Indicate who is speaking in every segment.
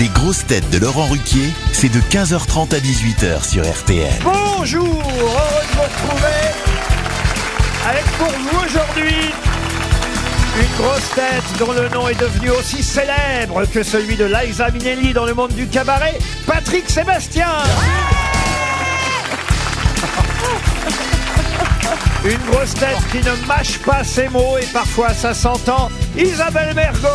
Speaker 1: Les grosses têtes de Laurent Ruquier, c'est de 15h30 à 18h sur RTL.
Speaker 2: Bonjour, heureux de vous retrouver avec pour vous aujourd'hui une grosse tête dont le nom est devenu aussi célèbre que celui de Liza Minnelli dans le monde du cabaret, Patrick Sébastien. Une grosse tête qui ne mâche pas ses mots et parfois ça s'entend, Isabelle Mergo.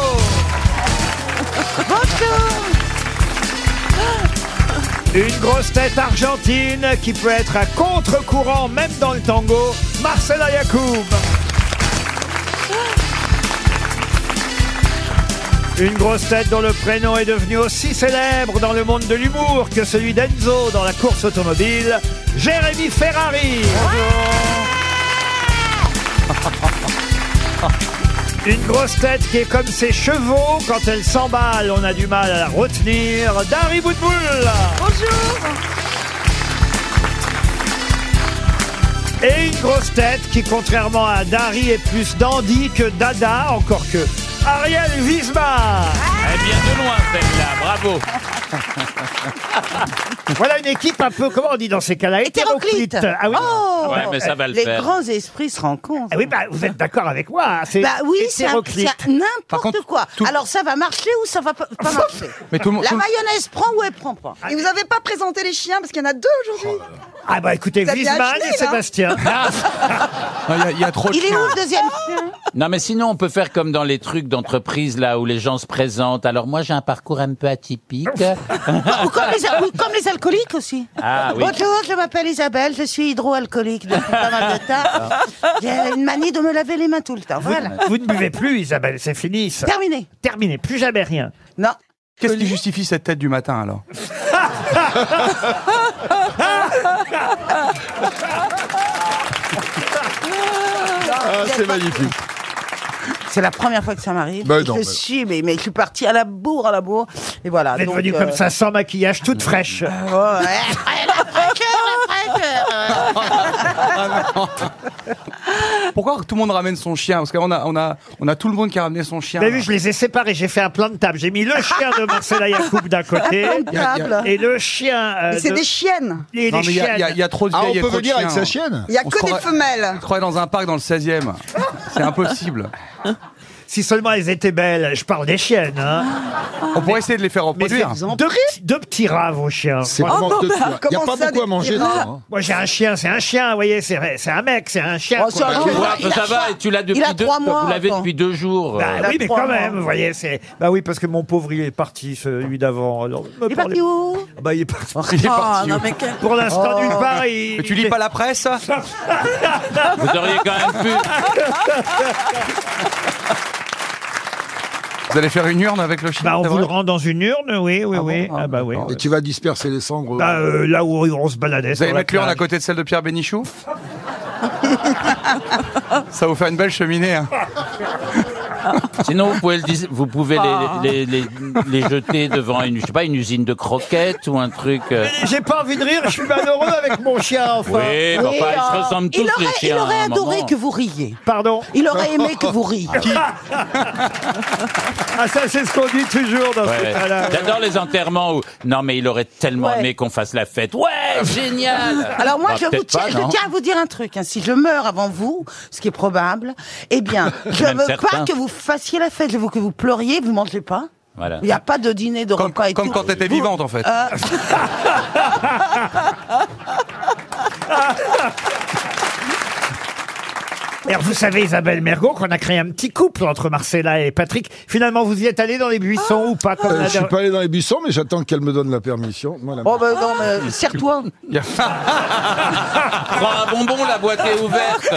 Speaker 2: Une grosse tête argentine qui peut être à contre-courant même dans le tango, Marcela Yacoub. Une grosse tête dont le prénom est devenu aussi célèbre dans le monde de l'humour que celui d'Enzo dans la course automobile, Jérémy Ferrari. Une grosse tête qui est comme ses chevaux, quand elle s'emballe, on a du mal à la retenir, Dari Boudboul. Et une grosse tête qui, contrairement à Dari, est plus dandy que Dada, encore que Ah, Ariel Wiesbach.
Speaker 3: Elle vient de loin, celle-là, bravo.
Speaker 2: Voilà une équipe un peu, comment on dit dans ces cas-là
Speaker 4: Hétéroclite.
Speaker 2: Ah oui,
Speaker 4: Oh
Speaker 3: Ouais, mais ça va le
Speaker 4: Les
Speaker 3: faire.
Speaker 4: grands esprits se rencontrent.
Speaker 2: Ah oui bah, vous êtes d'accord avec moi. hein, C'est
Speaker 4: Bah oui, c'est un-
Speaker 2: hétéroclite.
Speaker 4: c'est un- n'importe quoi. Alors ça va marcher ou ça va pas, pas marcher La mayonnaise prend ou elle prend pas
Speaker 5: Et vous avez pas présenté les chiens parce qu'il y en a deux aujourd'hui.
Speaker 2: Ah bah écoutez,
Speaker 5: Vous avez bien hein.
Speaker 2: Wiesmann
Speaker 5: acheté,
Speaker 2: et
Speaker 5: là.
Speaker 2: Sébastien.
Speaker 4: Ah, Il est où le deuxième
Speaker 3: Non, mais sinon, on peut faire comme dans les trucs d'entreprise, là, où les gens se présentent. Alors, moi, j'ai un parcours un peu atypique.
Speaker 4: ou, comme les, ou comme les alcooliques aussi.
Speaker 3: Ah oui.
Speaker 4: Bonjour, je m'appelle Isabelle, je suis hydroalcoolique depuis pas mal de temps. J'ai une manie de me laver les mains tout le temps. Voilà.
Speaker 2: Vous ne buvez plus, Isabelle, c'est fini. ça.
Speaker 4: Terminé.
Speaker 2: Terminé, plus jamais rien.
Speaker 4: Non.
Speaker 6: Qu'est-ce qui justifie cette tête du matin alors
Speaker 4: c'est magnifique. C'est la première fois que ça m'arrive.
Speaker 7: Bah
Speaker 4: Et
Speaker 7: non,
Speaker 4: je
Speaker 7: mais-
Speaker 4: suis, mais, mais je suis partie à la bourre, à la bourre. Et voilà.
Speaker 2: Vous êtes
Speaker 4: donc,
Speaker 2: venue
Speaker 4: euh, Ah.
Speaker 2: comme ça, sans maquillage, toute fraîche.
Speaker 4: Ouais, la fraîcheur, la fraîcheur.
Speaker 6: Pourquoi tout le monde ramène son chien Parce qu'on a, on a, on a tout le monde qui a ramené son chien.
Speaker 2: Vous avez vu, je les ai séparés, j'ai fait un plan de table. J'ai mis le chien de Marcela Yacoub d'un côté
Speaker 5: Table.
Speaker 2: et le chien euh,
Speaker 5: Mais c'est
Speaker 2: de-
Speaker 5: des chiennes.
Speaker 2: et
Speaker 6: Non,
Speaker 2: les
Speaker 6: mais il y, a- il y a-
Speaker 2: chiennes.
Speaker 6: il y a trop de
Speaker 7: Ah,
Speaker 6: vieilles
Speaker 7: on
Speaker 6: et
Speaker 7: peut
Speaker 6: trop de
Speaker 7: venir avec
Speaker 6: chiens,
Speaker 7: sa
Speaker 6: hein.
Speaker 7: chienne
Speaker 5: Il y a
Speaker 6: On
Speaker 5: que
Speaker 6: se
Speaker 5: des
Speaker 6: croirait-
Speaker 5: femelles.
Speaker 6: On se croirait dans un parc dans le 16e. C'est impossible.
Speaker 2: Si seulement elles étaient belles, je parle des chiennes. Hein.
Speaker 4: Ah.
Speaker 6: On pourrait essayer de les faire reproduire.
Speaker 2: Deux, petits- deux petits rats, vos chiens.
Speaker 7: C'est
Speaker 2: Moi,
Speaker 7: vraiment de toi. Il n'y a
Speaker 5: comment
Speaker 7: pas
Speaker 5: ça,
Speaker 7: beaucoup
Speaker 5: des
Speaker 7: à manger
Speaker 5: petits rats
Speaker 7: dedans. hein.
Speaker 2: moi, j'ai un chien, c'est un chien, vous voyez, c'est vrai, c'est un mec, c'est un chien.
Speaker 4: Oh,
Speaker 2: quoi.
Speaker 4: c'est un
Speaker 3: Ouais,
Speaker 4: chien.
Speaker 3: Ah, ça
Speaker 4: Il a
Speaker 3: va,
Speaker 4: trois-
Speaker 3: et tu l'as depuis
Speaker 4: il a
Speaker 3: deux,
Speaker 4: trois mois,
Speaker 3: vous l'avez
Speaker 4: attends.
Speaker 3: depuis deux jours.
Speaker 2: Bah
Speaker 3: euh.
Speaker 4: a
Speaker 2: oui, mais
Speaker 4: trois
Speaker 2: quand
Speaker 4: mois.
Speaker 2: même, vous voyez, c'est. Bah oui, parce que mon pauvre, il est parti, celui d'avant. alors, me
Speaker 4: Il est parti
Speaker 2: parlez-
Speaker 4: où
Speaker 2: Bah, il est parti.
Speaker 6: Il est
Speaker 4: Ah,
Speaker 6: parti.
Speaker 4: non, mais quel-
Speaker 2: Pour l'instant,
Speaker 4: Oh.
Speaker 2: nulle part. il-
Speaker 6: Mais tu lis pas la presse
Speaker 3: Vous auriez quand même pu.
Speaker 6: Vous allez faire une urne avec le chien
Speaker 2: Bah, on
Speaker 6: c'est
Speaker 2: vous
Speaker 6: vrai
Speaker 2: le rend dans une urne, oui, oui,
Speaker 6: Ah
Speaker 2: oui.
Speaker 6: bon
Speaker 2: ah,
Speaker 6: Ah,
Speaker 2: bah oui.
Speaker 6: d'accord.
Speaker 7: Et tu vas disperser les cendres.
Speaker 2: Bah, euh, là où on se baladait.
Speaker 6: Vous allez
Speaker 2: sur la
Speaker 6: mettre l'urne à
Speaker 2: plage.
Speaker 6: côté de celle de Pierre Bénichou Ça va vous faire une belle cheminée. hein.
Speaker 3: Sinon, vous pouvez, le dis- vous pouvez
Speaker 2: Ah.
Speaker 3: les, les, les- les jeter devant une, je sais pas, une usine de croquettes ou un truc. euh.
Speaker 2: J'ai pas envie de rire, je suis malheureux avec mon chien, enfin.
Speaker 3: Oui, bon,
Speaker 4: Oui,
Speaker 3: enfin, ils se
Speaker 4: euh,
Speaker 3: ressemblent tous
Speaker 4: il aurait,
Speaker 3: les chiens.
Speaker 4: Il
Speaker 3: à
Speaker 4: aurait
Speaker 3: un
Speaker 4: adoré
Speaker 3: moment.
Speaker 4: que vous riez.
Speaker 2: Pardon.
Speaker 4: Il aurait aimé que vous riez.
Speaker 2: Ah, ça, c'est ce qu'on dit toujours dans
Speaker 3: Ouais.
Speaker 2: ce cas-là.
Speaker 3: J'adore les enterrements où. Non, mais il aurait tellement
Speaker 4: Ouais.
Speaker 3: aimé qu'on fasse la fête. Ouais, génial.
Speaker 4: Alors moi,
Speaker 3: Bah,
Speaker 4: je, vous
Speaker 3: peut-être
Speaker 4: tiens,
Speaker 3: pas,
Speaker 4: je
Speaker 3: non.
Speaker 4: tiens à vous dire un truc. hein. Si je meurs avant vous, ce qui est probable, eh bien, je ne
Speaker 3: Même
Speaker 4: veux
Speaker 3: certain.
Speaker 4: pas que vous fassiez la fête. Je veux que vous pleuriez, vous mangez pas.
Speaker 3: Voilà.
Speaker 4: Il n'y a pas de dîner, de
Speaker 6: Comme,
Speaker 4: repas et
Speaker 6: comme
Speaker 4: tout. euh,
Speaker 6: quand t'étais vivante en fait.
Speaker 2: Et alors, vous savez, Isabelle Mergot, qu'on a créé un petit couple entre Marcella et Patrick. Finalement, vous y êtes allé dans les buissons ou pas comme
Speaker 7: Euh,
Speaker 2: la
Speaker 7: je suis
Speaker 2: dernière-
Speaker 7: pas allé dans les buissons, mais j'attends qu'elle me donne la permission. Moi, la-
Speaker 4: Oh ben non, mais serre-toi.
Speaker 3: Prends un bonbon, la boîte est ouverte.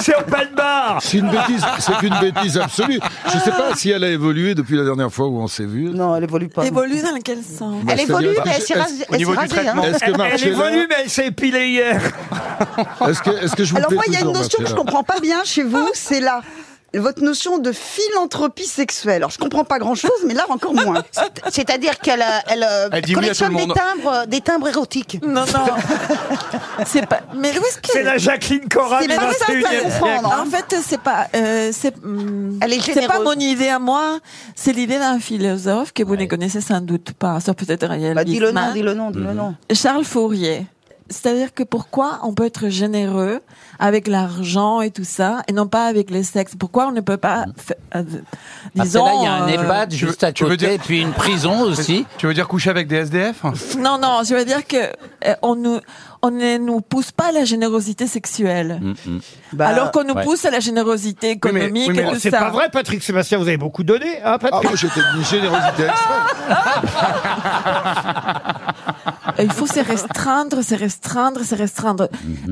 Speaker 2: C'est open bar
Speaker 7: C'est une bêtise, c'est une bêtise absolue. Je sais pas si elle a évolué depuis la dernière fois où on s'est vu.
Speaker 4: Non, elle évolue pas.
Speaker 8: Évolue dans quel sens
Speaker 6: Bah,
Speaker 4: Elle évolue, mais elle s'est rasée.
Speaker 6: niveau
Speaker 4: elle
Speaker 6: du
Speaker 4: s'est rasée,
Speaker 6: traitement.
Speaker 4: hein.
Speaker 7: Est-ce que
Speaker 2: Elle, elle évolue,
Speaker 7: Marcella,
Speaker 2: mais elle s'est épilée hier.
Speaker 7: est-ce que, est-ce que je vous
Speaker 5: Alors
Speaker 7: plais
Speaker 5: moi, il y a une
Speaker 7: toujours,
Speaker 5: notion que je
Speaker 7: Marcella
Speaker 5: comprends pas bien chez vous, c'est la votre notion de philanthropie sexuelle. Alors, je comprends pas grand-chose, mais là, encore moins.
Speaker 4: C'est-à-dire qu'elle euh, elle, euh,
Speaker 6: Elle dit oui à
Speaker 4: collectionne
Speaker 6: tout le
Speaker 4: des
Speaker 6: monde.
Speaker 4: timbres, euh, des timbres érotiques.
Speaker 8: Non, non. c'est pas. Mais où est-ce que.
Speaker 2: C'est la Jacqueline Cora
Speaker 5: C'est
Speaker 2: du
Speaker 5: pas ça que ça
Speaker 2: 21e siècle.
Speaker 5: comprendre.
Speaker 8: En fait, c'est pas. euh, c'est. hum,
Speaker 4: Elle est
Speaker 8: C'est pas
Speaker 4: généreuse.
Speaker 8: mon idée à moi. C'est l'idée d'un philosophe que vous ne connaissez sans doute pas, sauf peut-être Ariel
Speaker 4: Bah, dis le nom,
Speaker 8: Wiesmann.
Speaker 4: dis le nom, dis
Speaker 6: Mhm.
Speaker 4: le nom.
Speaker 8: Charles Fourier. C'est-à-dire que pourquoi on peut être généreux avec l'argent et tout ça, et non pas avec les sexes Pourquoi on ne peut pas, fa- euh,
Speaker 3: Après
Speaker 8: disons,
Speaker 3: là, il y a un
Speaker 8: euh,
Speaker 3: EHPAD
Speaker 6: tu veux-
Speaker 3: juste à
Speaker 6: Mhm. tu veux
Speaker 3: côté,
Speaker 6: dire-
Speaker 3: puis une prison aussi.
Speaker 6: Tu veux dire coucher avec des SDF
Speaker 8: Non, non, je veux dire que euh, on nous, on ne nous pousse pas à la générosité sexuelle,
Speaker 4: Bah,
Speaker 8: alors qu'on nous
Speaker 3: Mm, ouais.
Speaker 8: pousse à la générosité
Speaker 6: Oui, mais-
Speaker 8: économique
Speaker 6: oui, mais
Speaker 8: et tout
Speaker 2: C'est
Speaker 8: ça.
Speaker 2: pas vrai, Patrick Sébastien, vous avez beaucoup donné, hein,
Speaker 7: Ah,
Speaker 2: Patrick
Speaker 7: moi, j'étais d'une générosité extrême.
Speaker 8: Euh, Il faut se restreindre, se restreindre, se restreindre.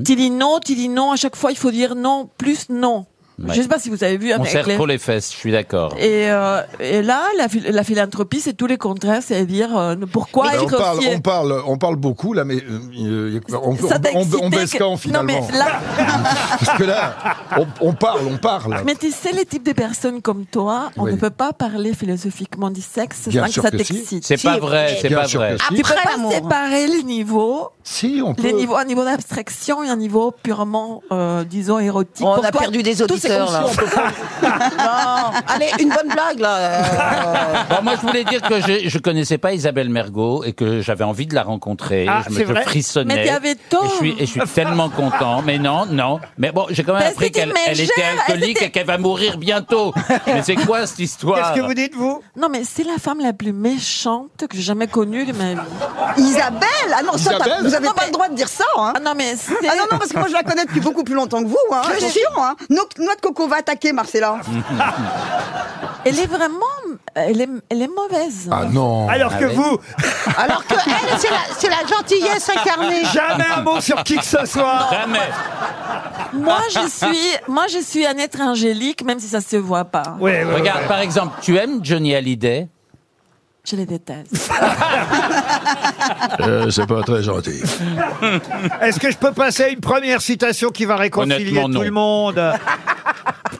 Speaker 8: Tu dis non, tu dis non. À chaque fois, il faut dire non, plus non.
Speaker 3: Ouais.
Speaker 8: Je sais pas si vous avez vu
Speaker 3: On
Speaker 8: avec
Speaker 3: serre
Speaker 8: les-
Speaker 3: trop les fesses, je suis d'accord.
Speaker 8: Et, euh, et là, la, phil- la philanthropie, c'est tous les contraires, c'est à dire euh, pourquoi
Speaker 7: Ben, on,
Speaker 8: être
Speaker 7: parle,
Speaker 8: fier.
Speaker 7: on, parle, on parle beaucoup, là, mais euh, il y a- on,
Speaker 8: Ça t'a
Speaker 7: on- on- on
Speaker 8: excité
Speaker 7: baisse
Speaker 8: que-
Speaker 7: quand,
Speaker 8: Non,
Speaker 7: finalement
Speaker 8: mais là,
Speaker 7: Parce que là, on, on parle, on parle.
Speaker 8: mais tu sais, les types de personnes comme toi, on
Speaker 7: Oui.
Speaker 8: ne peut pas parler philosophiquement du sexe
Speaker 7: Bien
Speaker 8: sans que
Speaker 7: sûr
Speaker 8: ça
Speaker 7: que si.
Speaker 8: t'excite.
Speaker 3: C'est pas
Speaker 4: Si,
Speaker 3: vrai,
Speaker 4: mais-
Speaker 3: c'est
Speaker 7: Bien
Speaker 3: pas
Speaker 7: sûr
Speaker 3: vrai.
Speaker 7: que si.
Speaker 8: Tu peux
Speaker 4: Après,
Speaker 8: pas
Speaker 4: l'amour.
Speaker 8: séparer les niveaux,
Speaker 7: Si, on peut.
Speaker 8: les niveaux, un niveau d'abstraction et un niveau purement, euh, disons, érotique.
Speaker 4: On a
Speaker 8: Pourquoi
Speaker 4: perdu des
Speaker 8: Tout, c'est comme
Speaker 4: auditeurs,
Speaker 8: si
Speaker 4: là.
Speaker 8: on peut pas-
Speaker 4: Non, allez, une bonne blague, là. euh.
Speaker 3: Bon, moi, je voulais dire que je, je connaissais pas Isabelle Mergot et que j'avais envie de la rencontrer.
Speaker 2: Ah,
Speaker 3: je me
Speaker 2: c'est
Speaker 3: je
Speaker 2: vrai
Speaker 3: frissonnais.
Speaker 8: Mais t'avais tort.
Speaker 3: Et je suis, et je suis tellement content. Mais non, non. Mais bon, j'ai quand même
Speaker 8: Parce
Speaker 3: appris
Speaker 8: que t'es
Speaker 3: qu'elle elle était
Speaker 8: mégère, elle
Speaker 3: alcoolique
Speaker 8: était-
Speaker 3: et qu'elle va mourir bientôt. Mais c'est quoi cette histoire
Speaker 2: Qu'est-ce que vous dites, vous
Speaker 8: Non, mais c'est la femme la plus méchante que j'ai jamais connue de ma vie.
Speaker 5: Isabelle Ah non, ça, t'as-
Speaker 7: Isabelle
Speaker 5: vous avez
Speaker 8: Non,
Speaker 5: pas
Speaker 8: mais-
Speaker 5: le droit de dire ça, hein
Speaker 8: Ah non, mais c'est...
Speaker 5: Ah non, non, parce que moi, je la connais depuis beaucoup plus longtemps que vous, hein
Speaker 8: Je
Speaker 5: Attention, hein No- Noix de coco va attaquer, Marcella
Speaker 8: Elle est vraiment... Elle est, elle est mauvaise.
Speaker 7: Ah non
Speaker 2: Alors que
Speaker 3: oui.
Speaker 2: vous,
Speaker 4: Alors que elle, c'est la, c'est la gentillesse incarnée.
Speaker 2: jamais un mot sur qui que ce soit.
Speaker 3: Jamais.
Speaker 8: Moi, je suis... Moi, je suis un être angélique, même si ça se voit pas.
Speaker 2: Oui, oui, oui.
Speaker 3: Regarde, par exemple, tu aimes Johnny Hallyday
Speaker 8: Je les déteste.
Speaker 7: Euh, C'est pas très gentil.
Speaker 2: Est-ce que je peux passer à une première citation qui va réconcilier
Speaker 3: Honnêtement, non.
Speaker 2: tout le monde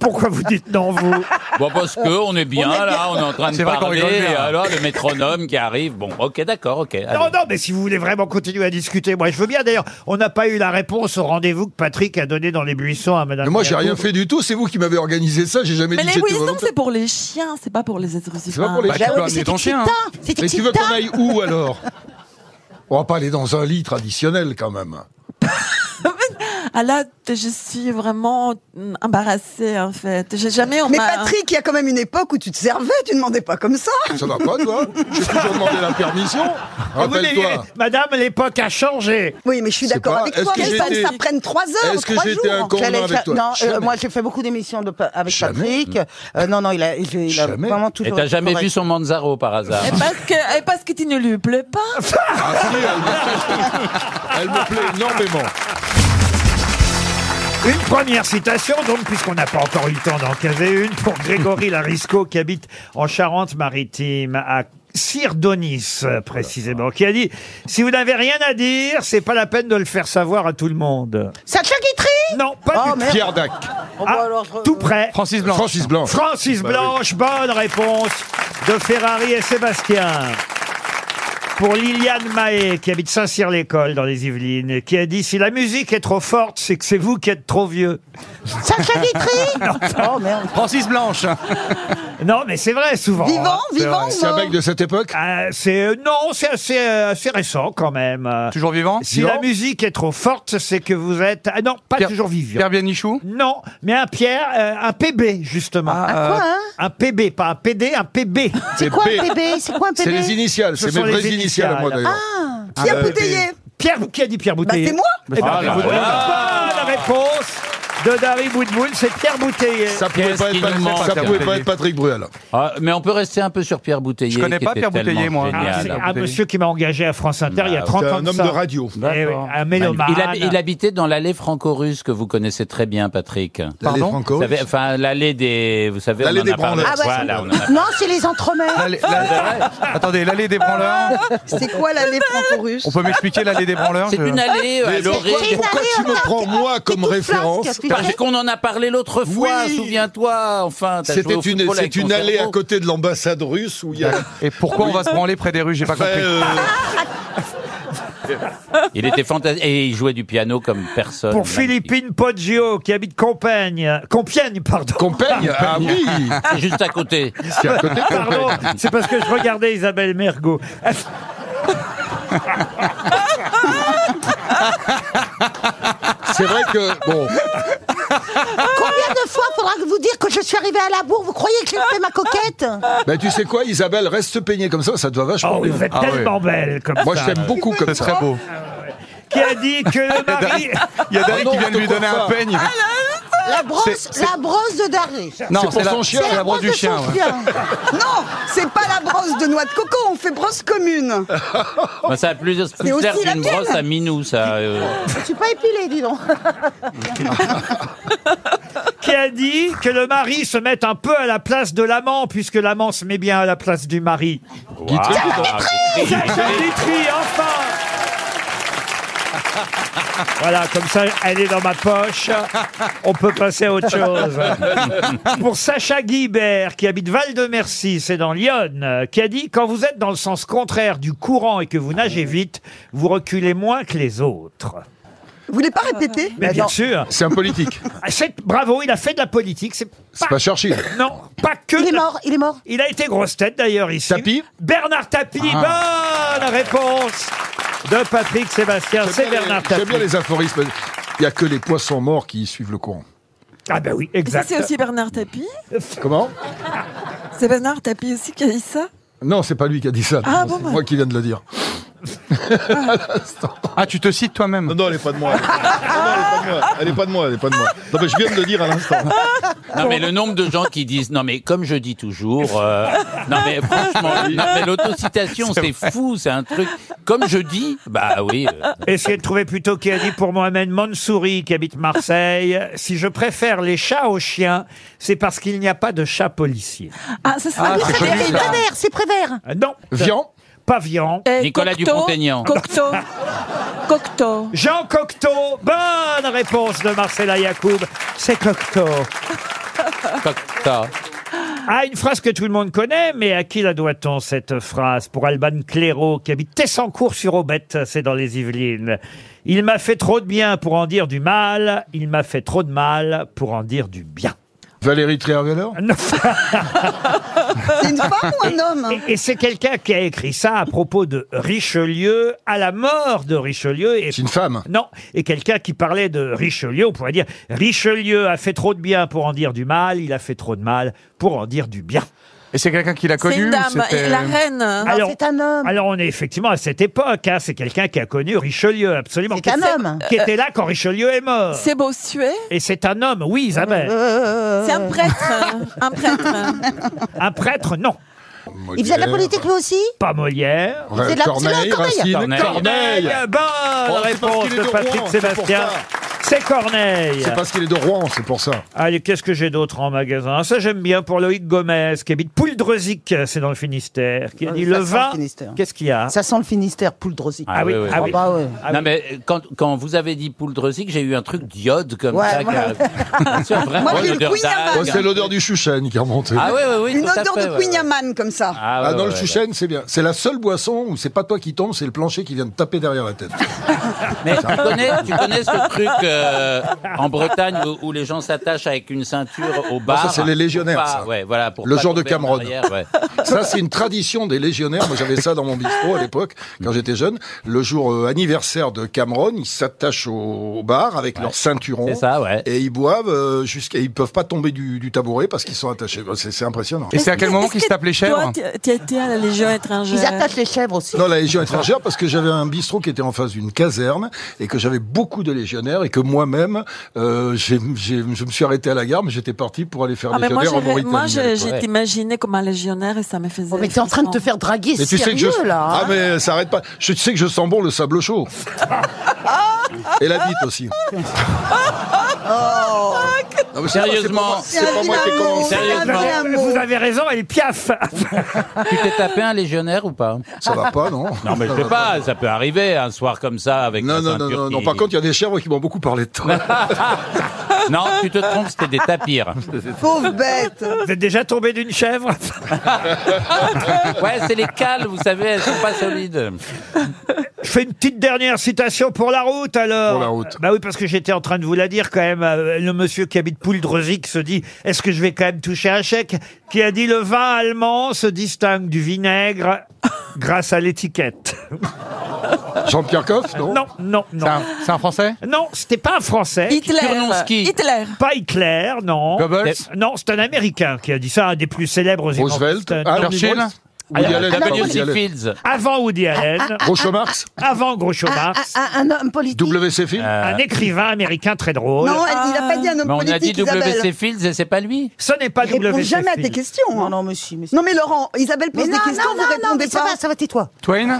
Speaker 2: Pourquoi vous dites non, vous
Speaker 3: Bon, parce que on est bien, là, on est en train de
Speaker 6: C'est vrai qu'on
Speaker 3: parler.
Speaker 6: rigole bien.
Speaker 3: et alors, le métronome qui arrive. Bon, ok, d'accord, ok. allez.
Speaker 2: Non, non, mais si vous voulez vraiment continuer à discuter, moi je veux bien. D'ailleurs, on n'a pas eu la réponse au rendez-vous que Patrick a donné dans les buissons à Madame.
Speaker 7: Mais moi, j'ai
Speaker 2: Mergo.
Speaker 7: rien fait du tout. C'est vous qui m'avez organisé ça. J'ai jamais
Speaker 8: Mais
Speaker 7: dit
Speaker 8: les
Speaker 7: que j'étais
Speaker 8: Wilson,
Speaker 7: volontaire.
Speaker 8: c'est pour les chiens, c'est pas pour les êtres humains.
Speaker 7: C'est pas pour les
Speaker 6: Bah, tu
Speaker 7: chiens.
Speaker 6: peux
Speaker 4: mais
Speaker 6: amener
Speaker 4: c'est
Speaker 6: ton chien. hein.
Speaker 4: excitant, C'est
Speaker 7: Mais tu veux
Speaker 4: excitant.
Speaker 7: qu'on aille où, alors On va pas aller dans un lit traditionnel, quand même.
Speaker 8: Ah là, t- je suis vraiment mm, embarrassée, en fait. J'ai jamais... on
Speaker 5: Mais
Speaker 8: m'a-
Speaker 5: Patrick, il y a quand même une époque où tu te servais, tu demandais pas comme ça
Speaker 7: Ça va pas, toi J'ai toujours demandé la permission.
Speaker 2: Ah, vous l'ayez-
Speaker 7: Rappelle-toi.
Speaker 2: Madame, l'époque a changé.
Speaker 5: Oui, mais je suis
Speaker 7: Je sais
Speaker 5: d'accord
Speaker 7: pas,
Speaker 5: avec
Speaker 7: est-ce
Speaker 5: toi,
Speaker 7: que
Speaker 5: mais
Speaker 7: j'ai
Speaker 5: ça,
Speaker 7: été-
Speaker 5: ça prenne trois heures,
Speaker 7: Est-ce que
Speaker 5: trois
Speaker 7: j'ai été
Speaker 5: jours
Speaker 7: un con
Speaker 4: J'allais
Speaker 7: non,
Speaker 4: faire-
Speaker 7: avec toi
Speaker 4: non, euh,
Speaker 7: Jamais.
Speaker 4: moi j'ai fait beaucoup d'émissions de, pa- avec
Speaker 7: Jamais.
Speaker 4: Patrick. Euh, non, non, il a, il, il a
Speaker 7: Jamais.
Speaker 4: vraiment
Speaker 3: Et
Speaker 4: toujours.
Speaker 3: t'as
Speaker 4: été
Speaker 3: jamais
Speaker 4: correct.
Speaker 3: vu son Manzaro par hasard
Speaker 8: Et parce que, et parce que tu ne lui plais pas.
Speaker 7: Ah si, elle me elle me plaît énormément.
Speaker 2: Une première citation, donc, puisqu'on n'a pas encore eu le temps d'en caser une, pour Grégory Larisco, qui habite en Charente-Maritime, à Cyrdonis, euh, précisément, qui a dit « Si vous n'avez rien à dire, c'est pas la peine de le faire savoir à tout le monde.
Speaker 4: Sacha » Guitry
Speaker 2: Non, pas
Speaker 9: Ah,
Speaker 6: Ah,
Speaker 4: Oh,
Speaker 2: du
Speaker 4: merde.
Speaker 7: Pierre Dac.
Speaker 4: Oh,
Speaker 2: Ah,
Speaker 4: bah alors, euh,
Speaker 2: tout près.
Speaker 6: Francis Bah Blanc.
Speaker 7: Francis Blanc.
Speaker 2: Francis Blanche, bonne réponse de Ferrari et Sébastien. Pour Liliane Mahé, qui habite Saint-Cyr-l'École dans les Yvelines, qui a dit Si la musique est trop forte, c'est que c'est vous qui êtes trop vieux.
Speaker 4: Sacha Guitry Oh merde.
Speaker 6: Francis Blanche.
Speaker 2: Non, mais c'est vrai, souvent.
Speaker 5: Vivant,
Speaker 2: hein.
Speaker 5: vivant ou
Speaker 7: C'est un
Speaker 5: mort
Speaker 7: mec de cette époque
Speaker 2: Ah, c'est euh, non, c'est assez, euh, assez récent quand même. Euh,
Speaker 6: Toujours vivant.
Speaker 2: Si
Speaker 7: Non.
Speaker 2: la musique est trop forte, c'est que vous êtes ah non, pas
Speaker 6: Pierre-
Speaker 2: toujours vivant.
Speaker 6: Pierre Bienichou.
Speaker 2: Non, mais un Pierre, euh, un PB justement.
Speaker 6: Ah,
Speaker 4: Quoi, hein
Speaker 2: Un PB, pas un PD, un PB.
Speaker 4: C'est quoi un bébé C'est quoi un Ah,
Speaker 7: C'est
Speaker 4: bébé
Speaker 7: les initiales,
Speaker 2: Ce
Speaker 7: c'est
Speaker 2: sont
Speaker 7: mes
Speaker 2: les
Speaker 7: vraies initiales, moi
Speaker 2: initiales.
Speaker 7: d'ailleurs.
Speaker 5: Ah.
Speaker 7: Euh,
Speaker 5: Qui a bouteillé
Speaker 2: Pierre, qui a dit Pierre
Speaker 5: Bah,
Speaker 2: Bouteiller
Speaker 5: c'est moi
Speaker 2: Eh ben,
Speaker 3: Ah là
Speaker 2: vous-
Speaker 3: là.
Speaker 2: Bonne Ah, réponse de Dari Boudboul, c'est Pierre Bouteiller.
Speaker 7: Ça pouvait
Speaker 3: Qu'est-ce
Speaker 7: pas
Speaker 3: qui
Speaker 7: être Pat-
Speaker 3: nous manque,
Speaker 7: ça pouvait
Speaker 6: Pierre
Speaker 7: pas être Patrick Bruel.
Speaker 3: Ah, Mais on peut rester un peu sur Pierre Bouteiller. hein,
Speaker 6: Je connais
Speaker 3: qui
Speaker 6: pas
Speaker 3: était
Speaker 6: Pierre Bouteiller,
Speaker 3: tellement
Speaker 6: moi.
Speaker 3: génial.
Speaker 2: Ah, c'est un monsieur qui m'a engagé à France Inter il y a
Speaker 3: Bah,
Speaker 2: 30
Speaker 7: C'est
Speaker 2: ans.
Speaker 7: un
Speaker 2: de
Speaker 7: homme de
Speaker 2: ça.
Speaker 7: radio.
Speaker 2: Eh oui, un mélomane.
Speaker 3: Il, hab- il habitait dans l'allée franco-russe que vous connaissez très bien, Patrick.
Speaker 7: L'allée
Speaker 6: Pardon
Speaker 3: Vous
Speaker 7: franco
Speaker 3: savez, enfin, l'allée des. Vous savez,
Speaker 7: L'allée
Speaker 3: on en
Speaker 7: des
Speaker 3: a parlé.
Speaker 4: Ah
Speaker 7: branleurs.
Speaker 4: ouais.
Speaker 3: Voilà, on en a
Speaker 4: Non, c'est les entremères.
Speaker 6: L'allée- l'allée- Attendez, l'allée des branleurs.
Speaker 5: C'est
Speaker 2: Oh.
Speaker 5: quoi l'allée franco-russe
Speaker 6: On peut m'expliquer l'allée des branleurs
Speaker 3: C'est
Speaker 6: je-
Speaker 3: une allée euh, à
Speaker 7: Mais pourquoi
Speaker 3: l'orée.
Speaker 4: C'est une
Speaker 7: pourquoi
Speaker 4: allée euh,
Speaker 7: tu me
Speaker 4: au parc.
Speaker 7: prends moi
Speaker 4: C'est
Speaker 7: comme
Speaker 4: toute
Speaker 7: référence
Speaker 4: flasque,
Speaker 3: Parce qu'on en a parlé l'autre fois,
Speaker 7: Oui.
Speaker 3: souviens-toi. Enfin, t'as
Speaker 7: C'était
Speaker 3: joué au
Speaker 7: une,
Speaker 3: football
Speaker 7: c'est
Speaker 3: avec
Speaker 7: une
Speaker 3: ton
Speaker 7: allée à
Speaker 3: cerveau.
Speaker 7: côté de l'ambassade russe où il y a. Ah
Speaker 6: Et pourquoi on va se branler près des rues J'ai pas
Speaker 7: Enfin,
Speaker 6: compris.
Speaker 7: euh,
Speaker 3: Il était fantastique et il jouait du piano comme personne.
Speaker 2: Pour Philippine Poggio, qui habite Compiègne, Compiègne, pardon.
Speaker 7: Compiègne Ah oui
Speaker 3: C'est juste à côté.
Speaker 7: C'est à côté de
Speaker 2: Pardon,
Speaker 7: Compiègne.
Speaker 2: c'est parce que je regardais Isabelle Mergot.
Speaker 7: C'est vrai que, bon,
Speaker 4: Combien de fois faudra vous dire que je suis arrivée à la bourre Vous croyez que j'ai fait ma coquette
Speaker 7: bah, tu sais quoi, Isabelle, reste peignée comme ça, ça te va vachement
Speaker 2: Oh,
Speaker 7: bien.
Speaker 2: vous êtes
Speaker 6: Ah oui.
Speaker 2: tellement belle comme
Speaker 7: Moi,
Speaker 2: ça.
Speaker 7: je t'aime beaucoup comme ça.
Speaker 6: beau.
Speaker 2: Qui a dit que Ah, le mari...
Speaker 6: Il y a Dari
Speaker 7: non,
Speaker 6: qui vient de
Speaker 7: je
Speaker 6: lui
Speaker 7: te
Speaker 6: donner
Speaker 7: crois
Speaker 6: un
Speaker 7: pas.
Speaker 2: Ah,
Speaker 6: peigne.
Speaker 4: Ah. La brosse,
Speaker 6: C'est- c'est-
Speaker 4: la brosse de Darry.
Speaker 6: Non,
Speaker 7: pour son chien,
Speaker 6: c'est la brosse du
Speaker 4: de
Speaker 6: chien.
Speaker 4: son
Speaker 6: ouais.
Speaker 4: chien.
Speaker 5: Non, c'est pas la brosse de noix de coco, on fait brosse commune.
Speaker 3: Moi, ça a plus, plus
Speaker 5: aussi
Speaker 3: l'air
Speaker 5: la
Speaker 3: d'une
Speaker 5: tienne.
Speaker 3: brosse à Minou, ça. euh.
Speaker 4: Je suis pas épilée, Eh, dis donc.
Speaker 2: qui a dit que le mari se mette un peu à la place de l'amant, puisque l'amant se met bien à la place du mari.
Speaker 3: Ah, Guitry,
Speaker 2: Sacha
Speaker 3: Guitry.
Speaker 2: Guitry, enfin Voilà, comme ça, elle est dans ma poche. On peut passer à autre chose. Pour Sacha Guibert, qui habite Val-de-Mercy, c'est dans l'Yonne, euh, qui a dit « Quand vous êtes dans le sens contraire du courant et que vous nagez vite, vous reculez moins que les autres.
Speaker 5: Vous voulez pas répéter »
Speaker 2: Mais bien sûr,
Speaker 7: C'est un politique.
Speaker 2: Ah, c'est- bravo, il a fait de la politique. C'est
Speaker 7: C'est pas Churchill.
Speaker 2: Non, pas que
Speaker 4: Il est
Speaker 2: de la-
Speaker 4: mort, il est mort.
Speaker 2: Il a été grosse tête d'ailleurs ici.
Speaker 7: Tapie
Speaker 2: Bernard Tapie,
Speaker 7: Ah.
Speaker 2: bonne réponse de Patrick Sébastien. C'est
Speaker 7: J'aime bien
Speaker 2: Bernard
Speaker 7: les- J'aime bien
Speaker 2: Tapie.
Speaker 7: les aphorismes. Il n'y a que les poissons morts qui suivent le courant.
Speaker 2: Ah ben oui,
Speaker 8: Et ça,
Speaker 2: exact.
Speaker 8: c'est aussi Bernard Tapie.
Speaker 7: Comment
Speaker 8: C'est Bernard Tapie aussi qui a dit ça.
Speaker 7: Non, c'est pas lui qui a dit ça.
Speaker 8: Ah,
Speaker 7: Non,
Speaker 8: bon,
Speaker 7: c'est
Speaker 8: bah.
Speaker 7: moi qui viens de le dire.
Speaker 6: Ah, tu te cites toi-même.
Speaker 7: non, elle est pas de moi. Elle est pas de moi. Elle est pas de moi. Non, mais je viens de le dire à l'instant.
Speaker 5: Ah.
Speaker 3: Non mais le nombre de gens qui disent non mais comme je dis toujours euh, non mais franchement non, mais l'autocitation c'est fou c'est un truc comme je dis bah oui euh,
Speaker 2: Essayez de trouver plutôt qui a dit pour Mohamed Mansouri qui habite Marseille. Si je préfère les chats aux chiens, c'est parce qu'il n'y a pas de chat policier.
Speaker 8: Ah, ça, c'est
Speaker 6: Ah,
Speaker 4: C'est
Speaker 6: c'est
Speaker 4: Prévert,
Speaker 6: connu,
Speaker 4: c'est
Speaker 6: ça.
Speaker 4: Prévert, c'est Prévert.
Speaker 2: Ah Non,
Speaker 7: Vian
Speaker 2: pas Vian.
Speaker 8: Eh,
Speaker 3: Nicolas
Speaker 8: Cocteau,
Speaker 3: Dupont-Aignan.
Speaker 8: Cocteau. Cocteau.
Speaker 2: Jean Cocteau, bonne réponse de Marcella Yacoub. C'est Cocteau.
Speaker 3: Cocteau.
Speaker 2: Ah, une phrase que tout le monde connaît, mais à qui la doit-on cette phrase Pour Alban Clairaut, qui habite Tessancourt sur Aubette, c'est dans les Yvelines. Il m'a fait trop de bien pour en dire du mal, il m'a fait trop de mal pour en dire du bien.
Speaker 7: Valérie Trierweiler
Speaker 2: Non.
Speaker 5: C'est une femme ou un homme
Speaker 2: Et, et c'est quelqu'un qui a écrit ça à propos de Richelieu, à la mort de Richelieu. Et
Speaker 7: C'est une femme.
Speaker 2: Non, et quelqu'un qui parlait de Richelieu, on pourrait dire Richelieu a fait trop de bien pour en dire du mal, il a fait trop de mal pour en dire du bien.
Speaker 6: Et c'est quelqu'un qui l'a
Speaker 8: C'est
Speaker 6: connu
Speaker 8: une
Speaker 6: ou
Speaker 8: dame.
Speaker 6: c'était-
Speaker 8: La reine.
Speaker 2: Ah, Alors-
Speaker 4: c'est un homme.
Speaker 2: Alors on est effectivement à cette époque, hein, c'est quelqu'un qui a connu Richelieu, absolument.
Speaker 4: C'est un
Speaker 2: Qui-
Speaker 4: homme.
Speaker 2: Qui était là quand Richelieu est mort.
Speaker 8: C'est Bossuet.
Speaker 2: Et c'est un homme, oui Isabelle.
Speaker 4: Euh,
Speaker 8: C'est un prêtre. Un prêtre.
Speaker 2: Un prêtre, non.
Speaker 4: il faisait de la politique lui aussi
Speaker 2: Pas Molière.
Speaker 7: Ra-
Speaker 4: C'est de la- c'est
Speaker 7: Corneille,
Speaker 4: la
Speaker 7: Racine,
Speaker 4: Corneille.
Speaker 7: Corneille.
Speaker 2: Bonne
Speaker 7: Oh, c'est parce
Speaker 2: réponse
Speaker 7: qu'il est
Speaker 2: de
Speaker 7: de
Speaker 2: Patrick
Speaker 7: Rouen, c'est pour
Speaker 2: Sébastien.
Speaker 7: ça.
Speaker 2: C'est Corneille.
Speaker 7: C'est parce qu'il est de Rouen, c'est pour ça.
Speaker 2: Allez, qu'est-ce que j'ai d'autre en magasin Ah, Ça, j'aime bien pour Loïc Gomez, qui habite Pouldreuzic, c'est dans le Finistère, qui a
Speaker 4: Ouais,
Speaker 2: dit
Speaker 4: Ah, ça
Speaker 2: le
Speaker 4: sent le
Speaker 2: vin.
Speaker 4: Finistère.
Speaker 2: Qu'est-ce qu'il y a
Speaker 4: Ça sent le Finistère, poule drosy.
Speaker 3: Ah oui, oui,
Speaker 2: ah
Speaker 4: Ah
Speaker 2: oui.
Speaker 4: bah ouais.
Speaker 2: Ah
Speaker 3: non
Speaker 2: oui.
Speaker 3: mais euh, quand, quand vous avez dit Pouldreuzic j'ai eu un truc d'iode comme
Speaker 4: Ouais,
Speaker 3: ça qui a- C'est un vrai-
Speaker 5: Moi,
Speaker 3: Ouais,
Speaker 5: j'ai eu
Speaker 3: l'odeur
Speaker 5: le Queen
Speaker 3: d'arabe.
Speaker 5: Yaman.
Speaker 7: Oh, c'est l'odeur du chouchen qui est remontée.
Speaker 3: ah oui oui oui
Speaker 5: Une
Speaker 3: tout à
Speaker 5: odeur
Speaker 3: fait,
Speaker 5: de
Speaker 3: ouais,
Speaker 5: Queen
Speaker 3: ouais.
Speaker 5: Yaman comme ça.
Speaker 3: ah, ouais,
Speaker 7: Ah non,
Speaker 3: ouais,
Speaker 7: le
Speaker 3: ouais.
Speaker 7: chouchen, c'est bien. C'est la seule boisson où c'est pas toi qui tombe, c'est le plancher qui vient de taper derrière la tête.
Speaker 3: Mais tu connais, tu connais ce truc euh, en Bretagne où, où les gens s'attachent avec une ceinture au bar.
Speaker 7: ça, c'est les légionnaires,
Speaker 3: Pour pas-
Speaker 7: ça.
Speaker 3: ouais, voilà, Ah, pour
Speaker 7: Le
Speaker 3: pas
Speaker 7: genre de
Speaker 3: tomber en
Speaker 7: Cameron.
Speaker 3: arrière, ouais.
Speaker 7: Ça, c'est une tradition des légionnaires. Moi, j'avais ça dans mon bistrot à l'époque, quand j'étais jeune. Le jour euh, anniversaire de Cameron, ils s'attachent au, au bar avec leur ceinturon.
Speaker 3: C'est ça, ouais.
Speaker 7: Et ils boivent euh, jusqu'à. Ils peuvent pas tomber du, du tabouret parce qu'ils sont attachés. Bah, C'est c'est impressionnant.
Speaker 6: Et c'est à quel moment qu'il se tape les chèvres
Speaker 8: Toi, tu tu étais à la Légion étrangère.
Speaker 4: Ils attachent les chèvres aussi.
Speaker 7: Non, la Légion étrangère, parce que j'avais un bistrot qui était en face d'une caserne et que j'avais beaucoup de légionnaires et que moi-même, euh, j'ai- j'ai- je me suis arrêté à la gare, mais j'étais parti pour aller faire
Speaker 8: Ah, mais moi,
Speaker 7: légionnaire en
Speaker 8: j'ai- moi,
Speaker 7: Mauritanie. à
Speaker 8: j'ai
Speaker 7: l'époque.
Speaker 8: j'ai
Speaker 3: Ouais.
Speaker 8: imaginé comme un légionnaire et ça me faisait.
Speaker 4: Oh, mais t'es en train de te faire draguer
Speaker 7: Mais tu sais que je...
Speaker 4: sérieux, là.
Speaker 7: Ah
Speaker 4: hein.
Speaker 7: mais ça arrête pas. Je tu sais que je sens bon le sable chaud. Et la bite aussi.
Speaker 6: Ah,
Speaker 7: Non, mais c'est pas-
Speaker 6: Oh,
Speaker 3: Sérieusement.
Speaker 7: Oh. C'est pas moi- c'est pas moi qui ai commencé.
Speaker 3: Sérieusement.
Speaker 2: Vous avez raison, elle piaffe.
Speaker 3: Tu t'es tapé un légionnaire ou pas
Speaker 7: Ça va pas non
Speaker 3: Non, mais je
Speaker 7: Ça
Speaker 3: sais
Speaker 7: va
Speaker 3: pas, ça peut arriver un soir comme ça avec
Speaker 7: Non
Speaker 3: la
Speaker 7: non non
Speaker 3: ceinture
Speaker 7: non, non.
Speaker 3: qui-
Speaker 7: Par contre il y a des chèvres qui m'ont beaucoup parlé de toi.
Speaker 3: Non, tu te trompes, c'était des tapirs.
Speaker 5: Pauvre bête.
Speaker 2: Vous êtes déjà tombé d'une chèvre
Speaker 3: Ouais, c'est les cales, vous savez, elles sont pas solides.
Speaker 2: Je fais une petite dernière citation pour la route alors.
Speaker 7: Pour la route.
Speaker 2: Bah oui, parce que j'étais en train de vous la dire quand même. Euh, Le monsieur qui habite Pouldrezic se dit est-ce que je vais quand même toucher un chèque Qui a dit le vin allemand se distingue du vinaigre grâce à l'étiquette.
Speaker 7: Jean-Pierre Coff, non
Speaker 2: Non, non, non.
Speaker 6: C'est un, c'est un français
Speaker 2: Non, c'était pas un français.
Speaker 8: Hitler.
Speaker 3: Kurnonski.
Speaker 8: Hitler.
Speaker 2: Pas Hitler, non. Euh,
Speaker 6: Goebbels
Speaker 2: Non, c'est un américain qui a dit ça, un des plus célèbres
Speaker 7: Roosevelt
Speaker 2: économistes.
Speaker 7: Ah,
Speaker 2: Non,
Speaker 6: Churchill
Speaker 7: Woody Allen,
Speaker 3: W.
Speaker 7: pardon, Woody
Speaker 3: C.
Speaker 7: Allen.
Speaker 3: Fields.
Speaker 2: Avant Woody
Speaker 5: Ah,
Speaker 2: Allen,
Speaker 7: Groucho Marx
Speaker 2: avant Groucho
Speaker 4: Un,
Speaker 2: Marx,
Speaker 4: un- un homme politique.
Speaker 7: W.C. Fields Euh.
Speaker 2: un écrivain américain très drôle.
Speaker 5: Non, elle- il n'a pas dit un homme
Speaker 3: Mais on a dit
Speaker 5: politique,
Speaker 3: W.C.
Speaker 5: Isabelle.
Speaker 3: Fields et c'est pas lui.
Speaker 2: Ce n'est pas
Speaker 5: Il répond
Speaker 2: W.C.
Speaker 5: jamais à tes
Speaker 2: Fields.
Speaker 5: questions. hein.
Speaker 4: Non,
Speaker 5: Non,
Speaker 4: non, monsieur, monsieur.
Speaker 5: mais Laurent, Isabelle
Speaker 4: Mais
Speaker 5: pose des questions, vous
Speaker 4: non,
Speaker 5: répondez
Speaker 4: mais ça
Speaker 5: pas.
Speaker 4: va, ça va, tais-toi.
Speaker 6: Twain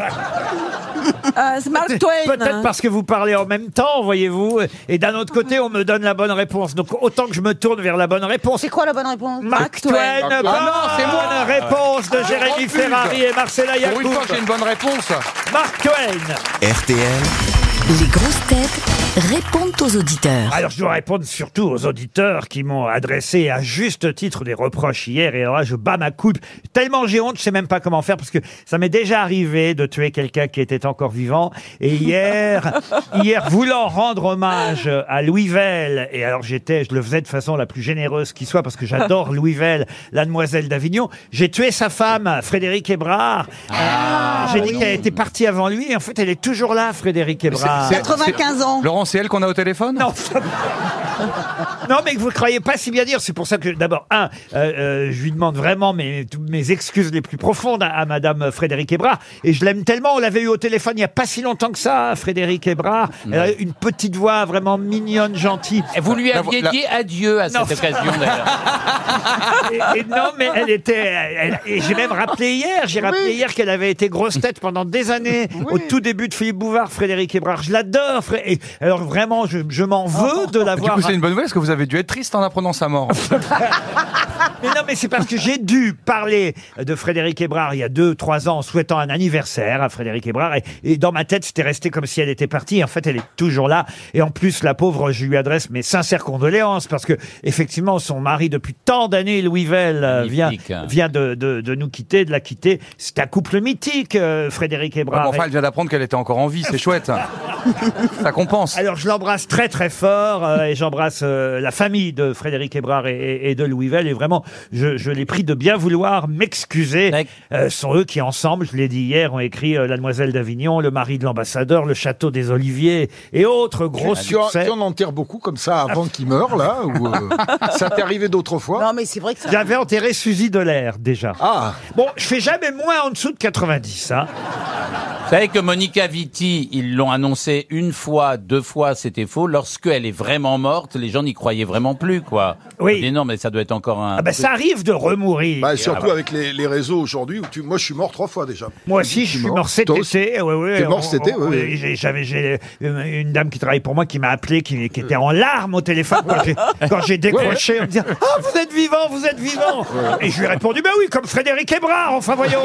Speaker 8: Euh, c'est Mark Twain.
Speaker 2: Peut-être parce que vous parlez en même temps, voyez-vous, et d'un autre côté, on me donne la bonne réponse. Donc autant que je me tourne vers la bonne réponse.
Speaker 4: C'est quoi la bonne réponse
Speaker 2: Mark
Speaker 8: Mark
Speaker 2: Twain,
Speaker 8: Twain.
Speaker 2: bonne
Speaker 6: Ah non, c'est moi. Ah,
Speaker 2: réponse de Ah, Jérémy
Speaker 6: refuse.
Speaker 2: Ferrari et Marcella
Speaker 6: Pour une
Speaker 2: Yacoub.
Speaker 6: fois, j'ai une bonne réponse.
Speaker 2: Mark Twain.
Speaker 1: RTL,
Speaker 10: Les grosses têtes répondent aux auditeurs.
Speaker 2: Alors je dois répondre surtout aux auditeurs qui m'ont adressé à juste titre des reproches hier et alors là je bats ma coupe. Tellement j'ai honte, je sais même pas comment faire parce que ça m'est déjà arrivé de tuer quelqu'un qui était encore vivant et hier hier voulant rendre hommage à Louis Vell et alors j'étais je le faisais de façon la plus généreuse qui soit parce que j'adore Louis Vell, la demoiselle d'Avignon, j'ai tué sa femme Frédéric Hébrard. j'ai dit qu'elle était partie avant lui et en fait elle est toujours là Frédéric Hébrard.
Speaker 6: c'est-
Speaker 5: 95 ans.
Speaker 6: Laurent, c'est elle qu'on a au téléphone
Speaker 2: Non. Non, mais que vous ne croyez pas si bien dire. C'est pour ça que, d'abord, un, euh, euh, je lui demande vraiment mes, toutes mes excuses les plus profondes à, à Madame Frédéric Hébrard. Et je l'aime tellement. On l'avait eu au téléphone il n'y a pas si longtemps que ça, Frédéric Hébrard. Elle a une petite voix vraiment mignonne, gentille.
Speaker 3: Et Vous lui
Speaker 6: La-
Speaker 3: aviez
Speaker 6: la-
Speaker 3: dit adieu à
Speaker 2: Non.
Speaker 3: cette occasion d'ailleurs.
Speaker 2: Et, et non, mais elle était. elle- et j'ai même rappelé hier, j'ai rappelé hier qu'elle avait été grosse tête pendant des années. Au tout début de Philippe Bouvard, Frédéric Hébrard. Je l'adore. Fré- et Alors vraiment, je, je
Speaker 6: Oh,
Speaker 2: m'en veux de
Speaker 6: Du
Speaker 2: l'avoir.
Speaker 6: coup, c'est une bonne nouvelle parce que vous avez dû être triste en apprenant sa mort.
Speaker 2: Mais non, mais c'est parce que j'ai dû parler de Frédéric Hébrard il y a deux, trois ans en souhaitant un anniversaire à Frédéric Hébrard. Et, et dans ma tête, c'était resté comme si elle était partie. En fait, elle est toujours là. Et en plus, la pauvre, je lui adresse mes sincères condoléances parce que, effectivement, son mari, depuis tant d'années, Louis Vell, euh, vient,
Speaker 3: Magnifique, hein.
Speaker 2: vient de, de- de nous quitter, de la quitter. C'est un couple mythique, euh, Frédéric Hébrard.
Speaker 6: Bon, enfin, elle vient d'apprendre qu'elle était encore en vie, c'est chouette. Ça compense.
Speaker 2: Alors je l'embrasse très très fort euh, et j'embrasse euh, la famille de Frédéric Hébrard et, et- et de Louis Vell et vraiment je, je les prie de bien vouloir m'excuser.
Speaker 3: D'accord.
Speaker 2: Euh, ce sont eux qui ensemble, je l'ai dit hier, ont écrit euh, La Demoiselle d'Avignon, Le Mari de l'Ambassadeur, Le Château des Oliviers et autres gros
Speaker 7: Tu en,
Speaker 2: succès.
Speaker 7: tu en enterres beaucoup comme ça avant qu'il meure, là ou, euh, Ça t'est arrivé d'autres fois
Speaker 4: Non, mais c'est vrai que ça.
Speaker 2: J'avais enterré Suzy Delair déjà.
Speaker 7: Ah
Speaker 2: Bon, je fais jamais moins en dessous de 90. Hein.
Speaker 3: Vous savez que Monica Vitti, ils l'ont annoncé une fois, deux fois, c'était faux. Lorsqu'elle est vraiment morte, les gens n'y croyaient vraiment plus, quoi.
Speaker 2: Oui.
Speaker 3: On dit, non, mais ça doit être encore un.
Speaker 2: Ah ben ça arrive de remourir.
Speaker 7: Bah, surtout
Speaker 3: Ah bah.
Speaker 7: avec les, les réseaux aujourd'hui. Où tu... Moi, je suis mort trois fois déjà.
Speaker 2: Moi aussi, je suis mort cet
Speaker 7: Toi aussi.
Speaker 2: été. Ouais, ouais,
Speaker 7: T'es mort
Speaker 2: on-
Speaker 7: cet été,
Speaker 2: on-
Speaker 7: ouais, ouais.
Speaker 2: j'ai- J'avais j'ai une, une dame qui travaille pour moi qui m'a appelé, qui, qui était en larmes au téléphone quand j'ai- quand j'ai décroché en me disant Ah, vous êtes vivant, vous êtes vivant Et je lui ai répondu Ben oui, comme Frédéric Hébrard, enfin voyons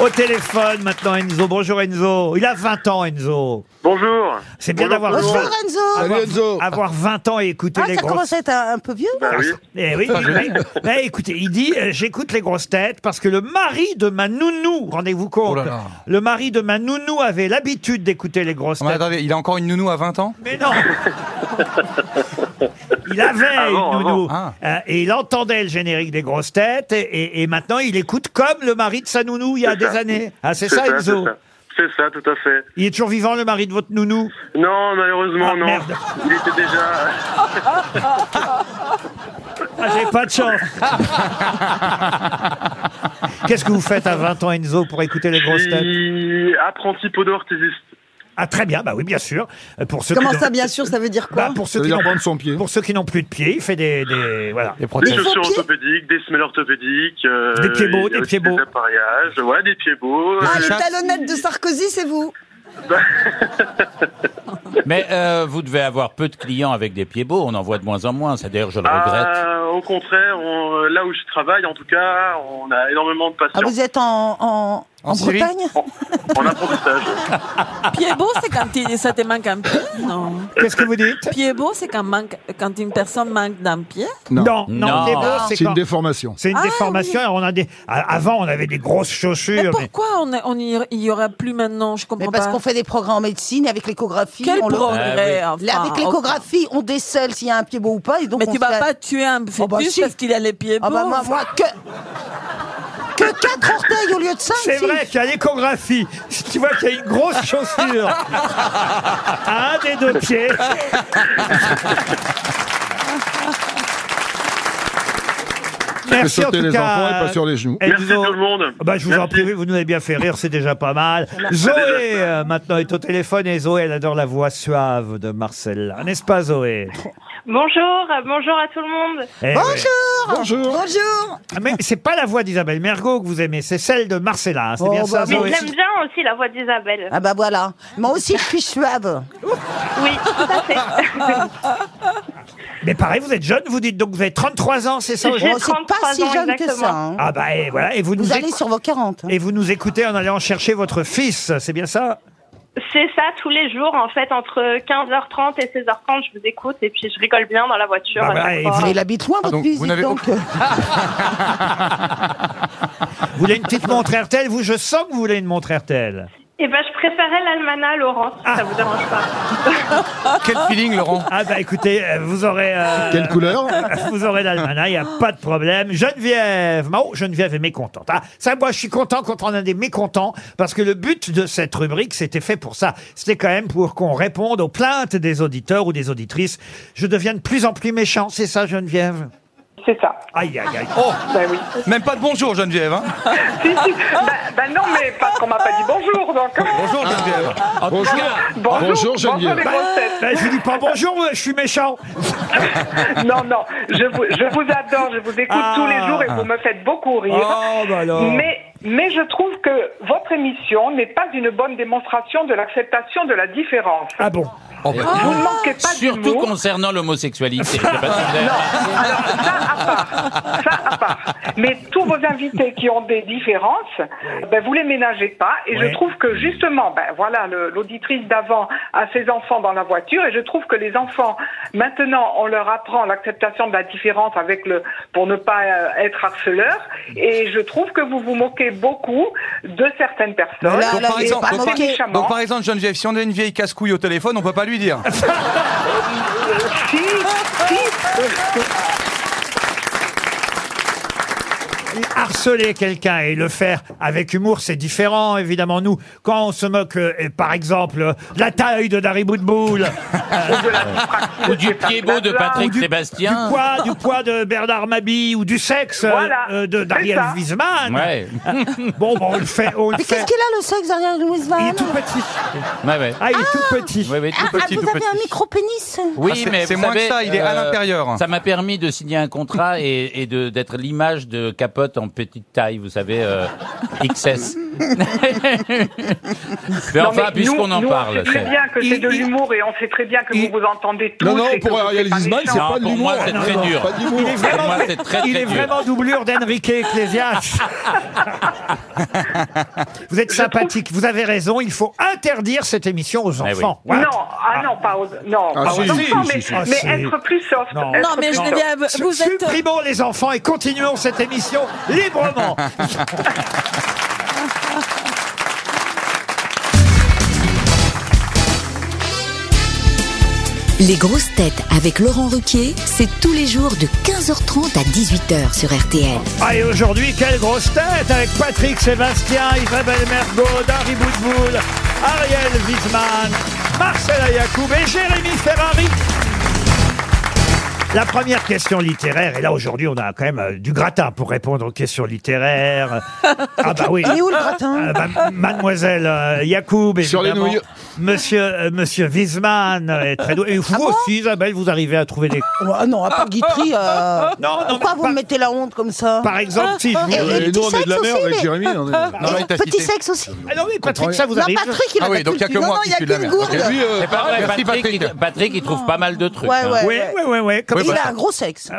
Speaker 2: Au téléphone maintenant, Enzo. Bonjour Enzo. Il a 20 ans, Enzo.
Speaker 11: Bonjour.
Speaker 2: C'est bien
Speaker 11: Bonjour,
Speaker 2: d'avoir
Speaker 11: bonjour.
Speaker 4: Bonsoir, Enzo.
Speaker 7: Salut Enzo
Speaker 2: avoir 20 ans et écouter
Speaker 4: Ah,
Speaker 2: les
Speaker 4: ça
Speaker 2: grosses
Speaker 4: commence à être un, un peu vieux.
Speaker 11: Bah oui.
Speaker 2: Eh oui, il- mais- mais écoutez, il dit euh, j'écoute les grosses têtes parce que le mari de ma nounou, rendez-vous compte,
Speaker 6: Oh là là.
Speaker 2: le mari de ma nounou avait l'habitude d'écouter les grosses
Speaker 6: Non, mais
Speaker 2: têtes.
Speaker 6: attendez, il a encore une nounou à 20 ans
Speaker 2: Mais non Il avait
Speaker 12: Ah
Speaker 11: Avant,
Speaker 2: une nounou
Speaker 6: avant.
Speaker 2: Euh, et il entendait le générique des grosses têtes et, et- et maintenant il écoute comme le mari de sa nounou il y a
Speaker 11: C'est
Speaker 2: des
Speaker 11: ça.
Speaker 2: années. Ah c'est ça, Enzo
Speaker 11: C'est ça. C'est ça, tout à fait.
Speaker 2: Il est toujours vivant le mari de votre nounou
Speaker 11: Non, malheureusement,
Speaker 2: Ah,
Speaker 11: non.
Speaker 2: merde.
Speaker 11: Il était déjà.
Speaker 2: Ah j'ai pas de chance Qu'est-ce que vous faites à 20 ans Enzo pour écouter les grosses têtes
Speaker 11: Il- Apprenti podorthésiste.
Speaker 2: Ah très bien, bah oui bien sûr. Euh, Pour ceux
Speaker 5: Comment
Speaker 2: qui n'ont-
Speaker 5: ça, bien sûr, ça veut dire
Speaker 2: Bah,
Speaker 5: quoi
Speaker 2: pour
Speaker 7: Ça
Speaker 2: ceux
Speaker 7: veut
Speaker 2: qui
Speaker 7: dire
Speaker 2: n'ont
Speaker 7: prendre son pied.
Speaker 2: pour ceux qui n'ont plus de pieds, il fait des, des- voilà.
Speaker 6: Les
Speaker 11: Des
Speaker 6: prothèses.
Speaker 5: faux
Speaker 11: chaussures
Speaker 5: pieds
Speaker 11: orthopédiques, des semelles orthopédiques. euh,
Speaker 2: Des pieds beaux,
Speaker 11: il y a
Speaker 2: des
Speaker 11: aussi
Speaker 2: pieds beaux.
Speaker 11: Des appareillages, ouais, des pieds beaux.
Speaker 5: Ah,
Speaker 11: euh,
Speaker 5: les talonnettes de Sarkozy, c'est vous
Speaker 3: Mais euh, vous devez avoir peu de clients avec des pieds beaux. On en voit de moins en moins. Ça d'ailleurs, je le regrette.
Speaker 11: ah, au euh, contraire, on- là où je travaille, en tout cas, on a énormément de
Speaker 4: Ah,
Speaker 11: patients.
Speaker 4: vous êtes en, en,
Speaker 6: En Syrie
Speaker 4: Bretagne
Speaker 11: En apprentissage.
Speaker 8: Pied beau, c'est quand il, ça te manque un pied, non
Speaker 2: Qu'est-ce que vous dites
Speaker 8: Pied beau, c'est quand, manque, quand une personne manque d'un pied.
Speaker 2: Non, non,
Speaker 3: Non.
Speaker 2: les beaux, c'est
Speaker 7: C'est une
Speaker 2: quand...
Speaker 7: déformation.
Speaker 2: C'est une
Speaker 8: Ah,
Speaker 2: déformation. et On a des... a- Avant, on avait des grosses
Speaker 8: Mais
Speaker 2: chaussures. mais-
Speaker 8: pourquoi on, est- on y, il y aura plus maintenant Je
Speaker 4: Mais
Speaker 8: comprends
Speaker 4: parce
Speaker 8: pas.
Speaker 4: qu'on fait des progrès en médecine avec l'échographie.
Speaker 8: Quel
Speaker 4: on le- Ah
Speaker 8: progrès
Speaker 4: Là,
Speaker 8: enfin,
Speaker 4: Avec
Speaker 8: ok.
Speaker 4: l'échographie, on décèle s'il y a un pied beau ou pas. Et donc
Speaker 8: Mais
Speaker 4: on
Speaker 8: tu
Speaker 4: se
Speaker 8: vas
Speaker 4: la-
Speaker 8: pas tuer un fœtus
Speaker 4: Oh bah si.
Speaker 8: parce qu'il a les pieds beaux.
Speaker 4: Ah bah moi, moi, que. Que 4 orteils au lieu de 5
Speaker 2: C'est vrai qu'à l'échographie, si tu vois qu'il y a une grosse chaussure à un Ah, des deux pieds, merci en
Speaker 7: sauter
Speaker 2: tout
Speaker 7: les enfants et
Speaker 2: cas.
Speaker 7: pas sur les genoux.
Speaker 11: Merci
Speaker 2: Enzo.
Speaker 11: tout le monde.
Speaker 2: Ah Bah, je vous en
Speaker 11: Merci.
Speaker 2: prie, vous nous avez bien fait rire, c'est déjà pas mal. Zoé, euh, maintenant, est au téléphone et Zoé, elle adore la voix suave de Marcel. N'est-ce pas, Zoé
Speaker 12: Bonjour, euh, bonjour à tout le monde.
Speaker 2: Eh oui.
Speaker 7: Bonjour.
Speaker 5: Bonjour
Speaker 2: Ah, Mais c'est pas la voix d'Isabelle Mergot que vous aimez, c'est celle de Marcella. hein, C'est
Speaker 4: Oh,
Speaker 2: bien ça,
Speaker 4: bah,
Speaker 12: Mais
Speaker 2: Zoé
Speaker 12: j'aime bien aussi la voix d'Isabelle.
Speaker 4: Ah bah voilà. Moi aussi, je suis suave.
Speaker 12: Oui, tout à fait.
Speaker 2: Mais pareil, vous êtes jeune, vous dites donc vous avez 33 ans, c'est ça
Speaker 12: J'ai
Speaker 2: aujourd'hui
Speaker 4: Bon, Oh, c'est pas si
Speaker 12: 33 ans
Speaker 4: jeune que
Speaker 12: exactement.
Speaker 4: ça. hein.
Speaker 2: Ah bah et voilà, et vous nous
Speaker 4: Vous allez
Speaker 2: écou-
Speaker 4: sur vos 40. hein.
Speaker 2: et vous nous écoutez en allant chercher votre fils, c'est bien ça
Speaker 12: C'est ça tous les jours en fait entre 15h30 et 16h30 je vous écoute et puis je rigole bien dans la voiture.
Speaker 2: Bah,
Speaker 12: à chaque
Speaker 2: bah, et
Speaker 12: fois.
Speaker 2: vous-
Speaker 4: Mais il habite loin, votre
Speaker 6: donc, vous
Speaker 4: musique,
Speaker 6: n'avez
Speaker 4: donc.
Speaker 6: aucun-
Speaker 12: euh.
Speaker 2: Vous voulez une petite montre RTL Vous, je sens que vous voulez une montre RTL.
Speaker 12: Eh ben je préférais l'almanach Laurent si ça vous dérange pas.
Speaker 6: Quel feeling, Laurent
Speaker 2: Ah bah écoutez, euh, vous aurez... euh,
Speaker 7: Quelle couleur
Speaker 2: Vous aurez l'almanach, il n'y a pas de problème. Geneviève, oh, Geneviève est mécontente. Ah, ça, moi, je suis content quand on a des mécontents, parce que le but de cette rubrique, c'était fait pour ça. C'était quand même pour qu'on réponde aux plaintes des auditeurs ou des auditrices. Je deviens de plus en plus méchant, c'est ça, Geneviève Ah.
Speaker 12: C'est ça.
Speaker 2: Aïe, aïe, aïe.
Speaker 6: Oh
Speaker 12: Bah oui.
Speaker 6: Même pas de bonjour, Geneviève. hein.
Speaker 12: Si, si. bah, bah non mais parce qu'on m'a pas dit bonjour donc.
Speaker 6: Bonjour, Geneviève.
Speaker 3: Ah.
Speaker 7: Bonjour.
Speaker 12: Bonjour,
Speaker 7: Bonjour, Geneviève.
Speaker 12: les grosses têtes.
Speaker 2: Ben, je vous dis pas bonjour, je suis méchant.
Speaker 12: Non, non, je vous, je vous adore, je vous écoute
Speaker 2: Ah.
Speaker 12: tous les jours et vous me faites beaucoup rire.
Speaker 2: Oh, bah alors.
Speaker 12: Mais, mais je trouve que votre émission n'est pas une bonne démonstration de l'acceptation de la différence.
Speaker 2: Ah bon
Speaker 6: Oh, bah,
Speaker 12: vous ne manquez pas
Speaker 3: Surtout
Speaker 12: d'humour.
Speaker 3: concernant l'homosexualité. Je sais pas si vous avez-
Speaker 12: Ça à part, ça à part. Ah, Mais tous vos invités qui ont des différences, ben vous les ménagez pas. Et
Speaker 2: Ouais.
Speaker 12: je trouve que justement, ben voilà, le- l'auditrice d'avant a ses enfants dans la voiture, et je trouve que les enfants maintenant, on leur apprend l'acceptation de la différence avec le pour ne pas euh, être harceleur. Et je trouve que vous vous moquez beaucoup de certaines personnes.
Speaker 4: Voilà,
Speaker 6: Donc,
Speaker 4: là,
Speaker 6: par
Speaker 4: il est
Speaker 6: exemple,
Speaker 4: pas
Speaker 6: donc, par-
Speaker 4: moqué.
Speaker 12: méchamment.
Speaker 6: donc, par exemple, Geneviève, si on a une vieille casse-couille au téléphone, on peut pas lui dire.
Speaker 12: Si, si,
Speaker 2: harceler quelqu'un et le faire avec humour, c'est différent, évidemment. Nous, quand on se moque, euh, et par exemple, euh, de la taille de Dari Boudboul, euh,
Speaker 12: de la pratique
Speaker 3: Ou du
Speaker 12: de
Speaker 3: pied beau de
Speaker 12: Blablabla.
Speaker 3: Patrick
Speaker 2: du- du
Speaker 3: Sébastien.
Speaker 2: poids, du poids de Bernard Mabille ou du sexe euh,
Speaker 12: Voilà,
Speaker 2: euh, de
Speaker 12: c'est
Speaker 2: Dariel
Speaker 12: ça.
Speaker 2: Wiesmann.
Speaker 3: Ouais,
Speaker 2: Bon, bon, on le fait, on le
Speaker 4: Mais
Speaker 2: fait.
Speaker 4: qu'est-ce qu'il a, le sexe derrière Louis Van
Speaker 2: Il est tout petit.
Speaker 3: ouais, ouais.
Speaker 2: Ah, il est tout petit.
Speaker 3: Ouais, ouais, tout
Speaker 4: Ah, ah,
Speaker 3: petit,
Speaker 4: vous
Speaker 3: tout
Speaker 4: avez
Speaker 3: petit.
Speaker 4: un micro-pénis
Speaker 6: Ah,
Speaker 3: Oui,
Speaker 6: c'est-
Speaker 3: mais
Speaker 6: c'est
Speaker 3: vous
Speaker 6: moins que
Speaker 3: savez, euh,
Speaker 6: ça, il est à l'intérieur.
Speaker 3: Ça m'a permis de signer un contrat et, et de d'être l'image de Capote en petite taille, vous savez, euh, XS. mais
Speaker 12: Non,
Speaker 3: enfin,
Speaker 12: mais
Speaker 3: puisqu'on
Speaker 12: nous-
Speaker 3: en
Speaker 12: nous,
Speaker 3: parle,
Speaker 12: On sait très
Speaker 3: c'est-
Speaker 12: bien que c'est
Speaker 2: Il-
Speaker 12: de
Speaker 2: il-
Speaker 12: l'humour et on sait très bien que
Speaker 2: il-
Speaker 12: vous vous entendez tous.
Speaker 7: Non, non,
Speaker 12: et que
Speaker 7: pour
Speaker 12: vous
Speaker 7: Ariel
Speaker 12: êtes pas
Speaker 7: Wiesmann,
Speaker 12: méchants.
Speaker 7: c'est pas de
Speaker 3: pour moi,
Speaker 7: l'humour.
Speaker 3: c'est
Speaker 7: Non,
Speaker 3: très
Speaker 7: non,
Speaker 3: dur.
Speaker 7: Pas d'humour.
Speaker 2: Il est vraiment,
Speaker 3: moi, c'est très,
Speaker 2: il
Speaker 3: très
Speaker 2: est
Speaker 3: dur.
Speaker 2: vraiment doublure d'Enrique Ecclesias.
Speaker 12: Ah,
Speaker 2: vous êtes sympathique, vous avez raison, il faut interdire cette émission aux
Speaker 3: Eh oui.
Speaker 2: enfants. Voilà.
Speaker 12: Non, ah non, pas aux, non,
Speaker 7: Ah,
Speaker 12: pas
Speaker 7: si,
Speaker 12: aux enfants,
Speaker 7: si,
Speaker 12: mais,
Speaker 7: si, si.
Speaker 2: Ah,
Speaker 12: mais
Speaker 2: si.
Speaker 12: être plus soft.
Speaker 2: Non.
Speaker 12: être
Speaker 8: Non, mais
Speaker 12: plus soft.
Speaker 8: Geneviève, vous êtes.
Speaker 2: Supprimons les enfants et continuons cette émission librement.
Speaker 10: Les grosses têtes avec Laurent Ruquier, c'est tous les jours de 15h30 à 18h sur RTL.
Speaker 2: Ah, et aujourd'hui, quelle grosse tête avec Patrick Sébastien, Isabelle Mergot, Dari Boudboul, Ariel Wittmann, Marcela Yacoub et Jérémy Ferrari. La première question littéraire, et là aujourd'hui on a quand même euh, du gratin pour répondre aux questions littéraires. Ah bah oui.
Speaker 4: Il est où le gratin
Speaker 2: Euh, ma- mademoiselle euh, Yacoub, évidemment.
Speaker 7: Sur les nouilles.
Speaker 2: Monsieur, euh, monsieur Wiesmann euh, est très doué. Et vous aussi, Isabelle, vous arrivez à trouver des...
Speaker 4: Ah non, à part Guitry, euh,
Speaker 2: Non, non,
Speaker 4: pourquoi
Speaker 2: mais
Speaker 4: vous
Speaker 2: pas-
Speaker 4: me mettez la honte comme ça Ah,
Speaker 2: Par exemple, si je vous...
Speaker 4: Et-
Speaker 7: Et
Speaker 4: et
Speaker 7: nous, on est de la
Speaker 4: petit
Speaker 7: merde
Speaker 4: sexe
Speaker 7: avec
Speaker 4: aussi,
Speaker 7: Jérémy. on est-
Speaker 6: Non, là, il t'a
Speaker 4: Petit
Speaker 6: cité.
Speaker 4: sexe aussi
Speaker 2: Ah non, mais Patrick, ça vous
Speaker 4: Non,
Speaker 2: arrive
Speaker 4: Patrick, il a
Speaker 6: Ah oui,
Speaker 4: pas
Speaker 6: donc il n'y a
Speaker 4: tout
Speaker 6: que
Speaker 4: dit.
Speaker 6: moi
Speaker 4: Non,
Speaker 6: qui
Speaker 4: non,
Speaker 6: suis de la
Speaker 4: qu'une
Speaker 6: merde. Ok.
Speaker 4: gourde. Ah.
Speaker 7: Lui, euh,
Speaker 3: C'est pas vrai,
Speaker 6: Merci,
Speaker 3: Patrick,
Speaker 6: Patrick.
Speaker 3: Il, Patrick, il trouve pas mal de trucs.
Speaker 4: Ouais, ouais,
Speaker 3: hein.
Speaker 4: bah,
Speaker 2: Oui,
Speaker 4: ouais.
Speaker 2: oui, oui, oui. Comme
Speaker 6: Oui,
Speaker 2: ça.
Speaker 7: bah,
Speaker 2: Ah.
Speaker 4: Il a un gros sexe.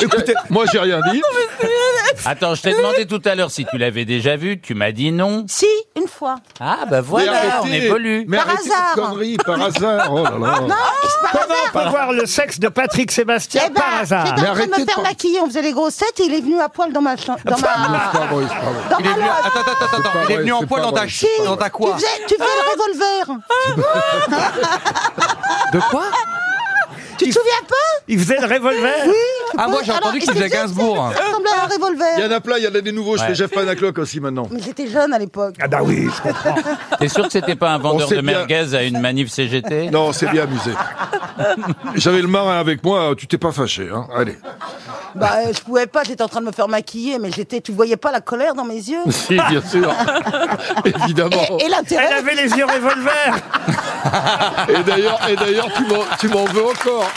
Speaker 7: Écoutez, moi j'ai rien dit.
Speaker 3: Attends, je t'ai demandé tout à l'heure si tu l'avais déjà vu, tu m'as dit non.
Speaker 4: Si, une fois.
Speaker 3: Ah, bah voilà, on évolue.
Speaker 7: Mais
Speaker 4: Par
Speaker 7: arrêtez
Speaker 4: hasard.
Speaker 7: cette connerie, par hasard. Oh là là.
Speaker 4: Non, c'est par hasard.
Speaker 2: On peut voir le sexe de Patrick Sébastien
Speaker 4: Eh ben,
Speaker 2: par
Speaker 7: Ah.
Speaker 2: hasard.
Speaker 4: J'étais en train de me faire maquiller, on faisait les grosses têtes et il est venu à poil dans ma chambre. Dans ma...
Speaker 7: pas vrai, c'est pas vrai.
Speaker 4: Dans
Speaker 6: Il est
Speaker 4: ma
Speaker 6: venu,
Speaker 4: loge.
Speaker 6: attends, attends, attends,
Speaker 7: pas
Speaker 6: il est
Speaker 7: vrai,
Speaker 6: venu en
Speaker 7: c'est
Speaker 6: poil
Speaker 7: pas
Speaker 6: dans ta
Speaker 7: vrai.
Speaker 6: chi- dans ta
Speaker 4: Tu
Speaker 6: quoi
Speaker 4: faisais, tu faisais
Speaker 7: Ah.
Speaker 4: le revolver.
Speaker 6: De quoi
Speaker 4: Tu te souviens pas
Speaker 2: Il faisait le revolver
Speaker 4: Oui.
Speaker 6: Ah, moi, j'ai
Speaker 4: Alors,
Speaker 6: entendu qu'il
Speaker 4: il
Speaker 6: faisait
Speaker 4: faisait-
Speaker 6: Gainsbourg.
Speaker 4: Ça ressemblait à un
Speaker 7: Ah. Il y
Speaker 4: revolver.
Speaker 7: en a plein, il y en a des nouveaux. Je
Speaker 3: Ouais.
Speaker 7: fais Jeff Panaclock aussi maintenant.
Speaker 4: Mais j'étais jeune à l'époque.
Speaker 2: Ah bah oui, je comprends.
Speaker 3: T'es sûr que c'était pas un vendeur
Speaker 7: sait
Speaker 3: de
Speaker 7: bien.
Speaker 3: merguez à une manif CGT
Speaker 7: Non, c'est bien amusé. J'avais le marin avec moi, tu t'es pas fâché. Hein Allez.
Speaker 4: Bah, euh, je pouvais pas, j'étais en train de me faire maquiller, mais j'étais, tu voyais pas la colère dans mes yeux.
Speaker 7: Si, bien sûr. Ah Évidemment.
Speaker 4: Et, et
Speaker 2: Elle
Speaker 4: l'intérêt.
Speaker 2: avait les yeux revolver.
Speaker 7: Et d'ailleurs, et d'ailleurs, tu m'en- tu m'en veux encore.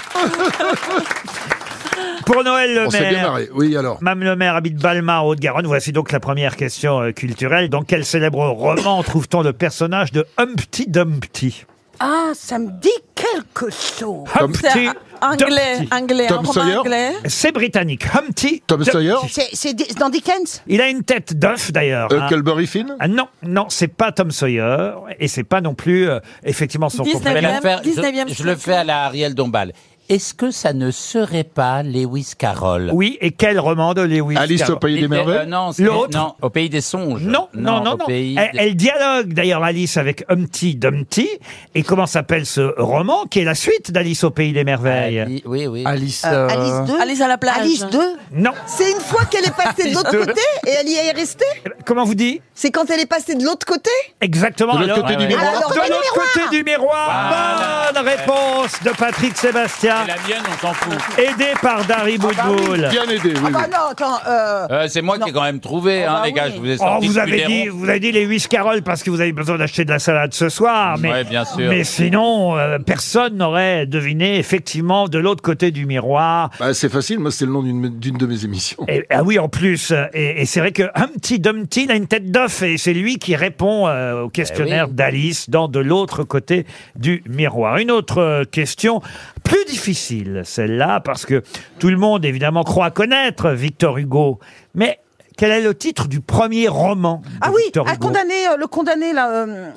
Speaker 2: Pour Noël Le
Speaker 7: On s'est bien
Speaker 2: Maire.
Speaker 7: marré. Oui, alors.
Speaker 2: Mme Le Maire habite Balma, en Haute-Garonne. Voici donc la première question euh, culturelle. Dans quel célèbre roman trouve-t-on le personnage de Humpty Dumpty
Speaker 4: Ah, ça me dit quelque chose.
Speaker 2: Humpty
Speaker 8: C'est anglais,
Speaker 2: Dumpty.
Speaker 8: anglais,
Speaker 7: Tom
Speaker 8: un roman
Speaker 7: Sawyer
Speaker 8: anglais.
Speaker 2: C'est britannique. Humpty.
Speaker 7: Tom
Speaker 2: Dumpty.
Speaker 7: Sawyer
Speaker 4: C'est c'est di- dans Dickens
Speaker 2: Il a une tête d'œuf d'ailleurs. hein.
Speaker 7: euh, Culberry Finn
Speaker 2: Ah non, non, c'est pas Tom Sawyer et c'est pas non plus euh, effectivement son
Speaker 3: Je vais
Speaker 2: compagnon.
Speaker 8: Dix-neuvième.
Speaker 3: la faire- je-
Speaker 8: 19e
Speaker 3: je, le fais à la Ariel Dombal. Est-ce que ça ne serait pas Lewis Carroll
Speaker 2: Oui, et quel roman de Lewis
Speaker 7: Alice au
Speaker 2: Carroll
Speaker 7: Pays des
Speaker 3: Était- euh,
Speaker 7: Merveilles
Speaker 3: non, c'est-
Speaker 2: L'autre
Speaker 3: non, au pays des songes.
Speaker 2: Non, non, non,
Speaker 3: au
Speaker 2: non.
Speaker 3: pays
Speaker 2: Elle,
Speaker 3: des-
Speaker 2: elle dialogue d'ailleurs Alice avec Humpty Dumpty. Et comment s'appelle ce roman qui est la suite d'Alice au Pays des Merveilles
Speaker 3: Oui, oui, oui.
Speaker 6: Alice.
Speaker 4: Euh,
Speaker 6: euh,
Speaker 4: Alice 2
Speaker 8: Alice à la plage.
Speaker 4: Alice 2
Speaker 2: Non.
Speaker 5: C'est une fois qu'elle est passée de l'autre côté et elle y est restée
Speaker 2: Comment vous dit
Speaker 5: C'est quand elle est passée de l'autre côté
Speaker 2: Exactement.
Speaker 7: De l'autre
Speaker 2: alors- ah
Speaker 7: côté du
Speaker 2: Ouais,
Speaker 7: miroir.
Speaker 2: ouais.
Speaker 5: Alors,
Speaker 2: De
Speaker 5: Ah, dans le
Speaker 2: l'autre côté du miroir. Bonne réponse de Patrick Sébastien,
Speaker 3: C'est la mienne, on s'en fout.
Speaker 2: aidé par Dari Boudboul. Oh,
Speaker 7: Bien aidé, oui.
Speaker 4: Ah bah
Speaker 7: oui.
Speaker 4: non, attends, euh,
Speaker 3: Euh, c'est moi
Speaker 4: Non.
Speaker 3: qui ai quand même trouvé,
Speaker 4: Ah
Speaker 3: hein,
Speaker 4: bah
Speaker 3: les gars.
Speaker 4: oui.
Speaker 3: Je vous ai
Speaker 2: Oh,
Speaker 3: sorti
Speaker 2: vous
Speaker 3: du
Speaker 2: avez
Speaker 3: déron.
Speaker 2: dit, vous avez dit les huit caroles parce que vous avez besoin d'acheter de la salade ce soir, mais
Speaker 3: Ouais, bien sûr.
Speaker 2: mais sinon euh, personne n'aurait deviné effectivement de l'autre côté du
Speaker 3: ah.
Speaker 2: miroir.
Speaker 7: Bah, c'est facile, moi c'est le nom d'une d'une de mes émissions.
Speaker 2: Et, ah oui, en plus, euh, et, et c'est vrai que Humpty Dumpty il a une tête d'œuf et c'est lui qui répond euh, au questionnaire d'Alice dans de l'autre côté du miroir. Une autre euh, question plus difficile, celle-là, parce que tout le monde évidemment croit connaître Victor Hugo, mais quel est le titre du premier roman de
Speaker 4: Ah oui,
Speaker 2: Victor
Speaker 4: un
Speaker 2: Hugo
Speaker 4: condamné, euh, le condamné là. euh,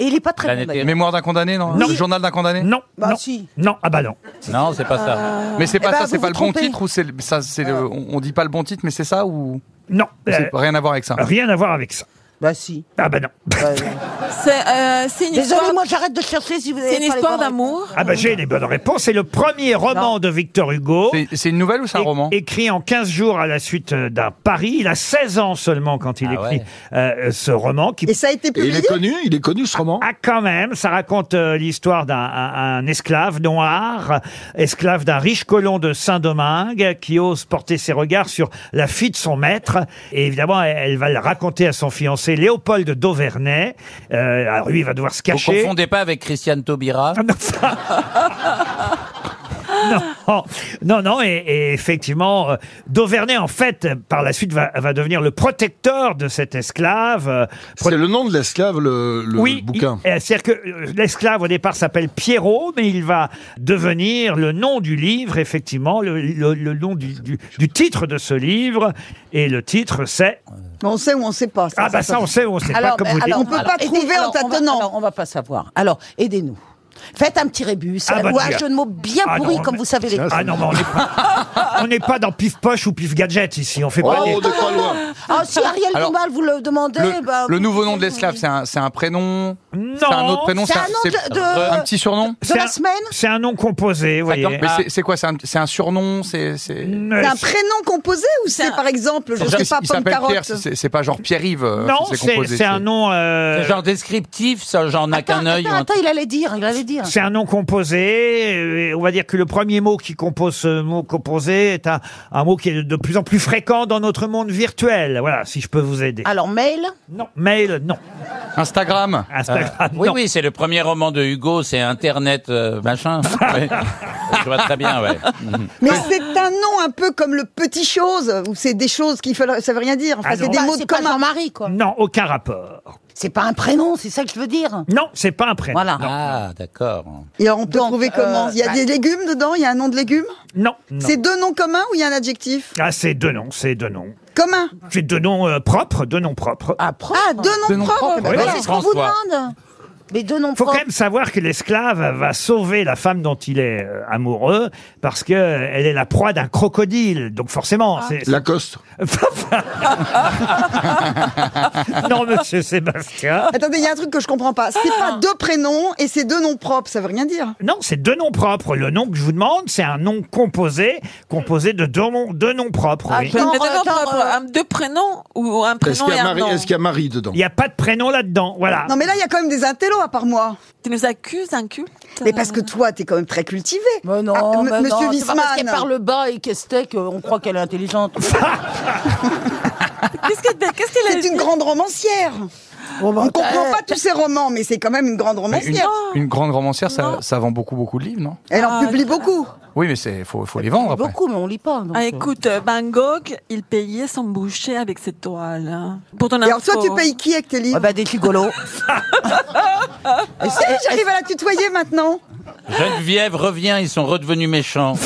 Speaker 4: et il est pas très
Speaker 3: L'année
Speaker 4: bon d'ailleurs.
Speaker 3: dernière.
Speaker 6: Mémoire d'un condamné, non,
Speaker 2: Non.
Speaker 6: Le journal d'un condamné
Speaker 2: Non,
Speaker 4: Bah
Speaker 2: non,
Speaker 4: si.
Speaker 2: non, ah bah non.
Speaker 3: Non, c'est pas ça.
Speaker 6: Mais c'est pas
Speaker 4: Eh ben,
Speaker 6: ça, c'est
Speaker 4: vous
Speaker 6: pas
Speaker 4: vous
Speaker 6: le bon
Speaker 4: trompez. Euh.
Speaker 6: titre ou c'est le- ça, c'est le- on, on dit pas le bon titre, mais c'est ça ou
Speaker 2: Non,
Speaker 6: c'est
Speaker 2: euh,
Speaker 6: rien à voir avec ça.
Speaker 2: rien à voir avec ça.
Speaker 4: Bah si.
Speaker 2: Ah bah non.
Speaker 8: C'est euh, c'est une
Speaker 4: Désolé,
Speaker 8: histoire,
Speaker 4: moi j'arrête de chercher si vous avez.
Speaker 8: c'est
Speaker 4: pas
Speaker 8: une
Speaker 4: les
Speaker 8: histoire
Speaker 4: bonnes
Speaker 8: d'amour.
Speaker 2: Ah bah j'ai les bonnes réponses. C'est le premier roman de Victor Hugo.
Speaker 6: C'est- C'est une nouvelle ou c'est un
Speaker 2: é-
Speaker 6: roman
Speaker 2: Écrit en 15 jours à la suite euh, d'un pari. Il a 16 ans seulement quand il
Speaker 3: Ah
Speaker 2: écrit
Speaker 3: ouais.
Speaker 2: euh, ce roman qui
Speaker 5: Et ça a été
Speaker 7: Et il
Speaker 5: publié
Speaker 7: est connu, il est connu ce roman.
Speaker 2: Ah, quand même, ça raconte euh, l'histoire d'un un- un esclave noir, esclave d'un riche colon de Saint-Domingue, qui ose porter ses regards sur la fille de son maître. Et évidemment, elle, elle va le raconter à son fiancé Léopold d'Auvernay. Euh, alors lui, il va devoir se
Speaker 3: Vous
Speaker 2: cacher.
Speaker 3: confondez pas avec Christiane Taubira.
Speaker 2: Ah, Non, non, non, et, et effectivement, euh, Dauvernay, en fait, euh, par la suite, va, va devenir le protecteur de cet esclave. euh, pro-
Speaker 7: C'est le nom de l'esclave, le, le
Speaker 2: oui,
Speaker 7: bouquin.
Speaker 2: il- euh, c'est-à-dire que euh, l'esclave au départ s'appelle Pierrot, mais il va devenir le nom du livre, effectivement, le, le- le nom du, du- du titre de ce livre, et le titre c'est
Speaker 5: Mais On sait ou on sait pas.
Speaker 2: ah bah ça on sait, on sait pas
Speaker 4: Alors,
Speaker 2: comme vous
Speaker 4: mais alors,
Speaker 2: dites.
Speaker 5: On peut pas
Speaker 4: aidez-
Speaker 5: trouver en
Speaker 4: alors, on va-
Speaker 5: tâtonnant.
Speaker 4: alors, on va pas savoir. Alors, aidez-nous. Faites un petit rébus
Speaker 2: Ah bah,
Speaker 4: ou un
Speaker 2: tiens.
Speaker 4: jeu de mots bien
Speaker 2: Ah
Speaker 4: pourri,
Speaker 2: non,
Speaker 4: comme
Speaker 2: mais-
Speaker 4: vous savez les.
Speaker 2: Ah non, mais on n'est pas, on n'est pas dans pif poche ou pif gadget ici. On fait
Speaker 7: Oh,
Speaker 2: pas des...
Speaker 7: on est pas loin.
Speaker 4: Ah si Ariel
Speaker 6: Alors,
Speaker 4: Dombal vous le demandez.
Speaker 6: Le,
Speaker 4: bah,
Speaker 6: le nouveau
Speaker 4: vous-
Speaker 6: nom de l'esclave, c'est un, c'est un prénom
Speaker 2: Non.
Speaker 6: C'est un autre prénom
Speaker 4: C'est
Speaker 6: c'est
Speaker 4: un nom de- de-
Speaker 6: un petit surnom
Speaker 4: De la semaine
Speaker 2: C'est un nom composé, vous voyez. Ah.
Speaker 6: Mais c'est- c'est quoi C'est un, c'est un surnom C'est c'est-
Speaker 5: C'est
Speaker 2: Euh,
Speaker 5: un prénom composé ou c'est par exemple, je
Speaker 6: Parce que
Speaker 5: sais pas,
Speaker 6: il
Speaker 5: pomme
Speaker 6: s'appelle Pierre,
Speaker 5: carotte
Speaker 6: c'est- c'est c'est pas genre Pierre-Yves. euh,
Speaker 2: Non,
Speaker 6: si
Speaker 2: c'est
Speaker 6: composé,
Speaker 2: c'est un nom. euh,
Speaker 3: C'est genre descriptif, ça, j'en a qu'un
Speaker 4: Attends,
Speaker 3: œil.
Speaker 4: attends,
Speaker 3: ou un-
Speaker 4: attends, il allait dire, il allait dire.
Speaker 2: C'est un nom composé. euh, On va dire que le premier mot qui compose ce mot composé est un, un mot qui est de plus en plus fréquent dans notre monde virtuel. Voilà, si je peux vous aider.
Speaker 4: Alors mail.
Speaker 2: Non, mail, euh, non. Ah,
Speaker 6: Instagram.
Speaker 2: Instagram,
Speaker 3: Ah, Oui,
Speaker 2: non.
Speaker 3: oui, c'est le premier roman de Hugo, c'est Internet, euh, machin. Ouais. Je vois très bien, ouais.
Speaker 5: Mais c'est un nom un peu comme le petit chose, ou c'est des choses qui veulent- ça veut rien dire. Enfin,
Speaker 2: Ah
Speaker 5: c'est
Speaker 2: non.
Speaker 5: des
Speaker 4: Bah,
Speaker 5: mots
Speaker 4: c'est pas
Speaker 5: communs.
Speaker 4: Jean-Marie quoi.
Speaker 2: Non, aucun rapport.
Speaker 4: C'est pas un prénom, c'est ça que je veux dire.
Speaker 2: Non, c'est pas un prénom.
Speaker 4: Voilà.
Speaker 3: Ah, d'accord.
Speaker 5: Et alors, on peut trouver comment Il y a
Speaker 4: bah-
Speaker 5: des légumes dedans Il y a un nom de légume
Speaker 2: Non.
Speaker 5: C'est deux noms communs ou il y a un adjectif
Speaker 2: Ah, c'est deux noms, c'est deux noms.
Speaker 5: Commun
Speaker 2: C'est deux noms euh, propres, deux noms propres.
Speaker 5: Ah,
Speaker 4: Ah,
Speaker 5: deux noms
Speaker 2: Deux noms
Speaker 5: propres,
Speaker 2: propres,
Speaker 5: bah
Speaker 2: oui.
Speaker 5: voilà, c'est ce qu'on vous
Speaker 2: François.
Speaker 5: demande
Speaker 4: Mais deux noms
Speaker 2: Faut quand
Speaker 4: propres.
Speaker 2: même savoir que l'esclave va sauver la femme dont il est euh, amoureux parce que euh, elle est la proie d'un crocodile. Donc forcément,
Speaker 5: Ah.
Speaker 2: c'est
Speaker 7: Lacoste.
Speaker 2: non, monsieur Sébastien.
Speaker 5: Attendez, il y a un truc que je comprends pas. C'est
Speaker 4: Ah.
Speaker 5: pas deux prénoms et c'est deux noms propres, ça veut rien dire.
Speaker 2: Non, c'est deux noms propres. Le nom que je vous demande, c'est un nom composé, composé de deux noms, deux noms propres.
Speaker 5: Ah,
Speaker 2: oui.
Speaker 8: Mais d'abord, propre,
Speaker 5: euh,
Speaker 8: un- deux prénoms ou un
Speaker 7: Est-ce
Speaker 8: prénom
Speaker 7: qu'il y,
Speaker 8: et
Speaker 7: a
Speaker 8: un
Speaker 7: Marie-
Speaker 8: nom
Speaker 7: est-ce qu'il y a Marie dedans
Speaker 2: Il n'y a pas de prénom là-dedans. Voilà.
Speaker 5: Non mais là, il y a quand même des intellos à part moi.
Speaker 8: Tu nous accuses d'un culte
Speaker 5: Mais parce que toi, t'es quand même très cultivé.
Speaker 4: Mais Bah non,
Speaker 5: Ah, m-
Speaker 4: mais
Speaker 5: Monsieur
Speaker 4: Oh, non, c'est pas parce
Speaker 5: Wiesmann.
Speaker 4: qu'elle parle bas et qu'elle steak, euh, on croit qu'elle est intelligente.
Speaker 8: Qu'est-ce que- qu'est-ce qu'elle a
Speaker 5: C'est
Speaker 8: dit
Speaker 5: une grande romancière.
Speaker 4: Oh, bah,
Speaker 5: On comprend pas tous ses romans, mais c'est quand même une grande
Speaker 6: Mais une,
Speaker 5: romancière.
Speaker 6: une grande romancière, ça,
Speaker 8: Non.
Speaker 6: ça vend beaucoup, beaucoup de livres, non
Speaker 5: Elle en
Speaker 4: Ah,
Speaker 5: publie beaucoup.
Speaker 6: Oui, mais c'est faut, faut les vendre après.
Speaker 4: Beaucoup, mais on lit pas. donc,
Speaker 8: Ah,
Speaker 4: euh,
Speaker 8: écoute, euh, Van Gogh, il payait son boucher avec ses toiles. hein. Pour ton
Speaker 5: Et alors toi,
Speaker 8: info.
Speaker 5: tu payes qui avec tes
Speaker 4: Ah
Speaker 5: livres
Speaker 4: bah des gigolos. Et
Speaker 5: Eh,
Speaker 4: c'est-
Speaker 5: J'arrive à la tutoyer maintenant.
Speaker 3: Geneviève revient, ils sont redevenus méchants.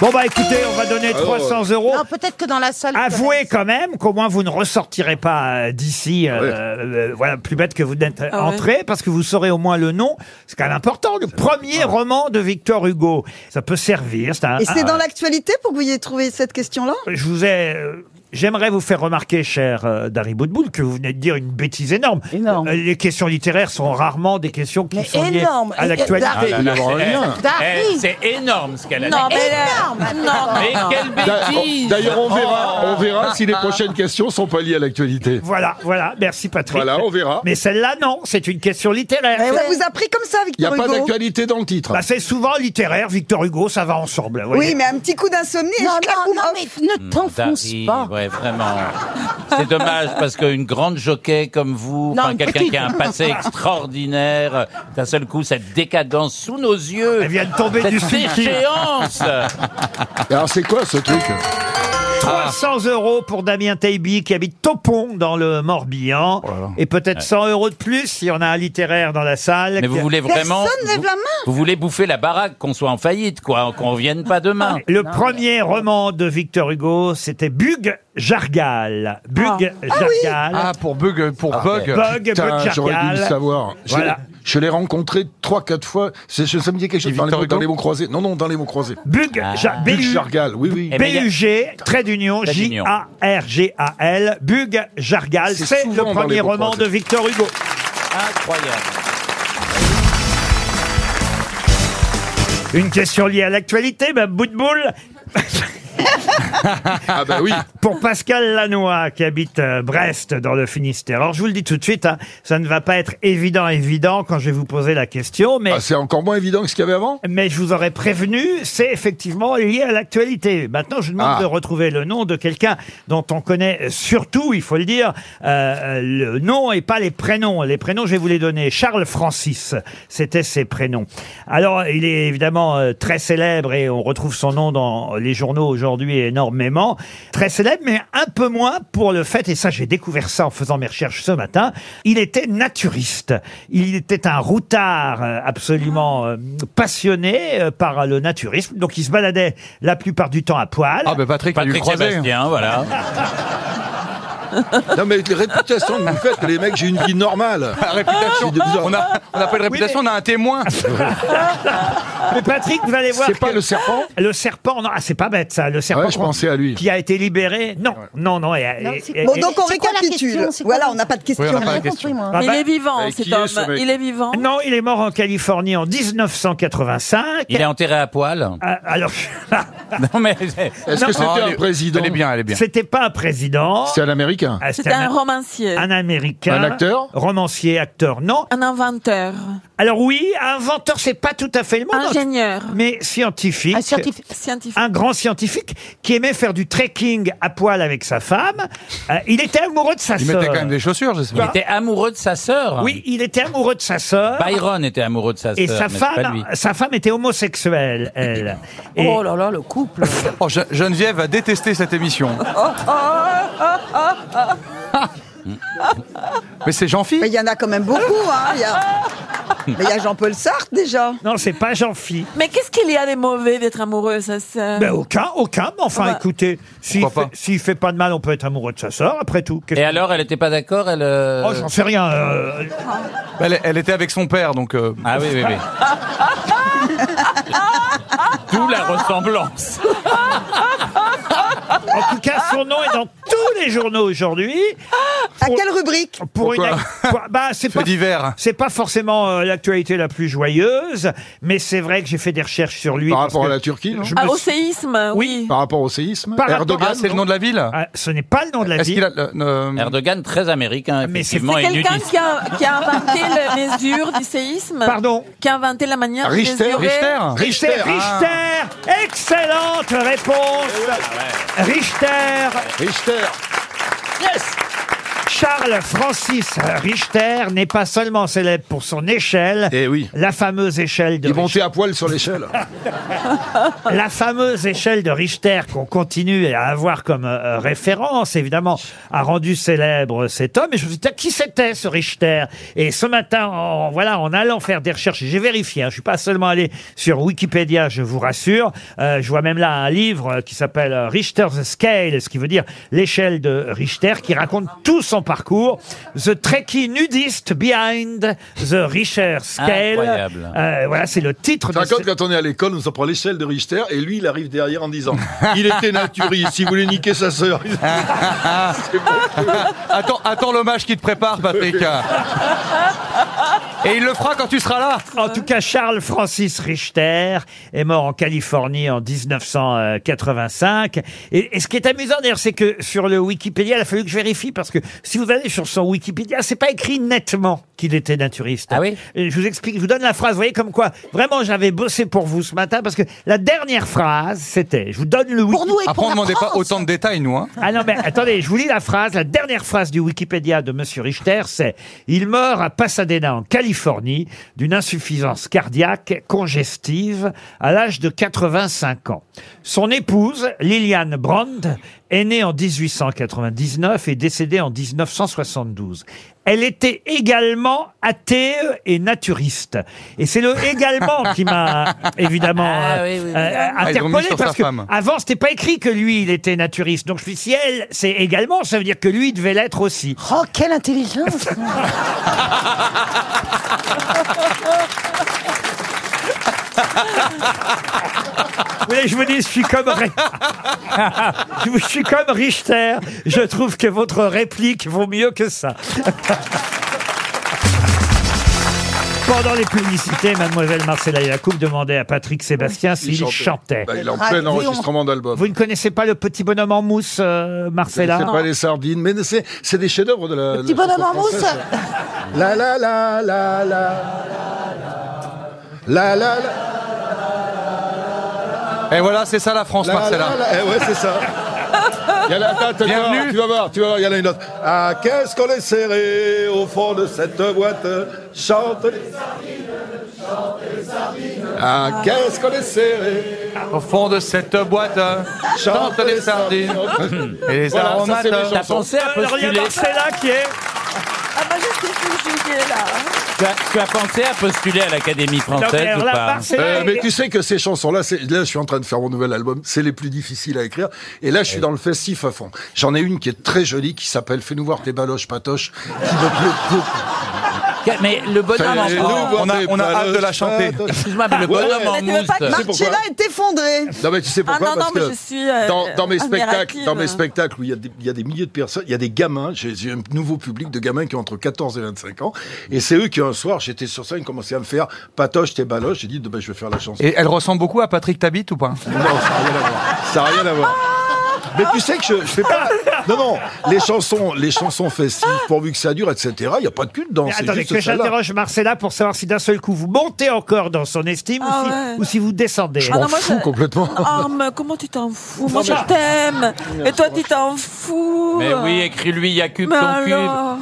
Speaker 2: Bon, bah écoutez, on va
Speaker 6: Ah
Speaker 2: donner
Speaker 7: Ah,
Speaker 2: 300 euros.
Speaker 4: Non, peut-être que dans la salle.
Speaker 2: Avouez quand même qu'au moins vous ne ressortirez pas euh, d'ici, euh, euh, voilà, plus bête que vous n'êtes
Speaker 8: Ah ouais.
Speaker 2: entré, parce que vous saurez au moins le nom. C'est quand même important. Le premier roman de Victor Hugo, ça peut servir. c'est un-
Speaker 5: Et c'est
Speaker 2: un-
Speaker 5: dans l'actualité pour que vous ayez trouvé cette question-là
Speaker 2: Je vous ai. euh, J'aimerais vous faire remarquer, cher euh, Dari Boudboul, que vous venez de dire une bêtise énorme.
Speaker 4: Énorme.
Speaker 2: Euh, Les questions littéraires sont rarement des questions qui
Speaker 4: Mais
Speaker 2: sont liées
Speaker 4: énorme.
Speaker 2: à l'actualité.
Speaker 4: Dari-
Speaker 3: Ah là là,
Speaker 7: Il y aura
Speaker 3: c'est-
Speaker 7: rien.
Speaker 3: eh,
Speaker 4: Dari.
Speaker 3: eh, C'est énorme ce qu'elle a dit.
Speaker 8: Non, mais,
Speaker 4: Énorme.
Speaker 8: non, non,
Speaker 3: Mais
Speaker 8: non.
Speaker 3: quelle bêtise
Speaker 7: oh, D'ailleurs, on verra, on verra si les prochaines questions sont pas liées à l'actualité.
Speaker 2: Voilà, voilà. Merci, Patrick.
Speaker 7: Voilà, on verra.
Speaker 2: Mais celle-là, non, c'est une question littéraire.
Speaker 4: Eh
Speaker 5: Ça vous a pris comme ça,
Speaker 7: Il n'y a
Speaker 5: Victor
Speaker 7: pas
Speaker 5: Hugo
Speaker 7: d'actualité dans le titre.
Speaker 2: Bah, c'est souvent littéraire, Victor Hugo, ça va ensemble. vous voyez.
Speaker 5: Oui, mais un petit coup d'insomnie et
Speaker 4: Non,
Speaker 5: je claque
Speaker 4: non,
Speaker 5: ou-
Speaker 4: non, mais ne t'enfonce
Speaker 3: Dari,
Speaker 4: pas.
Speaker 3: ouais, vraiment. C'est dommage parce qu'une grande jockey comme vous,
Speaker 4: Non,
Speaker 3: enfin,
Speaker 4: une
Speaker 3: quelqu'un
Speaker 4: petite.
Speaker 3: qui a un passé extraordinaire, euh, d'un seul coup, cette décadence sous nos yeux,
Speaker 2: Elle vient de tomber
Speaker 3: cette
Speaker 2: du cimetière.
Speaker 3: déchéance.
Speaker 7: Et Alors c'est quoi ce truc
Speaker 2: 300 euros pour Damien Taïbi qui habite Topon dans le
Speaker 7: Oh
Speaker 2: Morbihan.
Speaker 6: là là.
Speaker 2: Et peut-être 100 euros de plus si on a un littéraire dans la salle.
Speaker 3: Mais vous voulez vraiment.
Speaker 5: Personne lève
Speaker 3: vous,
Speaker 5: la main.
Speaker 3: vous voulez bouffer la baraque, qu'on soit en faillite, quoi, qu'on revienne pas demain.
Speaker 2: Le premier roman de Victor Hugo, c'était Bug Jargal. Bug Jargal.
Speaker 6: Ah, pour bug, pour bug.
Speaker 2: Bug, Bug
Speaker 7: Putain, j'aurais dû le
Speaker 2: Jargal.
Speaker 7: savoir. Je
Speaker 2: Voilà.
Speaker 7: l'ai- Je l'ai rencontré trois, quatre fois. C'est- je- Ça me dit quelque chose
Speaker 6: Et
Speaker 7: dans les,
Speaker 6: Victor
Speaker 7: mots,
Speaker 6: Hugo
Speaker 7: dans les mots croisés. Non, non, dans les mots croisés.
Speaker 2: Bug Jargal.
Speaker 7: Luc Jargal, oui, oui.
Speaker 3: Eh ben, y a-
Speaker 2: BUG, trait d'union,
Speaker 3: Trait d'union.
Speaker 2: J-A-R-G-A-L, Bug Jargal,
Speaker 7: C'est
Speaker 2: c'est le
Speaker 7: souvent dans
Speaker 2: premier
Speaker 7: les beaux
Speaker 2: roman
Speaker 7: projets.
Speaker 2: de Victor Hugo.
Speaker 3: Incroyable.
Speaker 2: Une question liée à l'actualité, bah, bout de boule,
Speaker 7: Ah bah oui.
Speaker 2: pour Pascal Lanois, qui habite euh, Brest, dans le Finistère. Alors, je vous le dis tout de suite, hein, ça ne va pas être évident, évident, quand je vais vous poser la question, mais...
Speaker 7: Ah, c'est encore moins évident que ce qu'il y avait avant
Speaker 2: Mais je vous aurais prévenu, c'est effectivement lié à l'actualité. Maintenant, je demande
Speaker 7: Ah.
Speaker 2: de retrouver le nom de quelqu'un dont on connaît surtout, il faut le dire, euh, le nom et pas les prénoms. Les prénoms, je vais vous les donner. Charles Francis, c'était ses prénoms. Alors, il est évidemment euh, très célèbre et on retrouve son nom dans les journaux aujourd'hui énormément. Très célèbre, mais un peu moins pour le fait, et ça j'ai découvert ça en faisant mes recherches ce matin, il était naturiste. Il était un routard euh, absolument
Speaker 3: Ah.
Speaker 2: euh, passionné euh, par le naturisme. Donc il se baladait la plupart du temps à poil.
Speaker 6: Ah, ben Patrick, il a dû le
Speaker 3: Patrick
Speaker 6: croiser.
Speaker 3: Sébastien, voilà.
Speaker 7: Non mais les réputations que vous faites, les mecs, j'ai une vie normale.
Speaker 6: La réputation.
Speaker 7: C'est bizarre.
Speaker 6: On n'a on n'a pas de réputation, on a un témoin.
Speaker 2: Mais Patrick, vous allez voir.
Speaker 7: C'est pas
Speaker 2: que-
Speaker 7: le serpent
Speaker 2: le serpent, non, ah, c'est pas bête ça, le serpent
Speaker 7: Ouais, je pensais à lui.
Speaker 2: qui a été libéré. Non, non, non. et-
Speaker 4: Non,
Speaker 2: et-
Speaker 4: c'est-
Speaker 2: et-
Speaker 5: Bon,
Speaker 2: et-
Speaker 5: donc on
Speaker 4: C'est quoi la
Speaker 5: récapitule.
Speaker 4: question C'est quoi
Speaker 5: Voilà, on n'a pas de question.
Speaker 6: Oui, on n'a
Speaker 4: J'ai
Speaker 6: pas
Speaker 4: rien
Speaker 6: la question.
Speaker 4: compris, moi.
Speaker 2: Ah
Speaker 8: Mais
Speaker 2: bah-
Speaker 8: il est vivant,
Speaker 7: Mais
Speaker 8: cet
Speaker 7: qui est ce
Speaker 8: homme.
Speaker 7: mec
Speaker 8: Il est vivant.
Speaker 2: non, il est mort en Californie en 1985.
Speaker 3: Il est enterré à poil.
Speaker 2: Ah, Alors, Oh,
Speaker 3: Non mais
Speaker 7: Est-ce que c'était
Speaker 6: Ah, elle
Speaker 7: un
Speaker 6: est-
Speaker 8: Oh,
Speaker 7: président
Speaker 6: Elle est bien, elle est bien.
Speaker 2: c'était pas un président.
Speaker 7: C'est un américain.
Speaker 8: C'était un romancier.
Speaker 2: Ah, Un américain.
Speaker 7: Un acteur
Speaker 2: Romancier, acteur, non.
Speaker 8: Un inventeur.
Speaker 2: Alors oui, inventeur, c'est pas tout à fait le mot.
Speaker 8: Ingénieur.
Speaker 2: Mais scientifique.
Speaker 8: Un scientifi- scientifique.
Speaker 2: Un grand scientifique qui aimait faire du trekking à poil avec sa femme. Euh, il était amoureux de sa
Speaker 6: Il
Speaker 2: sœur.
Speaker 6: mettait quand même des chaussures, j'espère.
Speaker 2: Il était
Speaker 3: amoureux de sa sœur.
Speaker 2: Oui, il était amoureux de sa sœur.
Speaker 3: Byron était amoureux de sa sœur.
Speaker 2: Et
Speaker 3: mais
Speaker 2: sa
Speaker 3: c'est pas lui.
Speaker 2: femme, sa femme était homosexuelle, elle. Et-
Speaker 4: Oh là là, le couple.
Speaker 6: Oh, Je- Geneviève va détester cette émission. Mais c'est Jean-Philippe.
Speaker 5: Mais il y en a quand même beaucoup. Hein. Il y a... Mais il y a Jean-Paul Sartre déjà.
Speaker 2: Non, c'est pas Jean-Phi.
Speaker 8: Mais qu'est-ce qu'il y a de mauvais d'être amoureux de sa sœur
Speaker 2: Ben aucun, aucun. Mais enfin,
Speaker 3: Ah
Speaker 8: Bah.
Speaker 2: écoutez, s'il fait, s'il fait pas de mal, on peut être amoureux de sa sœur, après tout. Qu'est-ce
Speaker 3: Et alors, elle n'était pas d'accord elle, euh,
Speaker 2: Oh, j'en sais rien. euh,
Speaker 6: Ah. Elle, elle était avec son père, donc. euh,
Speaker 3: Ah oui, oui, oui. D'où la ressemblance.
Speaker 2: En tout cas, son nom est dans tous les journaux aujourd'hui.
Speaker 5: À quelle rubrique
Speaker 2: Pour une
Speaker 6: Pourquoi
Speaker 2: ac- pour- bah, c'est pas
Speaker 6: divers.
Speaker 2: c'est pas forcément euh, l'actualité la plus joyeuse, mais c'est vrai que j'ai fait des recherches sur lui.
Speaker 7: Par
Speaker 2: parce
Speaker 7: rapport à
Speaker 2: que
Speaker 7: la Turquie, non
Speaker 2: je me
Speaker 8: Ah, au
Speaker 2: suis-
Speaker 8: séisme, oui.
Speaker 7: Par rapport au séisme
Speaker 2: Par rapport-
Speaker 7: Erdogan,
Speaker 6: Ah, c'est le nom de la ville
Speaker 2: Ah, ce n'est pas le nom de la
Speaker 6: Est-ce qu'il
Speaker 2: ville. Ah,
Speaker 6: a. le-
Speaker 3: euh,
Speaker 6: le-
Speaker 3: Erdogan, très américain,
Speaker 2: Mais c'est-
Speaker 3: effectivement, et
Speaker 8: Quelqu'un
Speaker 3: nudiste.
Speaker 8: qui a, qui a inventé la mesure du séisme
Speaker 2: Pardon.
Speaker 8: Qui a inventé la manière de
Speaker 7: Richter,
Speaker 8: mesurer
Speaker 6: Richter Ah.
Speaker 2: Richter. Richter. Excellente réponse. Richter.
Speaker 7: Richter.
Speaker 2: Charles Francis Richter n'est pas seulement célèbre pour son échelle.
Speaker 7: Eh oui.
Speaker 2: La fameuse échelle de
Speaker 7: Il montait à poil sur l'échelle.
Speaker 2: La fameuse échelle de Richter qu'on continue à avoir comme euh, référence, évidemment, a rendu célèbre cet homme. Et je me suis dit, tiens, qui c'était ce Richter Et ce matin, en, voilà, en allant faire des recherches, j'ai vérifié, hein, je suis pas seulement allé sur Wikipédia, je vous rassure. Euh, je vois même là un livre euh, qui s'appelle euh, Richter's Scale, ce qui veut dire l'échelle de Richter, qui raconte tout son parcours. The Trekkie Nudist Behind the Richter Scale.
Speaker 3: Incroyable.
Speaker 2: Euh, voilà, c'est le titre
Speaker 7: Ça
Speaker 2: de
Speaker 7: raconte
Speaker 2: ce-
Speaker 7: quand on est à l'école, on s'apprend l'échelle de Richter et lui, il arrive derrière en disant Il était naturiste, il voulait niquer sa sœur.
Speaker 6: Ah, Attends, attends l'hommage qui te prépare, Patrick. Et il le fera quand tu seras là.
Speaker 2: En tout cas, Charles Francis Richter est mort en Californie en 1985. Et, et ce qui est amusant d'ailleurs, c'est que sur le Wikipédia, il a fallu que je vérifie parce que si vous allez sur son Wikipédia, c'est pas écrit nettement qu'il était naturiste.
Speaker 3: Ah oui
Speaker 2: Et Je vous explique, je vous donne la phrase. Vous voyez comme quoi, vraiment, j'avais bossé pour vous ce matin parce que la dernière phrase, c'était, je vous donne le
Speaker 4: Pour
Speaker 2: Wikipédia.
Speaker 4: nous et
Speaker 6: Après,
Speaker 4: pour
Speaker 6: on ne
Speaker 4: la
Speaker 6: demandait pas
Speaker 4: France.
Speaker 6: autant de détails, nous. hein.
Speaker 2: Ah non, mais attendez, je vous lis la phrase. La dernière phrase du Wikipédia de Monsieur Richter, c'est « Il meurt à Pasadena, en Californie, d'une insuffisance cardiaque congestive à l'âge de 85 ans. Son épouse, Liliane Brand, est née en 1899 et décédée en 1972. Elle était également athée et naturiste. Et c'est le également qui m'a évidemment
Speaker 3: Ah,
Speaker 2: euh,
Speaker 3: oui, oui, oui.
Speaker 2: euh,
Speaker 6: Ah, ils ont mis
Speaker 2: interpellé
Speaker 6: sur sa
Speaker 2: parce que
Speaker 6: femme.
Speaker 2: avant, c'était pas écrit que lui, il était naturiste. Donc, je suis si elle, c'est également, ça veut dire que lui, il devait l'être aussi.
Speaker 4: Oh, quelle intelligence
Speaker 2: Vous voulez que je vous dis, je suis comme, Ri- je suis comme Richter. Je trouve que votre réplique vaut mieux que ça. Pendant les publicités, mademoiselle Marcella Yacoub demandait à Patrick Sébastien s'il chantait.
Speaker 7: Bah, il est en
Speaker 4: Ah,
Speaker 7: plein
Speaker 4: oui, on-
Speaker 7: enregistrement d'album.
Speaker 2: Vous ne connaissez pas le petit bonhomme en mousse, euh,
Speaker 7: C'est
Speaker 2: Marcella
Speaker 7: pas les sardines, mais c'est c'est des chefs-d'œuvre de la.
Speaker 4: Le petit
Speaker 7: de la chanson
Speaker 4: bonhomme en mousse
Speaker 7: française. La la la la la. La la la
Speaker 6: Et voilà, c'est ça la France,
Speaker 7: la
Speaker 6: Marcella.
Speaker 7: la la. Eh ouais, c'est ça. Il y a la- attends, attends, tu vas voir,
Speaker 6: Bienvenue.
Speaker 7: Tu vas voir, tu vas voir, il y en a une autre. Ah, qu'est-ce qu'on est serré au fond de cette boîte Chante les sardines, chante les sardines. Ah, qu'est-ce qu'on est serré
Speaker 6: Au fond de cette boîte, euh, chante les sardines. Et les
Speaker 7: Voilà, ça,
Speaker 6: aromates.
Speaker 7: c'est mes
Speaker 6: euh,
Speaker 3: T'as pensé à
Speaker 2: Alors, il y a
Speaker 3: postuler
Speaker 2: Marcella qui est...
Speaker 8: Ah bah je sais plus qui est là.
Speaker 9: hein.
Speaker 3: tu as, tu as pensé à postuler à l'Académie
Speaker 2: Non, mais
Speaker 3: française
Speaker 2: alors
Speaker 3: ou
Speaker 2: là,
Speaker 3: pas
Speaker 2: Marcella
Speaker 7: Euh,
Speaker 2: est-
Speaker 7: mais tu sais que ces chansons-là, c'est- là, je suis en train de faire mon nouvel album, c'est les plus difficiles à écrire. Et là, je suis dans le festif à fond. J'en ai une qui est très jolie, qui s'appelle Fais-nous voir tes baloches patoches, qui me plaît beaucoup.
Speaker 3: Mais le bonhomme en
Speaker 7: Fais-nous
Speaker 3: mousse...
Speaker 7: voir
Speaker 6: on a-
Speaker 7: tes
Speaker 6: on a hâte
Speaker 7: baloches
Speaker 6: de la chanter.
Speaker 7: patoches.
Speaker 3: Excuse-moi, mais le
Speaker 7: Ouais.
Speaker 3: bonhomme en
Speaker 8: Mais tu veux
Speaker 3: mousse...
Speaker 8: pas que Marc-
Speaker 7: pourquoi
Speaker 5: Marcella est effondrée.
Speaker 7: Non mais tu sais pourquoi
Speaker 8: Ah non, non,
Speaker 7: Parce
Speaker 8: mais
Speaker 7: que
Speaker 8: je suis, euh,
Speaker 7: dans, dans mes spectacles,
Speaker 8: admirative.
Speaker 7: dans mes spectacles où il y, a des- il y a des milliers de personnes, il y a des gamins, j'ai j'ai un nouveau public de gamins qui ont entre 14 et 25 ans, et c'est eux qui un soir, j'étais sur scène, commençaient à me faire patoche tes baloches, j'ai dit ben, je vais faire la chanson.
Speaker 6: Et elle ressemble beaucoup à Patrick Tabit ou pas
Speaker 7: Non, ça n'a rien à voir. Ça n'a rien à voir. Mais tu sais que je, je fais pas. Non, non, les chansons, les chansons festives, pourvu que ça dure, etc., il n'y a pas de cul dedans.
Speaker 2: Mais
Speaker 7: c'est
Speaker 2: attendez,
Speaker 7: juste
Speaker 2: que
Speaker 7: celle-là.
Speaker 2: j'interroge Marcella pour savoir si d'un seul coup vous montez encore dans son estime
Speaker 8: Ah
Speaker 2: ou, si,
Speaker 8: ouais.
Speaker 2: ou si vous descendez.
Speaker 8: Ah non, moi, je- Ah, mais comment tu t'en fous Moi,
Speaker 2: Non,
Speaker 8: je
Speaker 2: mais-
Speaker 8: t'aime. Et toi, tu t'en fous.
Speaker 3: Mais oui, écris-lui Yacoub
Speaker 8: Mais
Speaker 3: ton cube.
Speaker 8: alors,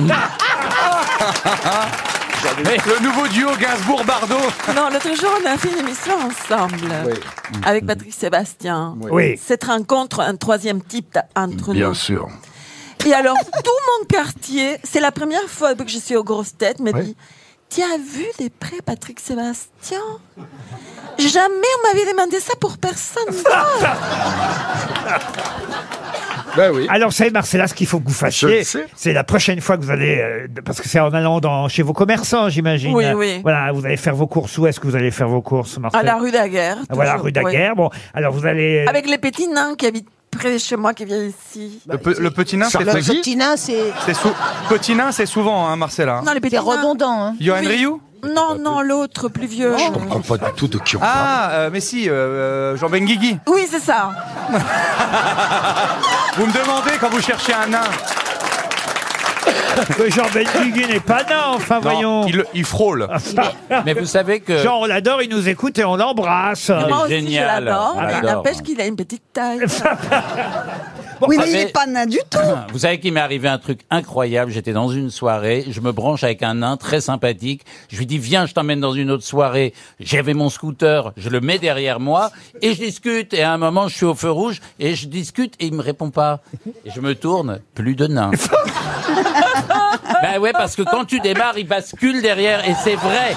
Speaker 8: euh,
Speaker 2: Ah,
Speaker 6: le nouveau duo Gainsbourg-Bardot.
Speaker 8: Non, l'autre jour, on a fait une émission ensemble
Speaker 6: Oui.
Speaker 8: avec Patrick Sébastien.
Speaker 6: Oui. Oui.
Speaker 8: Cette rencontre, un troisième type t- entre nous.
Speaker 13: Bien sûr.
Speaker 8: Et alors, tout mon quartier, c'est la première fois que je suis aux grosses têtes, me dit Tu as vu des prêts, Patrick Sébastien Jamais on m'avait demandé ça pour personne.
Speaker 2: Alors, c'est Marcella, ce qu'il faut que vous
Speaker 7: Ben Je
Speaker 2: fassiez,
Speaker 7: le sais.
Speaker 2: c'est la prochaine fois que vous allez, euh, parce que c'est en allant dans, chez vos commerçants, j'imagine.
Speaker 8: Oui, oui.
Speaker 2: Voilà, vous allez faire vos courses. Où est-ce que vous allez faire vos courses, Marcella
Speaker 8: à la rue Daguerre.
Speaker 2: Ah, Voilà,
Speaker 8: toujours,
Speaker 2: rue
Speaker 8: oui.
Speaker 2: Daguerre. Bon, alors vous allez. euh,
Speaker 8: Avec les petits nains qui habitent près de chez moi, qui viennent ici.
Speaker 6: Le, pe- le petit nain, Bah, c'est
Speaker 4: Le
Speaker 6: sexy
Speaker 4: petit nain, c'est
Speaker 6: C'est sou- Petit nain, c'est souvent, hein, Marcella. hein.
Speaker 8: Non, les petits
Speaker 4: c'est redondant. Hein.
Speaker 6: Johan Rioux
Speaker 8: Non, non, l'autre, plus vieux.
Speaker 4: Oh.
Speaker 6: comprends pas du tout de qui on Ah, euh, mais si, euh, euh, Jean Benguigui.
Speaker 8: Oui, c'est ça.
Speaker 6: Vous me demandez quand vous cherchez un nain.
Speaker 2: Que Jean Benguigui n'est pas nain, enfin voyons. Ah,
Speaker 6: Il, il frôle.
Speaker 3: Mais vous savez que.
Speaker 2: Jean, on l'adore, il nous écoute et on l'embrasse.
Speaker 8: Moi aussi, je l'adore.
Speaker 2: Ah,
Speaker 3: on
Speaker 8: mais
Speaker 3: l'adore.
Speaker 8: N'empêche qu'il a une petite taille.
Speaker 5: Oui,
Speaker 3: Vous
Speaker 5: mais il
Speaker 3: savez-
Speaker 5: n'est pas nain du tout.
Speaker 3: Vous savez qu'il m'est arrivé un truc incroyable. J'étais dans une soirée, je me branche avec un nain très sympathique. Je lui dis viens, je t'emmène dans une autre soirée. J'avais mon scooter, je le mets derrière moi et je discute. Et à un moment, je suis au feu rouge et je discute et il me répond pas. Et je me tourne, plus de nain. Ben ouais, parce que quand tu démarres, il bascule derrière, et c'est vrai.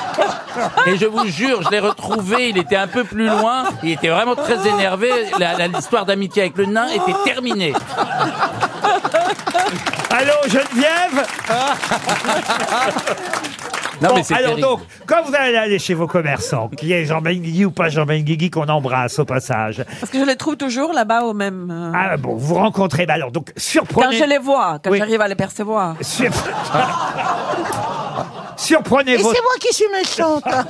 Speaker 3: Et je vous jure, je l'ai retrouvé, il était un peu plus loin, il était vraiment très énervé, La- la- l'histoire d'amitié avec le nain était terminée.
Speaker 2: Allô, Geneviève
Speaker 3: Non,
Speaker 2: Bon,
Speaker 3: mais c'est
Speaker 2: alors
Speaker 3: terrible.
Speaker 2: donc, quand vous allez aller chez vos commerçants, qu'il y ait Jean Benguigui ou pas Jean Benguigui qu'on embrasse au passage,
Speaker 8: Parce que je les trouve toujours là-bas au même. euh,
Speaker 2: ah, bon, vous rencontrez, bah alors donc
Speaker 8: quand
Speaker 2: surprenez...
Speaker 8: je les vois, quand
Speaker 2: Oui.
Speaker 8: j'arrive à les percevoir.
Speaker 2: Sur- surprenez,
Speaker 4: Et c'est
Speaker 2: votre,
Speaker 4: moi qui suis méchante.
Speaker 2: Ah,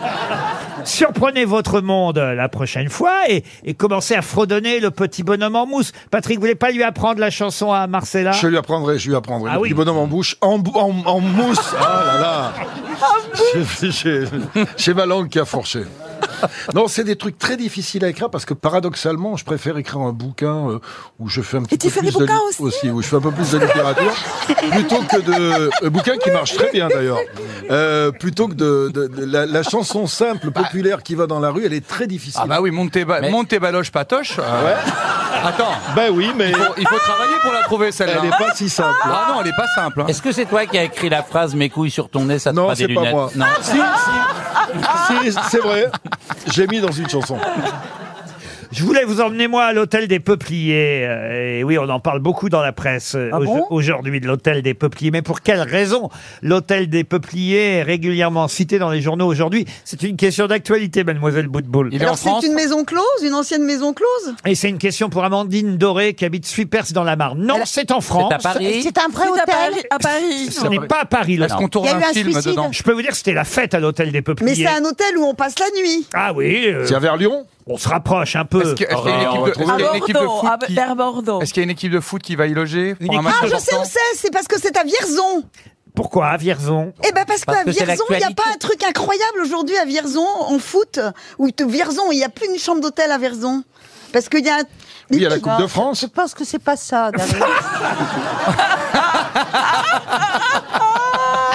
Speaker 2: surprenez votre monde euh, la prochaine fois et, et commencez à fredonner le petit bonhomme en mousse. Patrick, vous voulez pas lui apprendre la chanson à Marcella
Speaker 7: Je lui apprendrai, je lui apprendrai.
Speaker 2: Ah
Speaker 7: Le
Speaker 2: oui.
Speaker 7: petit bonhomme en bouche, en, bou- en- en mousse. Ah là là. J'ai- J'ai j'ai ma langue qui a fourché. Non, c'est des trucs très difficiles à écrire parce que paradoxalement, je préfère écrire un bouquin euh, où je fais un petit
Speaker 8: Et tu
Speaker 7: peu
Speaker 8: fais
Speaker 7: plus
Speaker 8: des
Speaker 7: de
Speaker 8: bouquins
Speaker 7: li-
Speaker 8: aussi
Speaker 7: où je fais un peu plus de littérature plutôt que de un bouquin qui marche très bien d'ailleurs. Euh, plutôt que de, de- de- la, la chanson simple populaire qui va dans la rue, elle est très difficile.
Speaker 6: Ah bah oui, monte tes ba-
Speaker 3: Mais-
Speaker 6: monte tes baloches patoche. euh, Attends,
Speaker 7: Ben oui, mais
Speaker 6: il faut, il faut travailler pour la trouver celle-là.
Speaker 7: elle n'est pas si simple.
Speaker 6: Ah non, elle est pas simple. hein.
Speaker 3: Est-ce que c'est toi qui as écrit la phrase Mes couilles sur ton nez, ça te
Speaker 7: Non,
Speaker 3: fera des
Speaker 7: c'est pas
Speaker 3: lunettes
Speaker 7: moi.
Speaker 3: Non.
Speaker 7: Si,
Speaker 9: Ah,
Speaker 7: si. Si, c'est vrai. J'ai mis dans une chanson.
Speaker 2: Je voulais vous emmener moi à l'hôtel des Peupliers. euh, et oui, on en parle beaucoup dans la presse euh, au- aujourd'hui de l'hôtel des Peupliers. Mais pour quelle raison l'hôtel des Peupliers est régulièrement cité dans les journaux aujourd'hui C'est une question d'actualité, mademoiselle Boutboul.
Speaker 6: Il est en
Speaker 5: Alors
Speaker 6: France
Speaker 5: c'est une maison close, une ancienne maison close
Speaker 2: Et c'est une question pour Amandine Doré qui habite Suipers dans la Marne. Non, c'est en France.
Speaker 3: C'est à Paris.
Speaker 4: C'est un vrai
Speaker 8: C'est à
Speaker 4: hôtel.
Speaker 8: Paris. À Paris.
Speaker 2: Ce n'est pas à Paris, là.
Speaker 6: Est-ce qu'on tourne
Speaker 4: Il y a
Speaker 6: un,
Speaker 4: eu un
Speaker 6: film
Speaker 4: suicide.
Speaker 6: dedans
Speaker 2: Je peux vous dire que c'était la fête à l'hôtel des
Speaker 5: Mais
Speaker 2: Peupliers.
Speaker 5: c'est un hôtel où on passe la nuit.
Speaker 2: Ah oui, euh,
Speaker 7: C'est vers Lyon
Speaker 2: on se rapproche un peu.
Speaker 6: Est-ce que- est-ce qu'il y a une
Speaker 3: Oh,
Speaker 6: équipe de-
Speaker 3: on va
Speaker 6: est-ce qu'il y a
Speaker 8: À
Speaker 6: une équipe de
Speaker 8: Bordeaux,
Speaker 6: foot
Speaker 8: à-
Speaker 6: qui-
Speaker 8: vers Bordeaux.
Speaker 6: Est-ce qu'il y a une équipe de foot qui va y loger pour
Speaker 2: Une
Speaker 6: un match
Speaker 5: Ah, je sais
Speaker 6: important
Speaker 5: où c'est, c'est parce que c'est à Vierzon.
Speaker 2: Pourquoi à Vierzon
Speaker 5: Eh ben parce,
Speaker 3: Parce
Speaker 5: qu'à
Speaker 3: que c'est
Speaker 5: Vierzon, il n'y a
Speaker 3: l'actualité.
Speaker 5: pas un truc incroyable aujourd'hui à Vierzon en foot ou de Vierzon, il n'y a plus une chambre d'hôtel à Vierzon parce qu'il y a.
Speaker 7: Oui, il y a la Coupe de France.
Speaker 4: Je pense que c'est pas ça, David.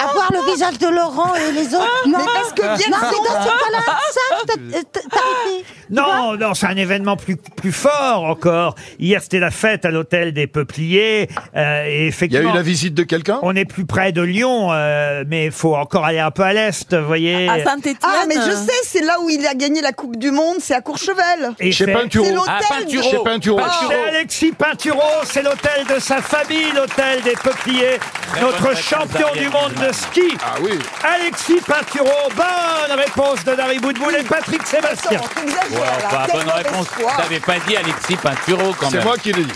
Speaker 4: Avoir le visage de Laurent et les
Speaker 8: Ah,
Speaker 4: autres. Non,
Speaker 5: Mais parce que
Speaker 4: non, mais
Speaker 5: Vierzon-
Speaker 4: dans
Speaker 8: hein.
Speaker 4: ce cas-là, ça, t'as- t'as- t'as été.
Speaker 2: Non, non, c'est un événement plus, plus fort encore. Hier, c'était la fête à l'hôtel des Peupliers. euh, et
Speaker 7: Il y a
Speaker 2: effectivement,
Speaker 7: eu la visite de quelqu'un
Speaker 2: on est plus près de Lyon, euh, mais il faut encore aller un peu à l'est, vous voyez.
Speaker 8: À Saint-Étienne.
Speaker 5: Ah mais je sais, c'est là où il a gagné la Coupe du Monde, c'est à Courchevel.
Speaker 2: Et
Speaker 7: Chez
Speaker 5: C'est
Speaker 2: c'est-
Speaker 7: Peintureau.
Speaker 3: Ah,
Speaker 5: l'hôtel. de-
Speaker 3: Peintureau.
Speaker 7: Chez Peintureau.
Speaker 2: C'est Alexis Peintureau, c'est l'hôtel de sa famille, l'hôtel des Peupliers, notre
Speaker 3: bonne
Speaker 2: champion
Speaker 3: réponse,
Speaker 2: du monde de ski.
Speaker 7: Ah oui.
Speaker 2: Alexis Peintureau, bonne réponse de Dari Boudboul et Patrick Sébastien.
Speaker 5: Attends, t'exagères,
Speaker 3: Ouais,
Speaker 5: là,
Speaker 3: enfin,
Speaker 5: quelle
Speaker 3: bonne
Speaker 5: mauvaise
Speaker 3: réponse.
Speaker 5: foi.
Speaker 3: T'avais pas dit Alexis Pinturo quand
Speaker 7: C'est
Speaker 3: même.
Speaker 7: moi qui l'ai dit.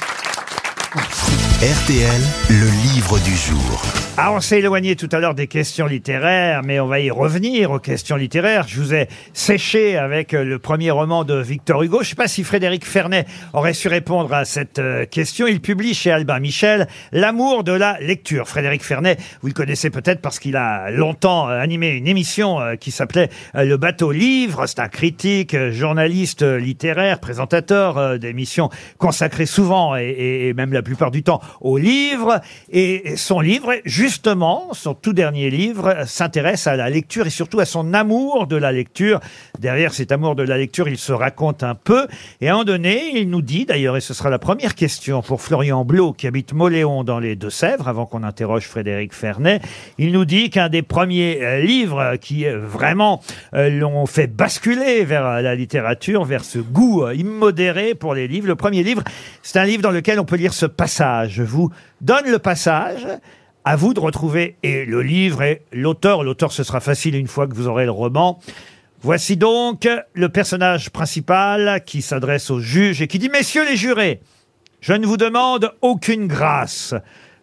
Speaker 1: RTL, le livre du jour.
Speaker 2: Ah, on s'est éloigné tout à l'heure des questions littéraires, mais on va y revenir aux questions littéraires. Je vous ai séché avec euh, le premier roman de Victor Hugo. Je ne sais pas si Frédéric Fernet aurait su répondre à cette euh, question. Il publie chez Albin Michel L'amour de la lecture. Frédéric Fernet, vous le connaissez peut-être parce qu'il a longtemps euh, animé une émission euh, qui s'appelait euh, Le bateau livre. C'est un critique, euh, journaliste euh, littéraire, présentateur euh, d'émissions consacrées souvent et, et- et même la plupart du temps aux livres. Et et son livre, justement, son tout dernier livre, euh, s'intéresse à la lecture et surtout à son amour de la lecture. Derrière cet amour de la lecture, il se raconte un peu. Et à un moment donné, il nous dit, d'ailleurs, et ce sera la première question pour Florian Blot, qui habite Moléon dans les Deux-Sèvres, avant qu'on interroge Frédéric Fernet, il nous dit qu'un des premiers euh, livres qui euh, vraiment euh, l'ont fait basculer vers euh, la littérature, vers ce goût euh, immodéré pour les livres, le premier livre, c'est un livre dans lequel on peut lire ce passage. Je vous donne le passage. À vous de retrouver et le livre et l'auteur. L'auteur, ce sera facile une fois que vous aurez le roman. Voici donc le personnage principal qui s'adresse au juge et qui dit Messieurs les jurés, je ne vous demande aucune grâce.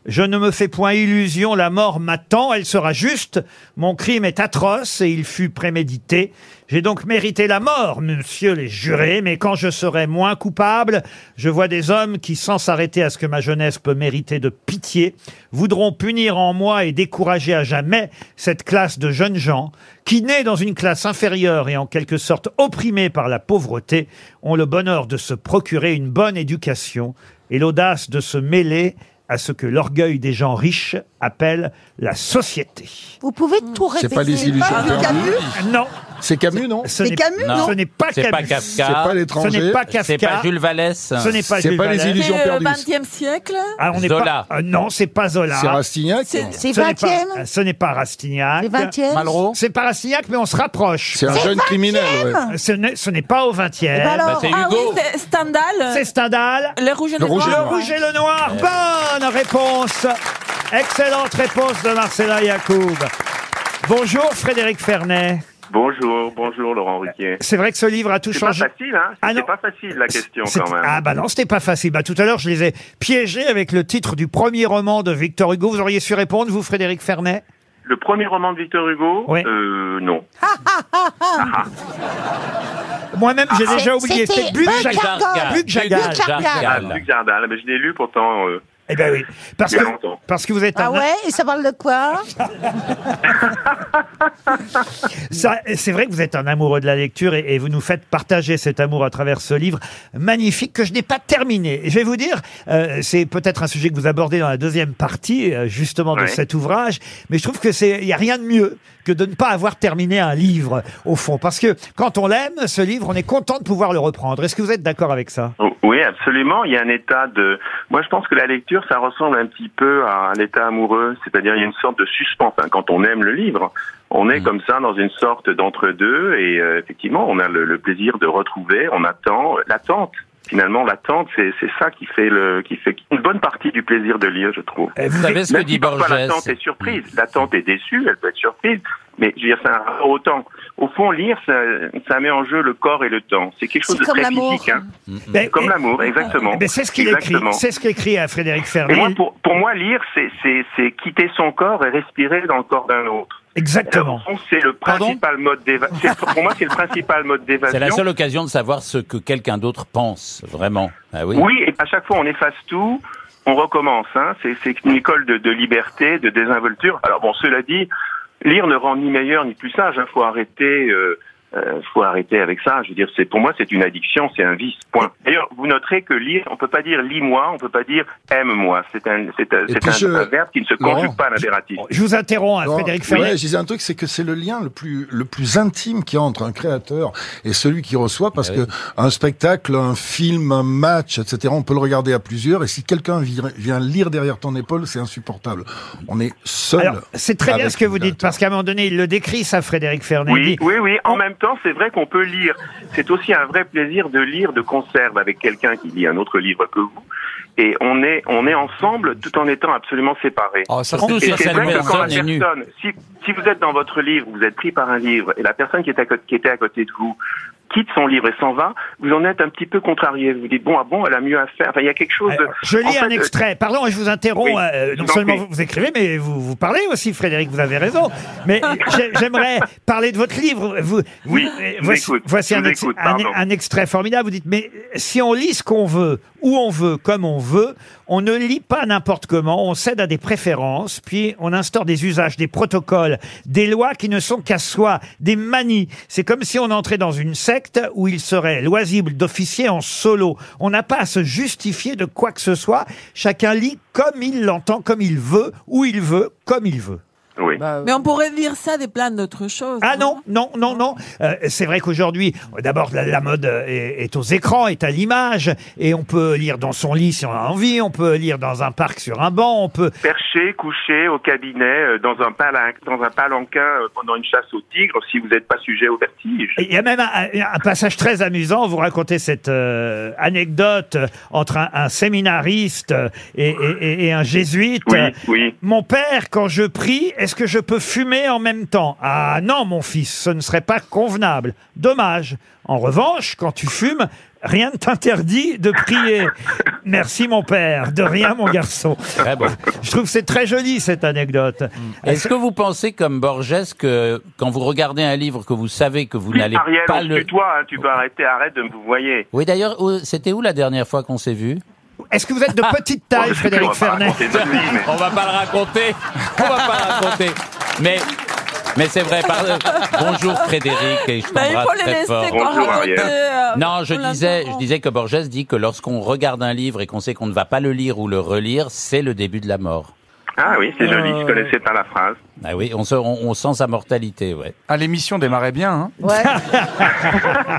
Speaker 2: Je ne me fais point illusion, la mort m'attend, elle sera juste. Mon crime est atroce et il fut prémédité. J'ai donc mérité la mort, monsieur les jurés, mais quand je serai moins coupable, je vois des hommes qui, sans s'arrêter à ce que ma jeunesse peut mériter de pitié, voudront punir en moi et décourager à jamais cette classe de jeunes gens qui, nés dans une classe inférieure et en quelque sorte opprimés par la pauvreté, ont le bonheur de se procurer une bonne éducation et l'audace de se mêler à ce que l'orgueil des gens riches appelle la société.
Speaker 4: Vous pouvez tout répéter.
Speaker 2: C'est pas les illusions. Non. C'est Camus, non
Speaker 4: C'est Camus, non
Speaker 2: Ce n'est pas
Speaker 3: C'est
Speaker 2: Camus.
Speaker 3: pas Kafka. C'est pas l'étranger.
Speaker 2: Ce n'est pas Kafka.
Speaker 3: C'est pas Jules Vallès.
Speaker 2: Ce n'est pas
Speaker 3: C'est
Speaker 2: Jules
Speaker 3: pas les
Speaker 2: Vallès.
Speaker 3: illusions
Speaker 4: euh,
Speaker 8: C'est le 20e siècle
Speaker 2: Ah, on n'est pas-
Speaker 3: Zola.
Speaker 2: Ah, non, c'est pas Zola.
Speaker 7: C'est Rastignac
Speaker 8: C'est-
Speaker 2: Ce
Speaker 8: c'est
Speaker 2: n'est pas- ah,
Speaker 8: 20e?
Speaker 2: Ce n'est pas Rastignac.
Speaker 8: C'est 20e?
Speaker 2: Malraux C'est pas Rastignac, mais on se rapproche.
Speaker 7: C'est un C'est jeune 20e? criminel, ouais.
Speaker 2: Ce n'est ce n'est pas au 20e.
Speaker 8: ah oui, c'est Stendhal.
Speaker 2: C'est Stendhal.
Speaker 8: Le rouge et le, noir.
Speaker 2: Le rouge et le noir. Bah. Bonne réponse. Excellente réponse de Marcella Yacoub. Bonjour Frédéric Fernet.
Speaker 11: Bonjour, bonjour Laurent Ruquier.
Speaker 2: C'est vrai que ce livre a tout
Speaker 11: C'est
Speaker 2: changé.
Speaker 11: pas facile, hein
Speaker 2: Ah
Speaker 11: C'est
Speaker 2: non.
Speaker 11: pas facile la question
Speaker 2: C'est-
Speaker 11: quand même.
Speaker 2: Ah bah non, c'était pas facile. Bah, tout à l'heure, je les ai piégés avec le titre du premier roman de Victor Hugo. Vous auriez su répondre, vous, Frédéric Fernet
Speaker 11: Le premier roman de Victor Hugo Euh, non.
Speaker 9: Ah,
Speaker 2: Moi-même, Ah, j'ai
Speaker 11: Ah,
Speaker 2: déjà oublié.
Speaker 11: c'était
Speaker 2: C'était Buck
Speaker 11: Buck
Speaker 2: Jagal.
Speaker 11: Jagal.
Speaker 2: Buck Jagal.
Speaker 11: Ah, Luc Jardin, mais je l'ai lu pourtant. Euh,
Speaker 2: eh ben oui. Parce
Speaker 11: il y a
Speaker 2: que-
Speaker 11: longtemps.
Speaker 2: Parce que vous êtes
Speaker 4: Ah
Speaker 2: un-
Speaker 4: ouais Et ça parle de quoi Ah
Speaker 2: Ça, c'est vrai que vous êtes un amoureux de la lecture et, et vous nous faites partager cet amour à travers ce livre magnifique que je n'ai pas terminé. Et je vais vous dire, euh, c'est peut-être un sujet que vous abordez dans la deuxième partie euh, justement de
Speaker 11: Ouais.
Speaker 2: cet ouvrage, mais je trouve que c'est, il y a rien de mieux que de ne pas avoir terminé un livre au fond, parce que quand on l'aime, ce livre, on est content de pouvoir le reprendre. Est-ce que vous êtes d'accord avec ça
Speaker 11: Oh, Oui, absolument. Il y a un état de. Moi, je pense que la lecture, ça ressemble un petit peu à l'état amoureux, c'est-à-dire il y a une sorte de suspense. hein. Quand on aime le livre, on
Speaker 3: Mm.
Speaker 11: est comme ça dans une sorte d'entre-deux, et euh, effectivement, on a le, le plaisir de retrouver. On attend l'attente. Finalement, l'attente, c'est c'est ça qui fait le qui fait une bonne partie du plaisir de lire, je trouve.
Speaker 3: Eh, vous savez ce
Speaker 11: Même
Speaker 3: que
Speaker 11: si
Speaker 3: dit
Speaker 11: parfois
Speaker 3: Borges
Speaker 11: L'attente est surprise, l'attente est déçue, elle peut être surprise, mais je veux dire, c'est un rapport au temps. Au fond, lire, ça, ça met en jeu le corps et le temps. C'est quelque chose
Speaker 2: C'est
Speaker 11: de
Speaker 2: comme
Speaker 11: très
Speaker 2: l'amour.
Speaker 11: physique. Hein.
Speaker 3: Mm.
Speaker 2: Ben,
Speaker 11: Comme
Speaker 2: et-
Speaker 11: l'amour, exactement.
Speaker 2: Eh ben, c'est ce qu'il écrit.
Speaker 11: Exactement.
Speaker 2: C'est ce qu'écrit euh, Frédéric
Speaker 11: Et
Speaker 2: Fernet.
Speaker 11: moi, pour, pour moi, lire, c'est- c'est c'est quitter son corps et respirer dans le corps d'un autre.
Speaker 2: Exactement.
Speaker 11: Alors, au fond, C'est le principal mode d'évasion. Pour moi, c'est le principal mode d'évasion.
Speaker 3: C'est la seule occasion de savoir ce que quelqu'un d'autre pense, vraiment. Ah oui.
Speaker 11: Oui. et à chaque fois, on efface tout, on recommence. Hein. C'est, c'est une école de, de liberté, de désinvolture. Alors bon, cela dit, lire ne rend ni meilleur ni plus sage. Il faut arrêter. Euh, euh, faut arrêter avec ça. Je veux dire, c'est pour moi, c'est une addiction, c'est un vice. Point. D'ailleurs, vous noterez que lire, on peut pas dire lis-moi, on peut pas dire aime-moi. C'est un, c'est un, c'est
Speaker 7: puis
Speaker 11: un-
Speaker 7: je-
Speaker 11: un verbe qui ne se
Speaker 7: Laurent,
Speaker 11: conjugue pas à l'impératif.
Speaker 2: Je vous interromps, hein,
Speaker 7: Non,
Speaker 2: Frédéric Fernet.
Speaker 7: ouais, je disais un truc, c'est que c'est le lien le plus le plus intime qui entre un créateur et celui qui reçoit, parce que un spectacle, un film, un match, etc. On peut le regarder à plusieurs, et si quelqu'un vi- vient lire derrière ton épaule, c'est insupportable. On est seul.
Speaker 2: Alors, c'est très bien
Speaker 7: avec
Speaker 2: ce que vous dites, parce qu'à un moment donné, il le décrit, ça, Frédéric Fernet. Il
Speaker 11: Oui,
Speaker 2: dit,
Speaker 11: oui, oui. En même temps, c'est vrai qu'on peut lire. C'est aussi un vrai plaisir de lire de conserve avec quelqu'un qui lit un autre livre que vous. Et on est, on est ensemble tout en étant absolument séparés.
Speaker 3: Ah, ça, Surtout c'est-
Speaker 11: et
Speaker 3: si
Speaker 11: Ah, c'est
Speaker 3: cette
Speaker 11: vrai que quand la
Speaker 3: personne est nue.
Speaker 11: personne, si, si vous êtes dans votre livre, vous êtes pris par un livre, et la personne qui est à, côté- qui était à côté de vous, quitte son livre et s'en va, vous en êtes un petit peu contrarié. Vous dites, bon, ah bon, elle a mieux à faire. Enfin, il y a quelque chose de...
Speaker 2: Je lis
Speaker 11: en fait,
Speaker 2: un
Speaker 11: euh,
Speaker 2: extrait. Pardon, je vous interromps.
Speaker 11: oui,
Speaker 2: euh,
Speaker 11: je
Speaker 2: non
Speaker 11: vous en
Speaker 2: seulement
Speaker 11: prie.
Speaker 2: vous, vous écrivez, mais vous, vous parlez aussi, Frédéric. Vous avez raison. Mais j'ai- j'aimerais parler de votre livre. Vous,
Speaker 11: Oui,
Speaker 2: vous-
Speaker 11: je vous
Speaker 2: voici,
Speaker 11: écoute,
Speaker 2: voici
Speaker 11: je
Speaker 2: un,
Speaker 11: vous
Speaker 2: ex-
Speaker 11: écoute,
Speaker 2: un-
Speaker 11: pardon.
Speaker 2: un extrait formidable. Vous dites, mais si on lit ce qu'on veut, où on veut, comme on veut, on ne lit pas n'importe comment. On cède à des préférences, puis on instaure des usages, des protocoles, des lois qui ne sont qu'à soi, des manies. C'est comme si on entrait dans une secte où il serait loisible d'officier en solo. On n'a pas à se justifier de quoi que ce soit. Chacun lit comme il l'entend, comme il veut, où il veut, comme il veut.
Speaker 11: Oui.
Speaker 7: Bah.
Speaker 8: Mais on pourrait dire ça de plein d'autres choses.
Speaker 2: bah, Ah non, non, non, non. Euh, c'est vrai qu'aujourd'hui, euh, d'abord, la, la mode euh, est, est aux écrans, est à l'image, et on peut lire dans son lit si on a envie, on peut lire dans un parc sur un banc, on peut...
Speaker 11: Perché, couché au cabinet, euh, dans un, palin- dans un palanquin euh, pendant une chasse au tigre, si vous n'êtes pas sujet au vertige.
Speaker 2: Il y a même un, un passage très amusant, vous racontez cette euh, anecdote euh, entre un, un séminariste euh, et, et- et- et un jésuite.
Speaker 11: Oui,
Speaker 2: Euh,
Speaker 11: oui.
Speaker 2: Mon père, quand je prie, est-ce que je peux fumer en même temps Ah non, mon fils, ce ne serait pas convenable. Dommage. En revanche, quand tu fumes, rien ne t'interdit de prier. Merci, mon père. De rien, mon garçon. Je trouve que c'est très joli, cette anecdote.
Speaker 3: Est-ce que vous pensez, comme Borges, que quand vous regardez un livre que vous savez que vous n'allez
Speaker 11: Ariel,
Speaker 3: pas
Speaker 11: on se
Speaker 3: le...
Speaker 11: tutoie, hein, tu peux arrêter, arrête de me vous voyez.
Speaker 3: Oui, d'ailleurs, où- c'était où la dernière fois qu'on s'est vu Ah.
Speaker 2: Est-ce que vous êtes de petite
Speaker 11: Bon,
Speaker 2: taille,
Speaker 11: Oh, je sais plus, on va
Speaker 2: Frédéric
Speaker 11: pas
Speaker 2: Fernet
Speaker 11: raconter notre vie, mais-
Speaker 3: On va pas le raconter. On va pas le raconter. Mais, mais c'est vrai. par- euh, Bonjour Frédéric et je
Speaker 8: Bah, il
Speaker 3: t'embrasse
Speaker 8: faut les
Speaker 3: très
Speaker 8: laisser
Speaker 3: fort.
Speaker 8: qu'on Bonjour, raconte, Ariel. euh,
Speaker 3: non, je
Speaker 8: on l'interrompt.
Speaker 3: disais, je disais que Borges dit que lorsqu'on regarde un livre et qu'on sait qu'on ne va pas le lire ou le relire, c'est le début de la mort.
Speaker 11: Ah oui, c'est joli,
Speaker 3: Euh,
Speaker 11: je connaissais pas la phrase.
Speaker 3: Ah oui, on, se- on- on sent sa mortalité, ouais.
Speaker 6: Ah, l'émission démarrait bien, hein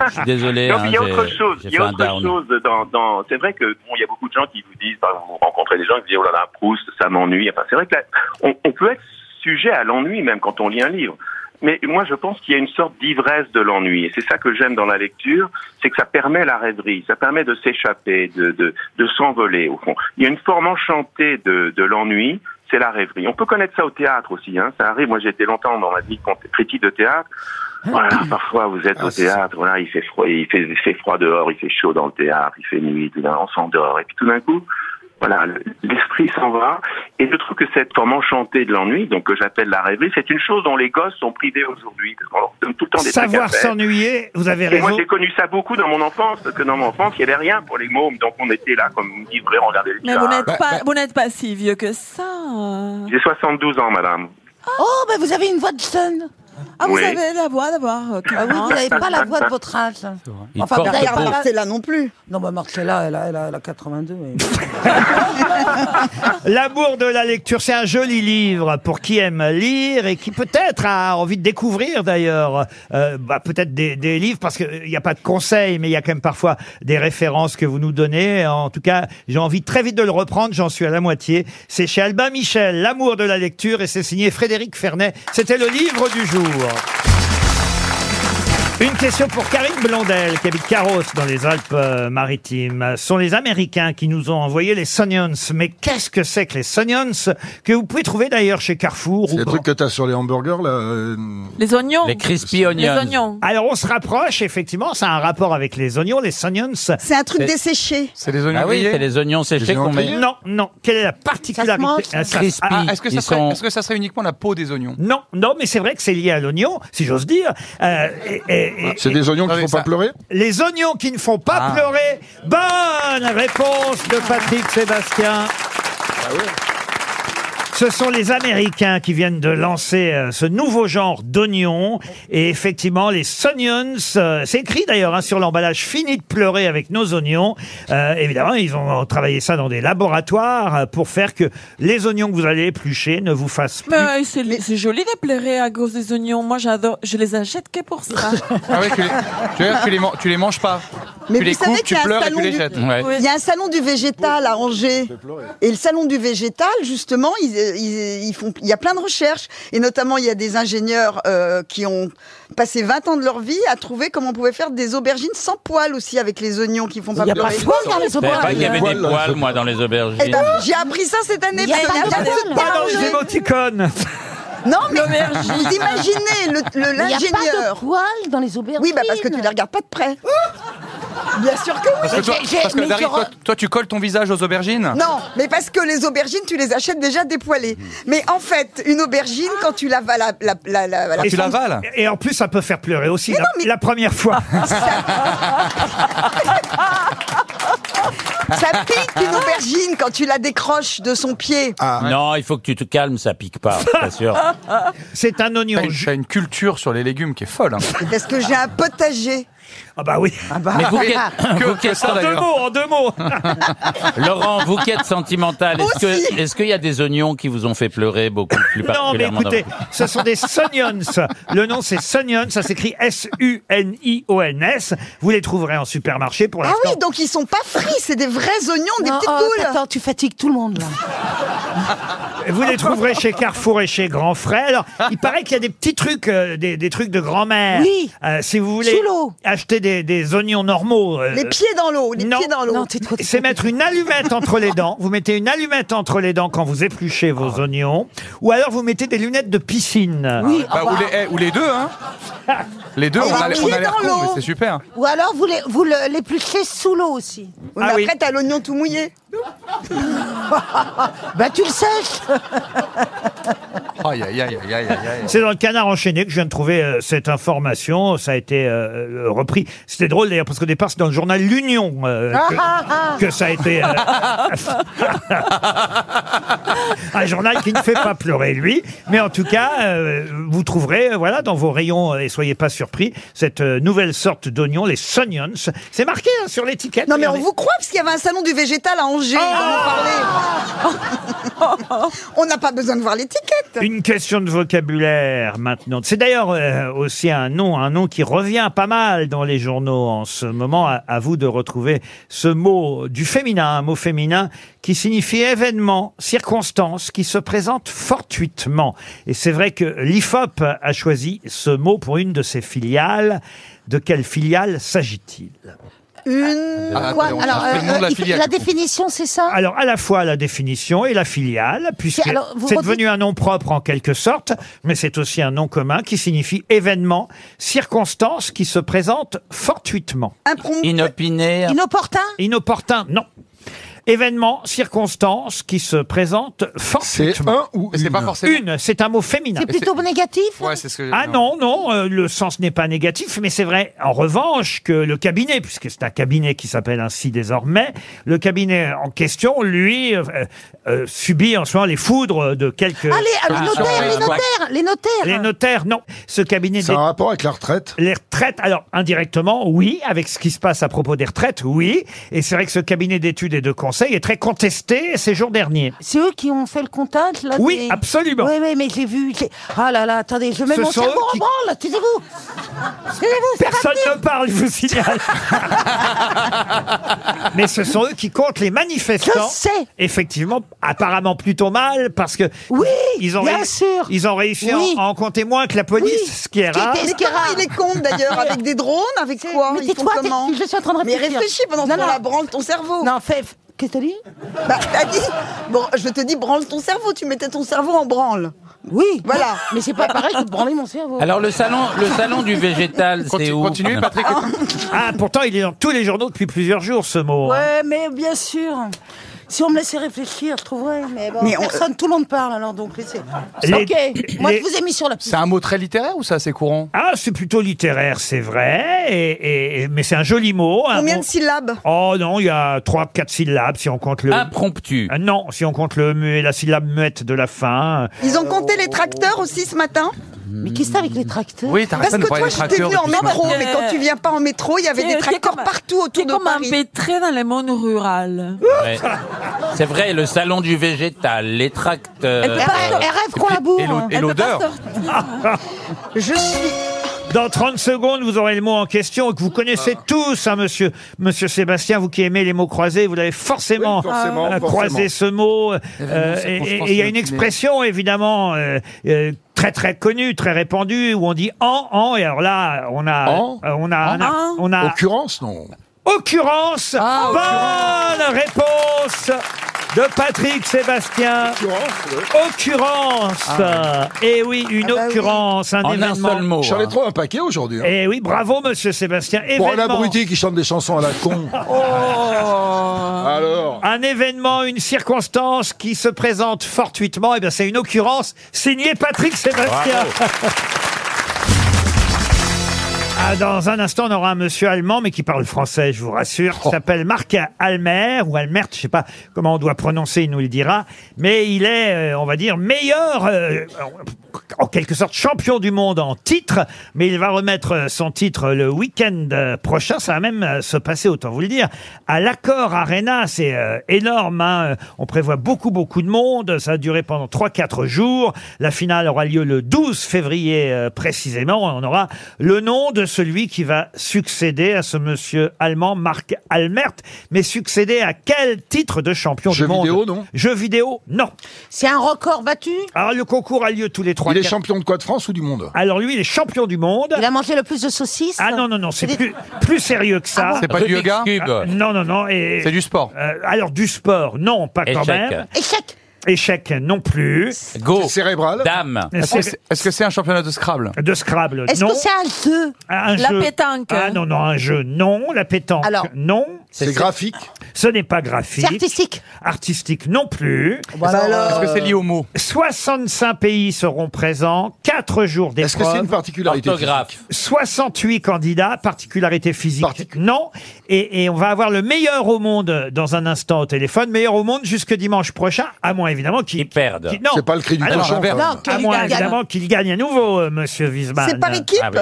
Speaker 3: Je suis désolé.
Speaker 11: Non, mais
Speaker 3: hein,
Speaker 11: il y a
Speaker 3: j'ai-
Speaker 11: autre chose.
Speaker 3: j'ai
Speaker 11: Il y
Speaker 3: fait
Speaker 11: a
Speaker 3: un
Speaker 11: autre
Speaker 3: down.
Speaker 11: chose dans. dans... C'est vrai que bon, il y a beaucoup de gens qui vous disent, enfin, vous rencontrez des gens qui vous disent, oh là là, Proust, ça m'ennuie. Enfin, c'est vrai que là, on, on peut être sujet à l'ennui même quand on lit un livre. Mais moi, je pense qu'il y a une sorte d'ivresse de l'ennui. Et c'est ça que j'aime dans la lecture, c'est que ça permet la rêverie, ça permet de s'échapper, de, de, de s'envoler, au fond. Il y a une forme enchantée de, de l'ennui, c'est la rêverie. On peut connaître ça au théâtre aussi, hein. Ça arrive. Moi, j'ai été longtemps dans la vie critique de théâtre. Voilà, parfois vous
Speaker 1: Ah,
Speaker 11: êtes au théâtre, voilà, il fait froid, il fait, il fait froid dehors, il fait chaud dans le théâtre, il fait nuit, tout d'un coup, on s'endort, et puis tout d'un coup, voilà, le- l'esprit s'en va. Et je trouve que cette forme enchantée de l'ennui, donc que j'appelle la rêverie, c'est une chose dont les gosses sont privés aujourd'hui, parce qu'on leur donne tout le temps des trucs à
Speaker 2: Savoir
Speaker 11: faire.
Speaker 2: s'ennuyer, vous avez
Speaker 11: Et moi,
Speaker 2: raison.
Speaker 11: j'ai connu ça beaucoup dans mon enfance, parce que dans mon enfance, il n'y avait rien pour les mômes, donc on était là, comme dit vrai, on regardait les
Speaker 8: Mais vous
Speaker 11: petits-
Speaker 8: n'êtes
Speaker 11: Ah,
Speaker 8: pas, vous n'êtes pas si vieux que ça. euh.
Speaker 11: J'ai 72 ans, madame.
Speaker 4: Oh, ben Oh, vous avez une voix de jeune.
Speaker 8: Ah, vous
Speaker 11: Oui.
Speaker 8: avez la voix d'avoir. euh,
Speaker 4: Ah oui, vous
Speaker 8: 40.
Speaker 4: n'avez pas la voix de votre âge.
Speaker 3: Il porte
Speaker 4: d'ailleurs,
Speaker 3: beau.
Speaker 4: Marcella-
Speaker 5: Marcella non plus.
Speaker 4: Non, bah Marcella, elle a, elle a, elle a 82. oui.
Speaker 2: L'amour de la lecture, c'est un joli livre pour qui aime lire et qui peut-être a envie de découvrir d'ailleurs, euh, bah, peut-être des, des livres parce qu'il n'y a pas de conseils, mais il y a quand même parfois des références que vous nous donnez. En tout cas, j'ai envie très vite de le reprendre, j'en suis à la moitié. C'est chez Albin Michel, L'amour de la lecture et c'est signé Frédéric Fernet. C'était le livre du jour. Une question pour Karine Blondel, qui habite Carros dans les Alpes-Maritimes. Ce sont les Américains qui nous ont envoyé les Sonions. Mais qu'est-ce que c'est que les Sonions Que vous pouvez trouver d'ailleurs chez Carrefour. ou
Speaker 7: Les trucs que t'as sur les hamburgers, là. euh,
Speaker 8: Les oignons.
Speaker 3: Les crispy
Speaker 8: Les
Speaker 3: onions.
Speaker 8: oignons.
Speaker 2: Alors on se rapproche, effectivement, ça a un rapport avec les oignons, les Sonions.
Speaker 5: C'est un truc
Speaker 3: C'est-
Speaker 5: desséché.
Speaker 6: C'est les oignons
Speaker 3: Ah oui,
Speaker 6: grillés
Speaker 3: c'est les oignons séchés qu'on met.
Speaker 2: Non, non. Quelle est la
Speaker 4: mange,
Speaker 2: particularité
Speaker 4: ça.
Speaker 2: Ah, ça-
Speaker 3: Crispy.
Speaker 2: ah,
Speaker 6: Ah, est-ce que, ça
Speaker 3: Ils
Speaker 6: serait,
Speaker 3: sont-
Speaker 6: est-ce que ça serait uniquement la peau des oignons
Speaker 2: Non, non, mais c'est vrai que c'est lié à l'oignon, si j'ose dire. Euh, et- et- et-
Speaker 7: C'est des oignons
Speaker 6: Ah
Speaker 7: qui
Speaker 6: oui,
Speaker 7: ne
Speaker 6: ça-
Speaker 7: font pas pleurer
Speaker 2: Les oignons qui ne font pas
Speaker 6: Ah.
Speaker 2: pleurer. Bonne réponse de Patrick Sébastien. Ce sont les Américains qui viennent de lancer euh, ce nouveau genre d'oignons. Et effectivement, les Sonions, euh, c'est écrit d'ailleurs hein, sur l'emballage, fini de pleurer avec nos oignons. Euh, évidemment, ils ont travaillé ça dans des laboratoires euh, pour faire que les oignons que vous allez éplucher ne vous fassent plus...
Speaker 8: Mais euh, c'est c'est joli de pleurer à cause des oignons. Moi, j'adore. Je les achète que pour ça.
Speaker 6: Ah oui, tu les, tu, les- tu les man- tu les manges pas.
Speaker 5: Mais
Speaker 6: tu les
Speaker 5: vous savez
Speaker 6: coupes, tu
Speaker 5: qu'il y a un
Speaker 6: pleures et
Speaker 5: salon
Speaker 6: tu les
Speaker 5: du-
Speaker 6: jettes.
Speaker 3: Ouais.
Speaker 8: Oui.
Speaker 5: Il y a un salon du végétal à Angers. Et le salon du végétal, justement, ils, euh, ils- ils font, il y a plein de recherches. Et notamment, il y a des ingénieurs euh, qui ont passé 20 ans de leur vie à trouver comment on pouvait faire des aubergines sans poils aussi avec les oignons qui font pas
Speaker 4: Il n'y a pas
Speaker 5: pleurer.
Speaker 4: de poils dans les
Speaker 3: Je savais pas qu'il y avait
Speaker 4: aubergines.
Speaker 3: des
Speaker 7: Poils,
Speaker 3: poils,
Speaker 7: c'est-
Speaker 3: moi, dans les
Speaker 5: Eh
Speaker 3: aubergines.
Speaker 5: ben, J'ai appris ça cette année.
Speaker 4: Il y a
Speaker 5: parce
Speaker 4: pas
Speaker 5: que
Speaker 4: de
Speaker 5: j'avais
Speaker 4: poils.
Speaker 5: été
Speaker 2: Pas dans les
Speaker 5: dérangée.
Speaker 2: émoticônes
Speaker 5: Non, mais vous imaginez le-
Speaker 13: Mais y
Speaker 5: le-
Speaker 13: a pas de
Speaker 5: l'ingénieur.
Speaker 13: poils dans les aubergines.
Speaker 5: Oui, bah parce que tu les regardes pas de près. Bien sûr que oui.
Speaker 6: Parce que, toi, parce que, Dari, toi, toi, tu colles ton visage aux aubergines
Speaker 5: Non, mais parce que les aubergines, tu les achètes déjà dépoilées. Mais en fait, une aubergine, quand tu la vas la, la, la, la, la-
Speaker 2: Et en plus, ça peut faire pleurer aussi.
Speaker 5: Mais
Speaker 2: La,
Speaker 5: non, mais-
Speaker 2: la première fois.
Speaker 5: Ça pique une aubergine quand tu la décroches de son pied.
Speaker 3: Non, il faut que tu te calmes, ça pique pas, bien sûr.
Speaker 2: C'est un oignon.
Speaker 6: T'as une culture sur les légumes qui est folle. hein.
Speaker 5: C'est Parce que j'ai un potager.
Speaker 2: Ah bah oui.
Speaker 6: Mais vous qui êtes-
Speaker 3: Que- vous qui êtes-
Speaker 2: en deux
Speaker 3: d'ailleurs.
Speaker 2: mots, en deux mots.
Speaker 3: Laurent, vous qui êtes sentimental, est-ce
Speaker 2: Aussi.
Speaker 3: que- est-ce qu'il y a des oignons qui vous ont fait pleurer beaucoup plus
Speaker 2: Non, mais
Speaker 3: particulièrement dans
Speaker 2: écoutez,
Speaker 3: votre-
Speaker 2: ce sont des Sonions. Le nom, c'est Sonions. Ça s'écrit S-U-N-I-O-N-S. Vous les trouverez en supermarché pour
Speaker 5: Ah
Speaker 2: l'instant.
Speaker 5: oui, donc ils sont pas frits, c'est des vrais oignons, des petites boules. Attends,
Speaker 4: oh, tu fatigues tout le monde là.
Speaker 2: Vous les trouverez chez Carrefour et chez Grand Frère. Alors, il paraît qu'il y a des petits trucs, euh, des, des trucs de grand-mère.
Speaker 4: Oui.
Speaker 2: Euh, si vous voulez
Speaker 4: Sous l'eau.
Speaker 2: acheter des, des oignons normaux. euh,
Speaker 5: Les pieds dans l'eau, les
Speaker 2: non.
Speaker 5: pieds dans l'eau.
Speaker 2: C'est mettre une allumette entre les dents. Vous mettez une allumette entre les dents quand vous épluchez vos
Speaker 6: Ah.
Speaker 2: oignons. Ou alors vous mettez des lunettes de piscine.
Speaker 4: Oui,
Speaker 5: ah
Speaker 6: Bah, ou, les, eh, ou les deux, hein Les deux,
Speaker 4: Et
Speaker 6: on a,
Speaker 4: les
Speaker 6: on a
Speaker 4: pieds
Speaker 6: l'air
Speaker 4: dans
Speaker 6: con,
Speaker 4: l'eau.
Speaker 6: mais c'est super.
Speaker 4: Ou alors vous les- vous le- l'épluchez sous l'eau aussi.
Speaker 5: Oui,
Speaker 2: Ah
Speaker 5: mais après, t'as l'oignon tout mouillé.
Speaker 4: bah tu le sèches.
Speaker 6: Aïe, aïe, aïe, aïe, aïe, aïe, aïe.
Speaker 2: C'est dans le canard enchaîné que je viens de trouver euh, cette information. Ça a été euh, euh, repris. C'était drôle d'ailleurs parce qu'au départ c'est dans le journal L'Union euh, que, que ça a été. euh, un journal qui ne fait pas pleurer lui. Mais en tout cas, euh, vous trouverez euh, voilà dans vos rayons euh, et soyez pas surpris cette euh, nouvelle sorte d'oignon, les sonions. C'est marqué hein, sur l'étiquette.
Speaker 5: Non mais on
Speaker 2: regardez.
Speaker 5: vous croit parce qu'il y avait un salon du végétal à Angers. dont vous parlez. on n'a pas besoin de voir l'étiquette.
Speaker 2: Une question de vocabulaire maintenant. C'est d'ailleurs euh, aussi un nom, un nom qui revient pas mal dans les journaux en ce moment. À, à vous de retrouver ce mot du féminin, un mot féminin qui signifie événement, circonstance qui se présente fortuitement. Et c'est vrai que l'IFOP a choisi ce mot pour une de ses filiales. De quelle filiale s'agit-il
Speaker 4: Une.
Speaker 2: Ah,
Speaker 4: quoi
Speaker 2: attendez, on
Speaker 4: Alors euh,
Speaker 2: cherche le nom de la
Speaker 4: il faut-
Speaker 2: filiale,
Speaker 4: la
Speaker 2: du coup.
Speaker 4: définition c'est ça.
Speaker 2: Alors, à la fois la définition et la filiale, puisque
Speaker 4: C'est- alors, vous
Speaker 2: c'est
Speaker 4: redites-
Speaker 2: devenu un nom propre en quelque sorte, mais c'est aussi un nom commun qui signifie événement, circonstance qui se présente fortuitement.
Speaker 3: Inopiné.
Speaker 4: Inopportun
Speaker 2: Inopportun, non. Événement, circonstance qui se présente fortuitement.
Speaker 7: C'est un ou
Speaker 2: C'est
Speaker 7: pas
Speaker 2: forcément. Une, c'est un mot féminin.
Speaker 4: C'est plutôt négatif.
Speaker 2: Ah non, non, euh, le sens n'est pas négatif, mais c'est vrai, en revanche, que le cabinet, puisque c'est un cabinet qui s'appelle ainsi désormais, le cabinet en question, lui, euh, euh, subit en ce moment les foudres de quelques...
Speaker 4: Allez, les notaires, les notaires, les notaires.
Speaker 2: Les notaires, non. Ce cabinet... C'est un
Speaker 7: rapport avec la retraite
Speaker 2: Les retraites, alors indirectement, oui, avec ce qui se passe à propos des retraites, oui. Et c'est vrai que ce cabinet d'études et de conseils est très contesté ces jours derniers.
Speaker 4: C'est eux qui ont fait le contact là.
Speaker 2: Oui,
Speaker 4: des-
Speaker 2: absolument.
Speaker 4: Oui, oui, mais j'ai vu. j'ai- Ah là là, attendez, je mets
Speaker 2: Ce
Speaker 4: mon
Speaker 2: sont
Speaker 4: cerveau
Speaker 2: eux
Speaker 4: en
Speaker 2: qui-
Speaker 4: branle. Taisez-vous. Taisez-vous. c'est
Speaker 2: Personne
Speaker 4: parti.
Speaker 2: ne parle, je vous signale. Mais ce sont eux qui comptent les manifestants.
Speaker 4: Je sais.
Speaker 2: Effectivement, apparemment plutôt mal parce que
Speaker 4: oui,
Speaker 2: ils ont
Speaker 4: bien
Speaker 2: réu-
Speaker 4: sûr.
Speaker 2: ils ont réussi à en-
Speaker 4: Oui.
Speaker 2: à en compter moins que la police, ce qui est rare.
Speaker 5: Mais comment il est con d'ailleurs avec des drones, avec quoi
Speaker 4: Mais
Speaker 5: Ils
Speaker 4: tais-toi,
Speaker 5: font comment
Speaker 4: t'es- je suis en train de
Speaker 5: Mais
Speaker 4: réfléchir.
Speaker 5: réfléchis pendant que
Speaker 4: Non,
Speaker 5: qu'on
Speaker 4: non.
Speaker 5: la branle ton cerveau.
Speaker 4: Non, fais. Qu'est-ce que t'as dit
Speaker 5: Bah, t'as dit, bon, je te dis branle ton cerveau, tu mettais ton cerveau en branle.
Speaker 4: Oui.
Speaker 5: Voilà.
Speaker 4: Mais c'est pas pareil que de branler mon cerveau.
Speaker 3: Alors le salon, le salon du végétal, c'est où
Speaker 6: continuez, Patrick.
Speaker 2: Ah, pourtant, il est dans tous les journaux depuis plusieurs jours, ce mot. hein.
Speaker 4: Ouais, mais bien sûr. Si on me laissait réfléchir, je trouverais. Mais bon,
Speaker 2: Mais on-
Speaker 4: personne, tout le monde parle alors donc laissez.
Speaker 2: Les-
Speaker 4: Ok. Moi,
Speaker 2: les-
Speaker 4: je vous ai mis sur la.
Speaker 3: Ah,
Speaker 4: piste.
Speaker 6: C'est un mot très littéraire ou c'est assez courant
Speaker 2: Ah, c'est plutôt littéraire, c'est vrai, et, et- et- mais c'est un joli mot. un
Speaker 5: Combien
Speaker 2: mot-
Speaker 5: de syllabes
Speaker 2: Oh non, il y a trois, quatre syllabes si on compte le. Euh,
Speaker 3: Impromptu.
Speaker 2: non, si on compte le muet, la syllabe muette de la fin.
Speaker 5: Ils ont compté les tracteurs aussi ce matin
Speaker 4: Mais qu'est-ce que t'as avec les tracteurs
Speaker 6: Oui, t'as
Speaker 5: Parce
Speaker 6: raison de
Speaker 5: que
Speaker 6: parler
Speaker 5: toi,
Speaker 6: des
Speaker 5: j'étais
Speaker 6: tracteurs.
Speaker 5: venu en
Speaker 6: depuis ce matin.
Speaker 5: métro, mais quand tu viens pas en métro, il y avait
Speaker 8: T'es-
Speaker 5: des
Speaker 8: t'es
Speaker 5: tracteurs
Speaker 8: comme un-
Speaker 5: partout autour
Speaker 8: t'es
Speaker 5: de
Speaker 8: comme un
Speaker 5: Paris.
Speaker 8: pétré dans le monde rural.
Speaker 3: Ouais. C'est vrai, le salon du végétal, les tracteurs.
Speaker 4: Elle peut pas- elle rêve qu'on la bourre.
Speaker 3: et l'o- et
Speaker 4: Elle peut pas
Speaker 3: l'odeur.
Speaker 4: sortir.
Speaker 5: Je suis.
Speaker 2: Dans 30 secondes, vous aurez le mot en question que vous connaissez
Speaker 7: Ah.
Speaker 2: tous, hein, monsieur, monsieur Sébastien, vous qui aimez les mots croisés, vous l'avez forcément, euh,
Speaker 7: Oui, forcément, forcément. Eh ben,
Speaker 2: croisé ce mot. euh,
Speaker 6: Évidemment, c'est
Speaker 2: et- et
Speaker 6: constance
Speaker 2: et il y a une
Speaker 6: inopinée.
Speaker 2: expression, évidemment, euh, euh, très très connue, très répandue, où on dit en, en, et alors là, on a,
Speaker 7: En Hein
Speaker 2: euh, on a, on a, on a-
Speaker 7: Occurrence, non
Speaker 2: Occurrence.
Speaker 7: Ah,
Speaker 2: Bonne réponse de Patrick Sébastien. Occurrence.
Speaker 7: Ah
Speaker 2: Et eh bah oui, une occurrence, un événement.
Speaker 7: J'en ai trop un paquet aujourd'hui. hein.
Speaker 2: Et oui, bravo, monsieur Sébastien.
Speaker 7: Pour un
Speaker 2: Événement.
Speaker 7: abruti qui chante des chansons à la con. Alors.
Speaker 2: Oh. Un événement, une circonstance qui se présente fortuitement, et bien c'est une occurrence signée Patrick Sébastien. Ah, dans un instant, on aura un monsieur allemand, mais qui parle français, je vous rassure, qui s'appelle Marc Almer, ou Almert, je sais pas comment on doit prononcer, il nous le dira, mais il est, euh, on va dire, meilleur, euh, en quelque sorte, champion du monde en titre, mais il va remettre euh, son titre le week-end euh, prochain, ça va même euh, se passer, autant vous le dire, à l'accord Arena, c'est euh, énorme, hein, euh, on prévoit beaucoup, beaucoup de monde, ça a duré pendant 3-4 jours, la finale aura lieu le 12 février euh, précisément, on aura le nom de celui qui va succéder à ce monsieur allemand, Marc Almert, mais succéder à quel titre de champion
Speaker 7: Jeux
Speaker 2: du monde
Speaker 7: vidéo, non
Speaker 2: Jeux vidéo, non. C'est un record battu Alors le concours a lieu tous les trois
Speaker 7: Il est
Speaker 2: quatre-
Speaker 7: champion de quoi de France ou du monde
Speaker 2: alors lui, il est champion du monde. Il a mangé le plus de saucisses Ah non, non, non, c'est plus, plus sérieux que ça.
Speaker 6: Ah bon C'est pas du Rubik's yoga Cube.
Speaker 2: Ah, Non, non, non. Et,
Speaker 6: C'est du sport.
Speaker 2: Euh, alors du sport, non, pas quand
Speaker 6: Échec.
Speaker 2: même. Échec Échec non plus.
Speaker 3: Go.
Speaker 7: Cérébral.
Speaker 3: Dame.
Speaker 6: Est-ce que c'est est-ce que c'est un championnat de Scrabble
Speaker 2: De Scrabble,
Speaker 4: Est-ce
Speaker 2: non.
Speaker 4: que c'est un jeu
Speaker 2: Un
Speaker 4: La
Speaker 2: jeu-
Speaker 4: pétanque.
Speaker 2: Ah non, non, un jeu, non. La pétanque,
Speaker 4: Alors.
Speaker 2: non.
Speaker 7: C'est graphique.
Speaker 2: Ce n'est pas graphique.
Speaker 4: C'est artistique.
Speaker 2: Artistique non plus.
Speaker 6: Est-ce que c'est lié au mot
Speaker 2: 65 pays seront présents, 4 jours d'épreuve.
Speaker 7: Est-ce que c'est une particularité
Speaker 3: Orthographe.
Speaker 7: physique
Speaker 2: 68 candidats, particularité physique. Non. Et, et on va avoir le meilleur au monde dans un instant au téléphone. Meilleur au monde jusque dimanche prochain, à moins évidemment qu'il
Speaker 3: Ils perdent.
Speaker 2: qu'il- non.
Speaker 7: C'est pas le cri du
Speaker 2: Ah non,
Speaker 7: cochon,
Speaker 2: à
Speaker 7: quand
Speaker 2: moins-
Speaker 7: même.
Speaker 5: qu'il
Speaker 2: à moins
Speaker 5: gagne.
Speaker 2: évidemment qu'il gagne à nouveau, euh, monsieur Wiesmann.
Speaker 5: C'est par équipe
Speaker 3: Ah oui.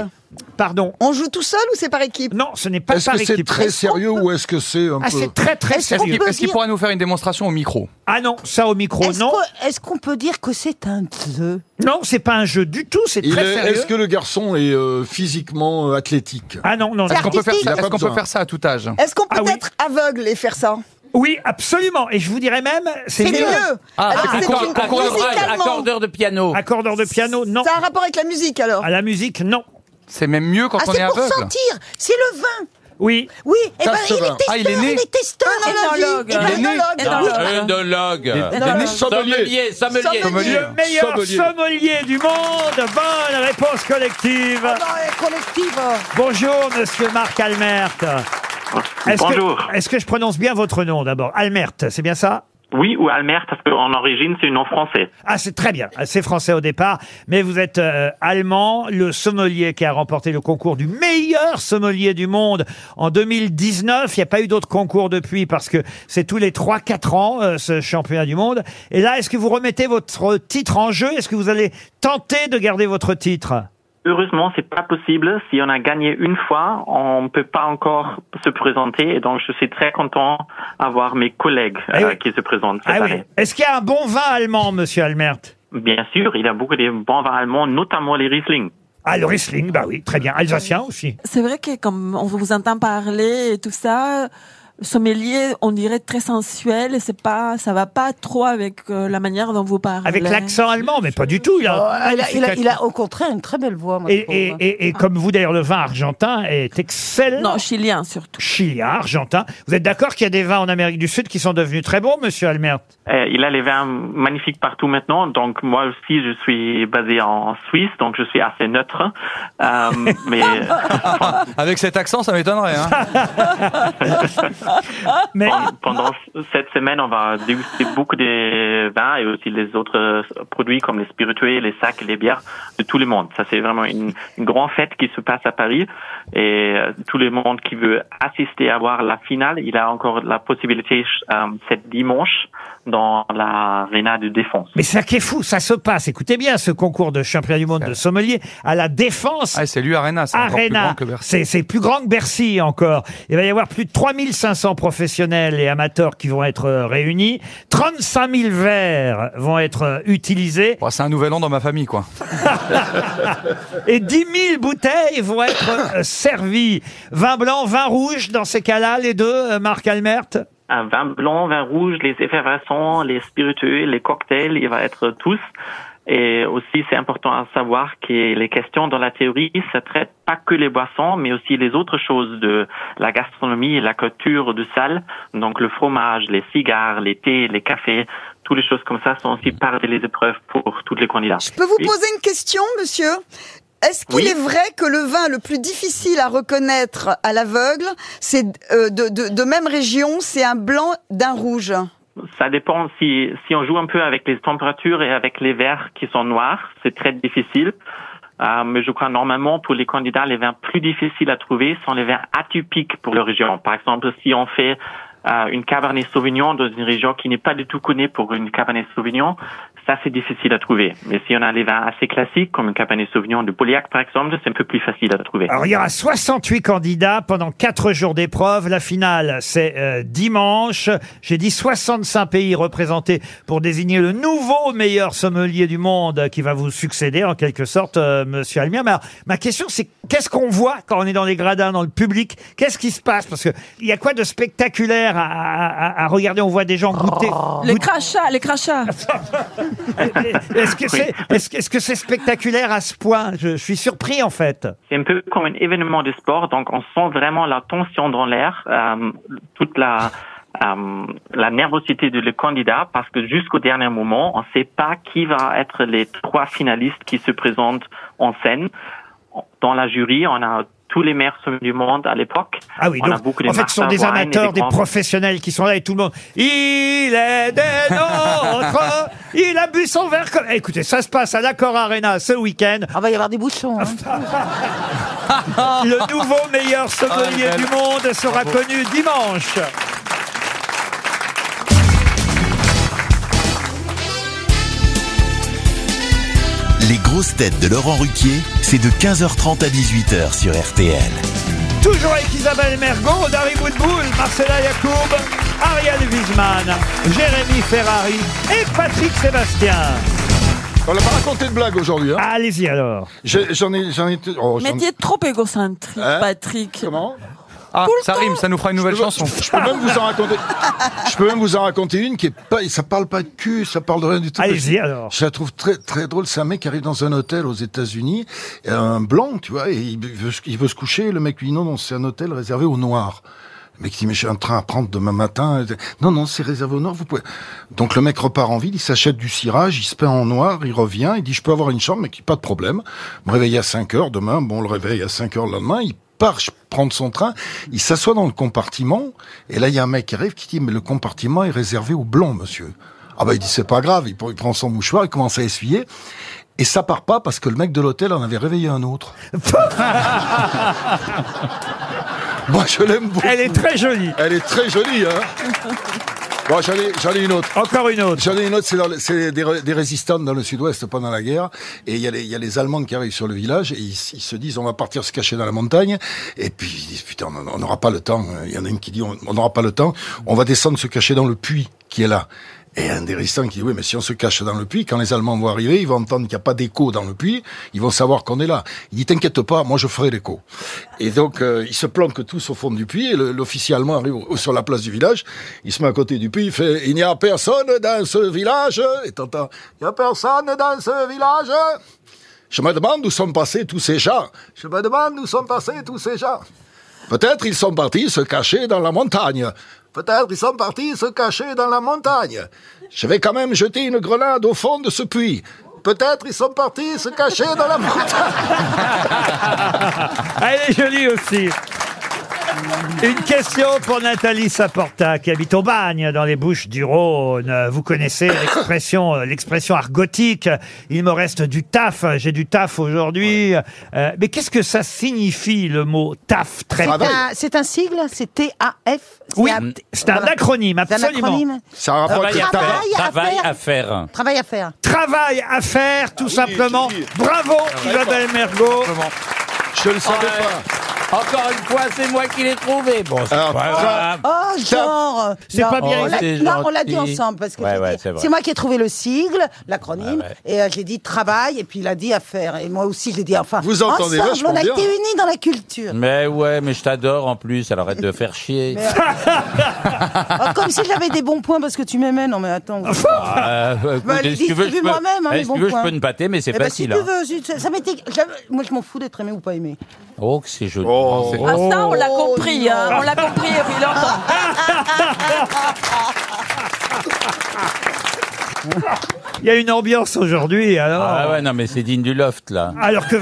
Speaker 2: Pardon.
Speaker 5: On joue tout seul ou c'est par équipe
Speaker 2: Non, ce n'est pas
Speaker 7: Est-ce
Speaker 2: par
Speaker 7: que c'est
Speaker 2: équipe.
Speaker 7: très sérieux ou est-ce que c'est un
Speaker 2: Ah,
Speaker 7: peu.
Speaker 2: c'est très très
Speaker 6: Est-ce qu'il
Speaker 2: sérieux.
Speaker 6: est-ce qu'il pourrait nous faire une démonstration au micro
Speaker 2: Ah non, ça au micro,
Speaker 4: Est-ce
Speaker 2: non.
Speaker 4: qu'on- Est-ce qu'on peut dire que c'est un jeu
Speaker 2: Non, c'est pas un jeu du tout, c'est
Speaker 7: Il
Speaker 2: très
Speaker 7: est-
Speaker 2: sérieux.
Speaker 7: Est-ce que le garçon est euh, physiquement euh, athlétique
Speaker 2: Ah non, non, non.
Speaker 6: Est-ce qu'on peut, faire
Speaker 7: Il
Speaker 6: ça,
Speaker 7: a
Speaker 6: est-ce
Speaker 7: pas
Speaker 6: qu'on peut
Speaker 7: besoin.
Speaker 6: faire ça à tout âge
Speaker 5: Est-ce qu'on peut
Speaker 2: Ah oui.
Speaker 5: être aveugle et faire ça
Speaker 2: Oui, absolument. Et je vous dirais même, c'est
Speaker 5: C'est mieux.
Speaker 2: mieux.
Speaker 6: Ah,
Speaker 5: Alors,
Speaker 6: c'est
Speaker 5: c'est
Speaker 6: concours-
Speaker 5: une-
Speaker 6: concours de
Speaker 5: musicalement.
Speaker 3: Accordeur, accordeur de piano.
Speaker 2: Accordeur de piano, non.
Speaker 5: Ça a un rapport avec la musique alors
Speaker 2: À la musique, non.
Speaker 6: C'est même mieux quand
Speaker 4: Ah,
Speaker 6: on
Speaker 4: c'est
Speaker 6: est
Speaker 4: pour
Speaker 6: aveugle.
Speaker 4: sentir C'est le vin
Speaker 2: Oui.
Speaker 4: Oui, eh ben,
Speaker 7: Tasse
Speaker 4: il
Speaker 7: vin.
Speaker 4: est testeur,
Speaker 6: Ah, il est né.
Speaker 4: il est testeur
Speaker 5: Un
Speaker 4: Énologue.
Speaker 5: analogue.
Speaker 4: Eh ben,
Speaker 5: Un analogue.
Speaker 3: Ah,
Speaker 4: Oui.
Speaker 3: Œnologue.
Speaker 7: Denis Sommelier.
Speaker 3: Sommelier. Sommelier.
Speaker 6: Sommelier.
Speaker 2: Le meilleur
Speaker 7: Sommelier.
Speaker 2: sommelier. du monde. Bonne réponse collective. Bonjour, monsieur Marc Almert. Est-ce que-
Speaker 13: Bonjour.
Speaker 2: Est-ce que je prononce bien votre nom d'abord Almert, c'est bien ça
Speaker 13: Oui, ou Almert, parce qu'en origine, c'est une nom français.
Speaker 2: ah, c'est très bien. C'est français au départ, mais vous êtes euh, allemand, le sommelier qui a remporté le concours du meilleur sommelier du monde en 2019. Il n'y a pas eu d'autres concours depuis parce que c'est tous les 3-4 ans euh, ce championnat du monde. Et là, est-ce que vous remettez votre titre en jeu Est-ce que vous allez tenter de garder votre titre
Speaker 13: Heureusement, c'est pas possible. Si on a gagné une fois, on peut pas encore se présenter. Et donc, je suis très content d'avoir mes collègues
Speaker 2: Eh
Speaker 13: euh,
Speaker 2: oui.
Speaker 13: qui se présentent cette
Speaker 2: Ah oui.
Speaker 13: année.
Speaker 2: Est-ce qu'il y a un bon vin allemand, monsieur Almert
Speaker 13: Bien sûr, il y a beaucoup de bons vins allemands, notamment les Riesling.
Speaker 2: Ah, le Riesling, bah oui, très bien. Alsacien aussi.
Speaker 8: C'est vrai que comme on vous entend parler et tout ça, le sommelier, on dirait très sensuel et c'est pas, ça va pas trop avec euh, la manière dont vous parlez.
Speaker 2: Avec l'accent allemand, mais pas du tout. Il a,
Speaker 4: Oh, il, a, il, a,
Speaker 2: magnifique
Speaker 4: il a au contraire une très belle voix. Moi, je
Speaker 2: Et,
Speaker 4: trouve.
Speaker 2: et- et- et comme vous d'ailleurs, le vin argentin est excellent.
Speaker 8: Non, chilien surtout.
Speaker 2: Chilien, argentin. Vous êtes d'accord qu'il y a des vins en Amérique du Sud qui sont devenus très bons, monsieur Almert
Speaker 13: Euh, il a les vins magnifiques partout maintenant. Donc, moi aussi, je suis basé en Suisse, donc je suis assez neutre. Euh, mais
Speaker 6: Ah, Avec cet accent, ça m'étonnerait. hein.
Speaker 2: Mais
Speaker 13: pendant cette semaine, on va déguster beaucoup des vins et aussi les autres euh, produits comme les spiritueux, les sacs, les bières de tout le monde. Ça, c'est vraiment une, une grande fête qui se passe à Paris et euh, tout le monde qui veut assister à voir la finale, il a encore la possibilité euh, cette dimanche dans l'arena de défense.
Speaker 2: mais ça qui est fou, ça se passe. Écoutez bien ce concours de championnat du monde de sommelier à la défense.
Speaker 6: Ah, c'est lui Arena, c'est encore plus grand
Speaker 2: Arena,
Speaker 6: que Bercy.
Speaker 2: c'est c'est plus grand que Bercy encore. Il va y avoir plus de 3500 professionnels et amateurs qui vont être euh, réunis. 35 000 verres vont être euh, utilisés
Speaker 6: Bon, c'est un nouvel an dans ma famille, quoi.
Speaker 2: et 10 000 bouteilles vont être euh, servies. Vin blanc, vin rouge, dans ces cas-là, les deux, euh, Marc Almert
Speaker 13: un vin blanc, vin rouge, les effervescents, les spiritueux, les cocktails, il va être tous. Et aussi, c'est important à savoir que les questions dans la théorie, ça traite pas que les boissons, mais aussi les autres choses de la gastronomie, la culture de salle. Donc, le fromage, les cigares, les thés, les cafés, toutes les choses comme ça sont aussi part des épreuves pour tous les candidats.
Speaker 5: Je peux vous poser une question, monsieur Est-ce qu'il
Speaker 13: Oui.
Speaker 5: est vrai que le vin le plus difficile à reconnaître à l'aveugle, c'est euh, de, de- de même région, c'est un blanc d'un rouge
Speaker 13: Ça dépend si, si on joue un peu avec les températures et avec les verres qui sont noirs, c'est très difficile. Euh, mais je crois normalement pour les candidats, les vins plus difficiles à trouver sont les vins atypiques pour leur région. Par exemple, si on fait euh, une Cabernet Sauvignon dans une région qui n'est pas du tout connue pour une Cabernet Sauvignon, ça c'est difficile à trouver. Mais si on a les vins assez classiques, comme une Cabernet Sauvignon de Pauliac par exemple, c'est un peu plus facile à trouver.
Speaker 2: Alors, il y aura 68 candidats pendant 4 jours d'épreuve. La finale, c'est euh, dimanche. J'ai dit 65 pays représentés pour désigner le nouveau meilleur sommelier du monde euh, qui va vous succéder, en quelque sorte, euh, monsieur Almir. Mais alors, ma question, c'est qu'est-ce qu'on voit quand on est dans les gradins, dans le public Qu'est-ce qui se passe Parce que il y a quoi de spectaculaire à, à- à- à regarder On voit des gens goûter.
Speaker 8: Les crachats, les crachats.
Speaker 2: Est-ce que c'est est-ce que- est-ce que c'est spectaculaire à ce point je, je suis surpris, en fait.
Speaker 13: C'est un peu comme un événement de sport, donc on sent vraiment la tension dans l'air, euh, toute la, euh, la nervosité de le candidat, parce que jusqu'au dernier moment, on ne sait pas qui va être les trois finalistes qui se présentent en scène. Dans la jury, on a tous les meilleurs sommeliers du monde à l'époque.
Speaker 2: Ah oui,
Speaker 13: on a
Speaker 2: donc,
Speaker 13: beaucoup de
Speaker 2: en fait, ce sont des
Speaker 13: Martha Wine et
Speaker 2: amateurs, des
Speaker 13: grands-
Speaker 2: professionnels qui sont là et tout le monde. Il est des nôtres Il a bu son verre comme. Eh, Écoutez, ça se passe à l'Accor Arena ce week-end. Ah, va y avoir des bouchons. le nouveau meilleur sommelier
Speaker 14: Ah,
Speaker 2: du
Speaker 14: belle.
Speaker 2: monde sera
Speaker 14: Bravo.
Speaker 2: connu dimanche.
Speaker 1: Les grosses têtes de Laurent Ruquier, c'est de 15h30 à 18h sur RTL.
Speaker 2: Toujours avec Isabelle Mergon, Dari Boudboul, Marcela Yacoub, Ariel Wiesman, Jérémy Ferrari et Patrick Sébastien.
Speaker 7: On l'a pas raconté de blague aujourd'hui. Hein
Speaker 2: Allez-y alors.
Speaker 7: J'en ai, j'en ai. oh,
Speaker 8: Mais
Speaker 7: j'en-
Speaker 8: t'es trop égocentrique,
Speaker 7: Hein
Speaker 8: Patrick.
Speaker 7: Comment
Speaker 6: Ah, ça rime, ça nous fera une nouvelle chanson.
Speaker 7: Je peux même vous en raconter. Je peux même vous en raconter une qui est pas. Ça parle pas de cul, ça parle de rien du tout.
Speaker 2: Allez-y,
Speaker 7: Je-
Speaker 2: alors.
Speaker 7: Je la trouve très très drôle. C'est un mec qui arrive dans un hôtel aux États-Unis, et un blanc, tu vois, et il veut, se- il veut se coucher. Le mec lui dit non non, c'est un hôtel réservé aux noirs. Le mec dit mais j'ai un train à prendre demain matin. Il dit, Non non, c'est réservé aux noirs. Vous pouvez. Donc le mec repart en ville, il s'achète du cirage, il se peint en noir, il revient, il dit je peux avoir une chambre, mais qui pas de problème. Me réveille à 5 heures demain. Bon, on le réveille à 5 heures le lendemain. Il part je- prendre son train, il s'assoit dans le compartiment, et là il y a un mec qui arrive qui dit mais le compartiment est réservé aux blancs, monsieur. Ah bah il dit c'est pas grave, il prend il prend son mouchoir, il commence à essuyer, et ça part pas parce que le mec de l'hôtel en avait réveillé un autre. Moi je l'aime beaucoup.
Speaker 2: Elle est très jolie.
Speaker 7: Elle est très jolie, hein. Bon, j'en ai, j'en ai une autre.
Speaker 2: Encore une autre.
Speaker 7: J'en ai une autre, c'est, dans le- c'est des, ré- des résistants dans le sud-ouest pendant la guerre. Et il y, a les- il y a les Allemands qui arrivent sur le village et ils, ils se disent on va partir se cacher dans la montagne. Et puis ils disent putain, on- on n'aura pas le temps. hein. Il y en a une qui dit on on n'aura pas le temps, on va descendre se cacher dans le puits qui est là. Et un des résistants qui dit oui, mais si on se cache dans le puits, quand les Allemands vont arriver, ils vont entendre qu'il n'y a pas d'écho dans le puits, ils vont savoir qu'on est là. Il dit t'inquiète pas, moi je ferai l'écho. Et donc euh, ils se planquent tous au fond du puits et le- l'officier allemand arrive au- sur la place du village, il se met à côté du puits, il fait il n'y a personne dans ce village et t'entends il n'y a personne dans ce village. Je me demande où sont passés tous ces gens. Je me demande où sont passés tous ces gens. Peut-être ils sont partis se cacher dans la montagne. Peut-être ils sont partis se cacher dans la montagne. Je vais quand même jeter une grenade au fond de ce puits. Peut-être ils sont partis se cacher dans la montagne.
Speaker 2: Ah, Elle est jolie aussi. Une question pour Nathalie Saporta, qui habite au bagne, dans les Bouches du Rhône. Euh, Vous connaissez l'expression, euh, l'expression argotique. Il me reste du taf. J'ai du taf aujourd'hui. Euh, mais qu'est-ce que ça signifie, le mot taf très
Speaker 4: C'est
Speaker 3: bah
Speaker 4: un- C'est un, sigle C'est T-A-F c'est
Speaker 2: Oui,
Speaker 4: un-
Speaker 2: c'est un
Speaker 4: voilà.
Speaker 2: acronyme,
Speaker 4: C'est un
Speaker 2: absolument.
Speaker 4: acronyme.
Speaker 7: Ça a rapport
Speaker 4: Travail
Speaker 7: avec le
Speaker 4: à
Speaker 7: tabac.
Speaker 4: faire.
Speaker 3: Travail à faire.
Speaker 4: Travail à faire.
Speaker 2: Travail à Ah
Speaker 7: Ah,
Speaker 2: faire, tout simplement. Bravo,
Speaker 7: oui.
Speaker 2: Isabelle Mergot.
Speaker 7: Je le savais pas.
Speaker 3: Encore une fois, c'est moi qui l'ai trouvé. Bon, c'est pas grave.
Speaker 4: Oh, genre
Speaker 3: Ah. C'est
Speaker 4: Non,
Speaker 3: pas bien,
Speaker 4: on l'a-
Speaker 3: c'est
Speaker 4: Non, on l'a dit
Speaker 3: gentil.
Speaker 4: ensemble, parce que
Speaker 3: Ouais,
Speaker 4: j'ai
Speaker 3: ouais,
Speaker 4: dit-
Speaker 3: c'est vrai.
Speaker 4: c'est moi qui ai trouvé le sigle, l'acronyme,
Speaker 3: Ouais, ouais.
Speaker 4: et euh, j'ai dit travail, et puis il a dit affaire, et moi aussi j'ai dit enfin. Vous
Speaker 3: entendez
Speaker 4: ensemble,
Speaker 3: vachement
Speaker 4: on a
Speaker 3: bien.
Speaker 4: été unis dans la culture.
Speaker 3: Mais ouais, mais je t'adore en plus, alors arrête de faire chier.
Speaker 4: Oh, comme si j'avais des bons points parce que tu m'aimais, non mais attends.
Speaker 3: Ah, euh,
Speaker 4: Bah,
Speaker 3: écoute,
Speaker 4: les
Speaker 3: si tu veux, je
Speaker 4: distribue
Speaker 3: peux,
Speaker 4: moi-même, hein,
Speaker 3: eh,
Speaker 4: les
Speaker 3: si
Speaker 4: bons
Speaker 3: tu veux, je
Speaker 4: points.
Speaker 3: peux ne pâter, mais c'est
Speaker 4: Eh ben,
Speaker 3: facile.
Speaker 4: si
Speaker 3: hein.
Speaker 4: tu veux, zut, ça, ça m'était- j'avais- Moi, je m'en fous d'être aimé ou pas aimé.
Speaker 3: Oh, que c'est joli. Oh.
Speaker 8: Ah, ça, on l'a
Speaker 4: Oh,
Speaker 8: compris, hein. On l'a compris depuis longtemps.
Speaker 2: Il y a une ambiance aujourd'hui, alors.
Speaker 3: Ah ouais, non, mais c'est digne du loft, là.
Speaker 2: Alors que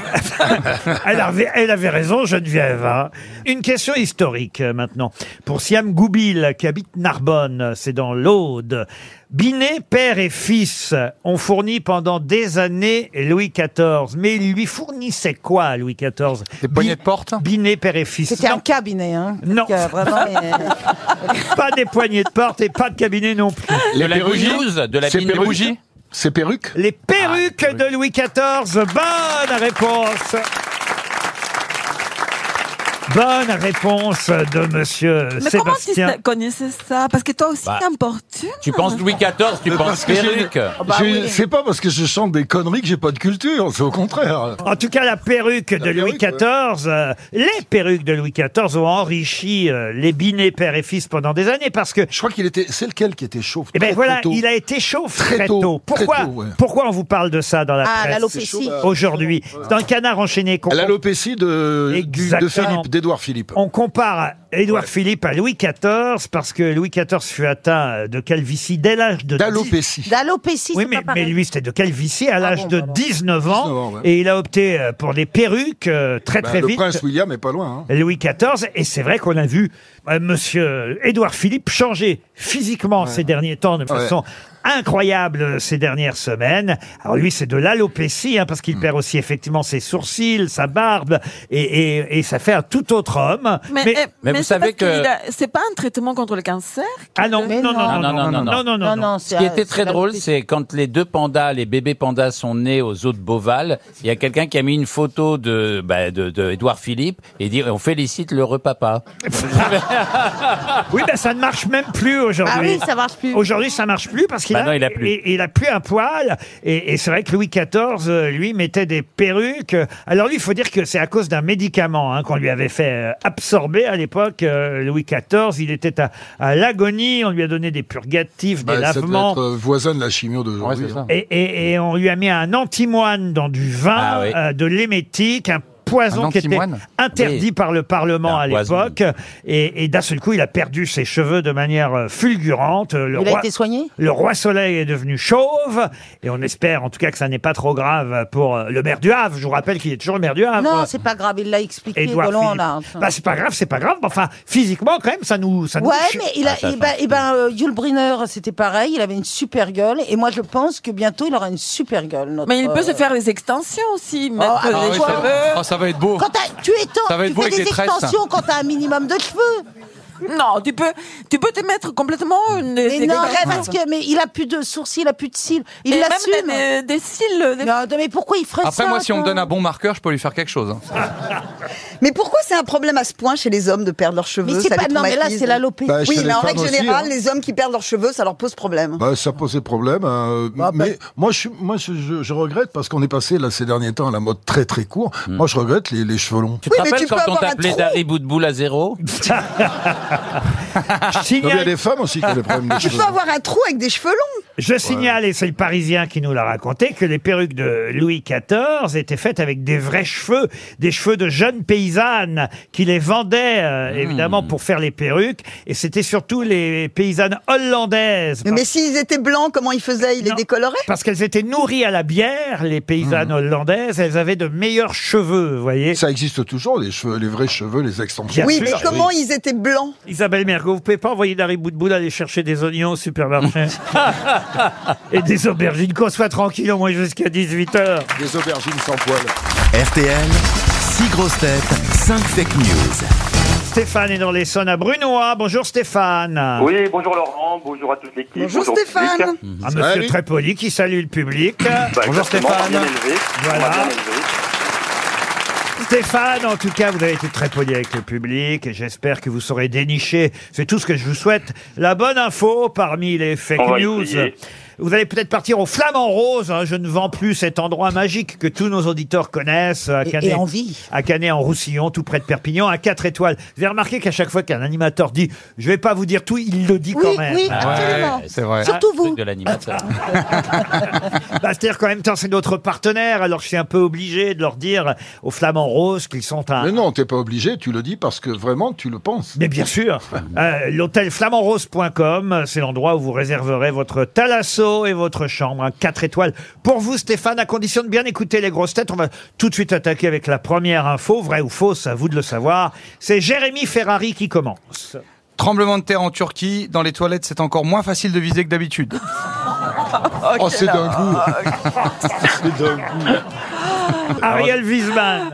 Speaker 2: elle, avait, elle avait raison, Geneviève. hein. Une question historique euh, maintenant pour Siam Goubil qui habite Narbonne, c'est dans l'Aude. Binet, père et fils, ont fourni pendant des années Louis XIV. Mais il lui fournissait quoi, à Louis XIV Des poignées de porte Binet, père et fils.
Speaker 4: C'était
Speaker 2: Non,
Speaker 4: un cabinet, hein.
Speaker 2: Non.
Speaker 4: Parce que, vraiment, mais, euh,
Speaker 2: pas des poignées de porte et pas de cabinet non plus.
Speaker 3: De la bouillouse, de la bine de bougie
Speaker 7: Ces perruques
Speaker 2: Les
Speaker 3: Ah,
Speaker 2: perruques de Louis XIV. Bonne réponse. Bonne réponse de monsieur
Speaker 8: Mais comment tu
Speaker 2: Sébastien.
Speaker 8: sais- connaissais ça Parce que toi aussi,
Speaker 2: Bah,
Speaker 8: t'importunes.
Speaker 3: Tu penses Louis XIV, tu
Speaker 7: Mais
Speaker 3: penses
Speaker 7: Euh, parce que j'ai-
Speaker 3: perruque.
Speaker 4: Ah, bah
Speaker 7: j'ai- C'est pas parce que je chante des conneries que j'ai pas de culture, c'est au contraire.
Speaker 2: En tout cas, la perruque de Louis XIV, euh, les perruques de Louis XIV ont enrichi euh, les binets père et fils pendant des années parce que.
Speaker 7: Je crois qu'il était. C'est lequel qui était chauve
Speaker 2: Eh ben
Speaker 7: très,
Speaker 2: voilà,
Speaker 7: très tôt
Speaker 2: il a été chauve très,
Speaker 7: Très
Speaker 2: tôt.
Speaker 7: tôt, très
Speaker 2: Pourquoi
Speaker 7: tôt, ouais.
Speaker 2: Pourquoi on vous parle de ça dans la
Speaker 4: Ah,
Speaker 2: presse
Speaker 4: l'alopécie.
Speaker 2: aujourd'hui Dans le canard enchaîné. qu'on-
Speaker 7: L'alopécie de, euh, du- de
Speaker 2: Exactement.
Speaker 7: Philippe, d'Édouard Philippe.
Speaker 2: On compare Édouard Philippe à Louis XIV parce que Louis XIV fut atteint de calvitie dès l'âge de
Speaker 7: d'alopécie.
Speaker 4: D'alopécie,
Speaker 2: Oui,
Speaker 4: c'est
Speaker 2: mais,
Speaker 4: pas
Speaker 2: mais
Speaker 4: pareil. Ah
Speaker 2: lui, c'était de calvitie à l'âge
Speaker 4: bon, bah
Speaker 2: de
Speaker 4: pardon.
Speaker 2: 19 ans.
Speaker 7: 19 ans, ouais.
Speaker 2: Et il a opté euh, pour des perruques euh, très,
Speaker 7: Bah,
Speaker 2: très
Speaker 7: le
Speaker 2: vite.
Speaker 7: prince William est pas loin. hein.
Speaker 2: Louis XIV, et c'est vrai qu'on a vu euh, Monsieur Édouard Philippe changer physiquement ces derniers temps de
Speaker 7: Ouais.
Speaker 2: façon incroyable euh, ces dernières semaines. Alors lui, c'est de l'alopécie, hein, parce qu'il perd aussi effectivement ses sourcils, sa barbe, et, et- et ça fait un tout autre homme.
Speaker 8: Mais, eh, mais
Speaker 3: vous
Speaker 8: c'est
Speaker 3: savez
Speaker 8: parce qu'il
Speaker 3: que-
Speaker 8: a- C'est pas un traitement contre le cancer
Speaker 2: Ah non,
Speaker 4: Mais
Speaker 2: non, non, non, non, non, non, non, non, non.
Speaker 4: c'est
Speaker 3: Ce qui
Speaker 4: un-
Speaker 3: était
Speaker 4: c'est
Speaker 3: très drôle,
Speaker 4: l'alopécie.
Speaker 3: c'est quand les deux pandas, les bébés pandas sont nés aux eaux de Beauval, il y a quelqu'un qui a mis une photo de, bah, de, de Édouard Philippe et dit on félicite le repapa.
Speaker 2: Oui, ben ça ne marche même plus aujourd'hui.
Speaker 4: Ah oui, ça marche plus.
Speaker 2: Aujourd'hui, ça marche plus parce qu'il
Speaker 3: Bah
Speaker 2: a,
Speaker 3: non, il a plus.
Speaker 2: et- il a plus un poil. Et, et c'est vrai que Louis XIV, euh, lui, mettait des perruques. Alors lui, il faut dire que c'est à cause d'un médicament hein, qu'on lui avait fait euh, absorber à l'époque. euh, Louis XIV, il était à, à l'agonie. On lui a donné des purgatifs, des
Speaker 7: Bah, ça doit
Speaker 2: lavements.
Speaker 7: être euh, voisin de la chimio d'aujourd'hui. hein.
Speaker 2: Et, et- et on lui a mis un antimoine dans du vin,
Speaker 3: Ah oui.
Speaker 2: euh, de l'émétique, un poison
Speaker 6: Un
Speaker 2: qui était
Speaker 6: antimoine
Speaker 2: interdit
Speaker 3: Oui.
Speaker 2: par le Parlement
Speaker 3: Un
Speaker 2: à
Speaker 3: poison.
Speaker 2: l'époque. Et, et d'un seul coup, il a perdu ses cheveux de manière euh, fulgurante. Euh, Le
Speaker 4: Il a
Speaker 2: roi,
Speaker 4: été soigné
Speaker 2: le roi Soleil est devenu chauve. Et on espère en tout cas que ça n'est pas trop grave pour euh, le maire du Havre. Je vous rappelle qu'il est toujours le maire du Havre.
Speaker 4: Non, c'est pas grave, il l'a expliqué de
Speaker 2: Édouard
Speaker 4: long en
Speaker 2: Philippe.
Speaker 4: large.
Speaker 2: Bah, c'est pas grave, c'est pas grave. mais Enfin, physiquement, quand même, ça nous. Ça nous
Speaker 4: Ouais,
Speaker 2: ch-
Speaker 4: mais il a,
Speaker 3: Ah, ça,
Speaker 4: eh ben,
Speaker 3: ça.
Speaker 4: eh ben, euh, Yul Brynner, c'était pareil, il avait une super gueule, et moi je pense que bientôt il aura une super gueule. notre-
Speaker 8: Mais il peut se
Speaker 4: euh,
Speaker 8: faire des extensions aussi, mettre
Speaker 4: ah,
Speaker 8: des
Speaker 4: oui,
Speaker 8: cheveux.
Speaker 4: ça-
Speaker 6: Oh, ça va être beau.
Speaker 4: Quand t'as- tu étends,
Speaker 6: Ça va être
Speaker 4: tu
Speaker 6: beau
Speaker 4: fais
Speaker 6: avec
Speaker 4: des
Speaker 6: les tresses.
Speaker 4: extensions quand t'as un minimum de cheveux.
Speaker 8: Non, tu peux, tu peux te mettre complètement une.
Speaker 4: Mais non, ouais, parce que mais il a plus de sourcils, il a plus de cils, il
Speaker 8: Il même
Speaker 4: l'assume.
Speaker 8: des, euh, des cils. des-
Speaker 4: Non, mais pourquoi il ferait ça
Speaker 6: Après, moi, si on me
Speaker 4: toi
Speaker 6: donne un bon marqueur, je peux lui faire quelque chose. hein.
Speaker 5: Mais pourquoi c'est un problème à ce point chez les hommes de perdre leurs cheveux
Speaker 4: Mais c'est
Speaker 5: ça
Speaker 4: pas
Speaker 5: les
Speaker 4: non, mais là
Speaker 5: traumatise
Speaker 4: c'est l'alopécie.
Speaker 7: Bah,
Speaker 5: Oui,
Speaker 7: Chez les
Speaker 5: mais en règle
Speaker 7: femmes aussi,
Speaker 5: générale,
Speaker 7: hein.
Speaker 5: les hommes qui perdent leurs cheveux, ça leur pose problème.
Speaker 7: Bah, ça posait problème. hein.
Speaker 5: Bah, ben-
Speaker 7: mais moi, je, suis- moi je, je- je regrette parce qu'on est passé là, ces derniers temps à la mode très très court. Moi, je regrette les, les cheveux longs.
Speaker 3: Hmm. Tu
Speaker 5: Oui,
Speaker 3: te
Speaker 5: mais
Speaker 3: rappelles
Speaker 5: tu peux
Speaker 3: quand on
Speaker 5: avoir un
Speaker 3: t'appelait
Speaker 5: trou.
Speaker 3: Dari Boudboul à zéro
Speaker 7: Non,
Speaker 2: Je
Speaker 7: mais
Speaker 2: signale-
Speaker 7: Il y a des femmes aussi qui ont des problèmes de
Speaker 5: Tu
Speaker 7: cheveux.
Speaker 5: peux avoir un trou avec des cheveux longs.
Speaker 2: Je signale, et c'est le Parisien qui nous l'a raconté, que les perruques de Louis XIV étaient faites avec des vrais cheveux, des cheveux de jeunes paysannes qui les vendaient, euh, évidemment, pour faire les perruques. Et c'était surtout les paysannes hollandaises.
Speaker 5: Mais s'ils étaient blancs, comment ils faisaient Ils les
Speaker 2: Non.
Speaker 5: décoloraient
Speaker 2: Parce qu'elles étaient nourries à la bière, les paysannes hollandaises, elles avaient de meilleurs cheveux, vous voyez.
Speaker 7: Ça existe toujours, les, cheveux, les vrais cheveux, les extensions.
Speaker 2: Bien
Speaker 5: Oui,
Speaker 2: sûr.
Speaker 5: mais comment ils étaient blancs
Speaker 2: Isabelle Mergo, vous pouvez pas envoyer Dari Boudboul aller chercher des oignons au supermarché et des aubergines, qu'on soit tranquille au moins jusqu'à 18h.
Speaker 7: Des aubergines sans poils.
Speaker 1: RTL, 6 grosses têtes, 5 fake news.
Speaker 2: Stéphane est dans l'Essonne à Brunois. Bonjour Stéphane.
Speaker 11: Oui, bonjour Laurent, bonjour à toute l'équipe.
Speaker 5: Bonjour
Speaker 11: au
Speaker 5: Stéphane.
Speaker 11: public.
Speaker 14: Ah,
Speaker 2: Un Ah, monsieur
Speaker 7: Salut.
Speaker 2: très poli qui salue le public.
Speaker 11: Bah,
Speaker 2: Bonjour
Speaker 11: exactement, on va
Speaker 2: Stéphane.
Speaker 11: bien élever, on va
Speaker 2: Voilà.
Speaker 11: bien élever.
Speaker 2: Stéphane, en tout cas, vous avez été très poli avec le public et j'espère que vous saurez dénicher, c'est tout ce que je vous souhaite, la bonne info parmi les fake
Speaker 14: On va
Speaker 2: news.
Speaker 14: essayer.
Speaker 2: Vous allez peut-être partir au Flamand Rose. hein, je ne vends plus cet endroit magique que tous nos auditeurs connaissent à
Speaker 4: Et- et
Speaker 2: Canet,
Speaker 4: envie.
Speaker 2: à Canet en Roussillon, tout près de Perpignan, à 4 étoiles. Vous avez remarqué qu'à chaque fois qu'un animateur dit « je vais pas vous dire tout », il le dit
Speaker 4: Oui,
Speaker 2: quand même.
Speaker 4: oui, Ah ouais, absolument.
Speaker 3: c'est vrai. Surtout Le truc vous. de l'animateur.
Speaker 2: Bah, C'est-à-dire qu'en même temps, c'est notre partenaire, alors je suis un peu obligé de leur dire aux Flamands Roses qu'ils sont un...
Speaker 7: Mais non, t'es pas obligé, tu le dis parce que vraiment tu le penses.
Speaker 2: Mais bien sûr, euh, l'hôtel flamandrose.com, c'est l'endroit où vous réserverez votre thalasso et votre chambre, 4 étoiles. Pour vous, Stéphane, à condition de bien écouter les grosses têtes, on va tout de suite attaquer avec la première info, vraie ou fausse, à vous de le savoir. C'est Jérémy Ferrari qui commence.
Speaker 6: Tremblement de terre en Turquie, dans les toilettes, c'est encore moins facile de viser que d'habitude.
Speaker 7: Oh, c'est d'un goût.
Speaker 4: euh,
Speaker 6: c'est d'un
Speaker 2: Ariel Wiesman.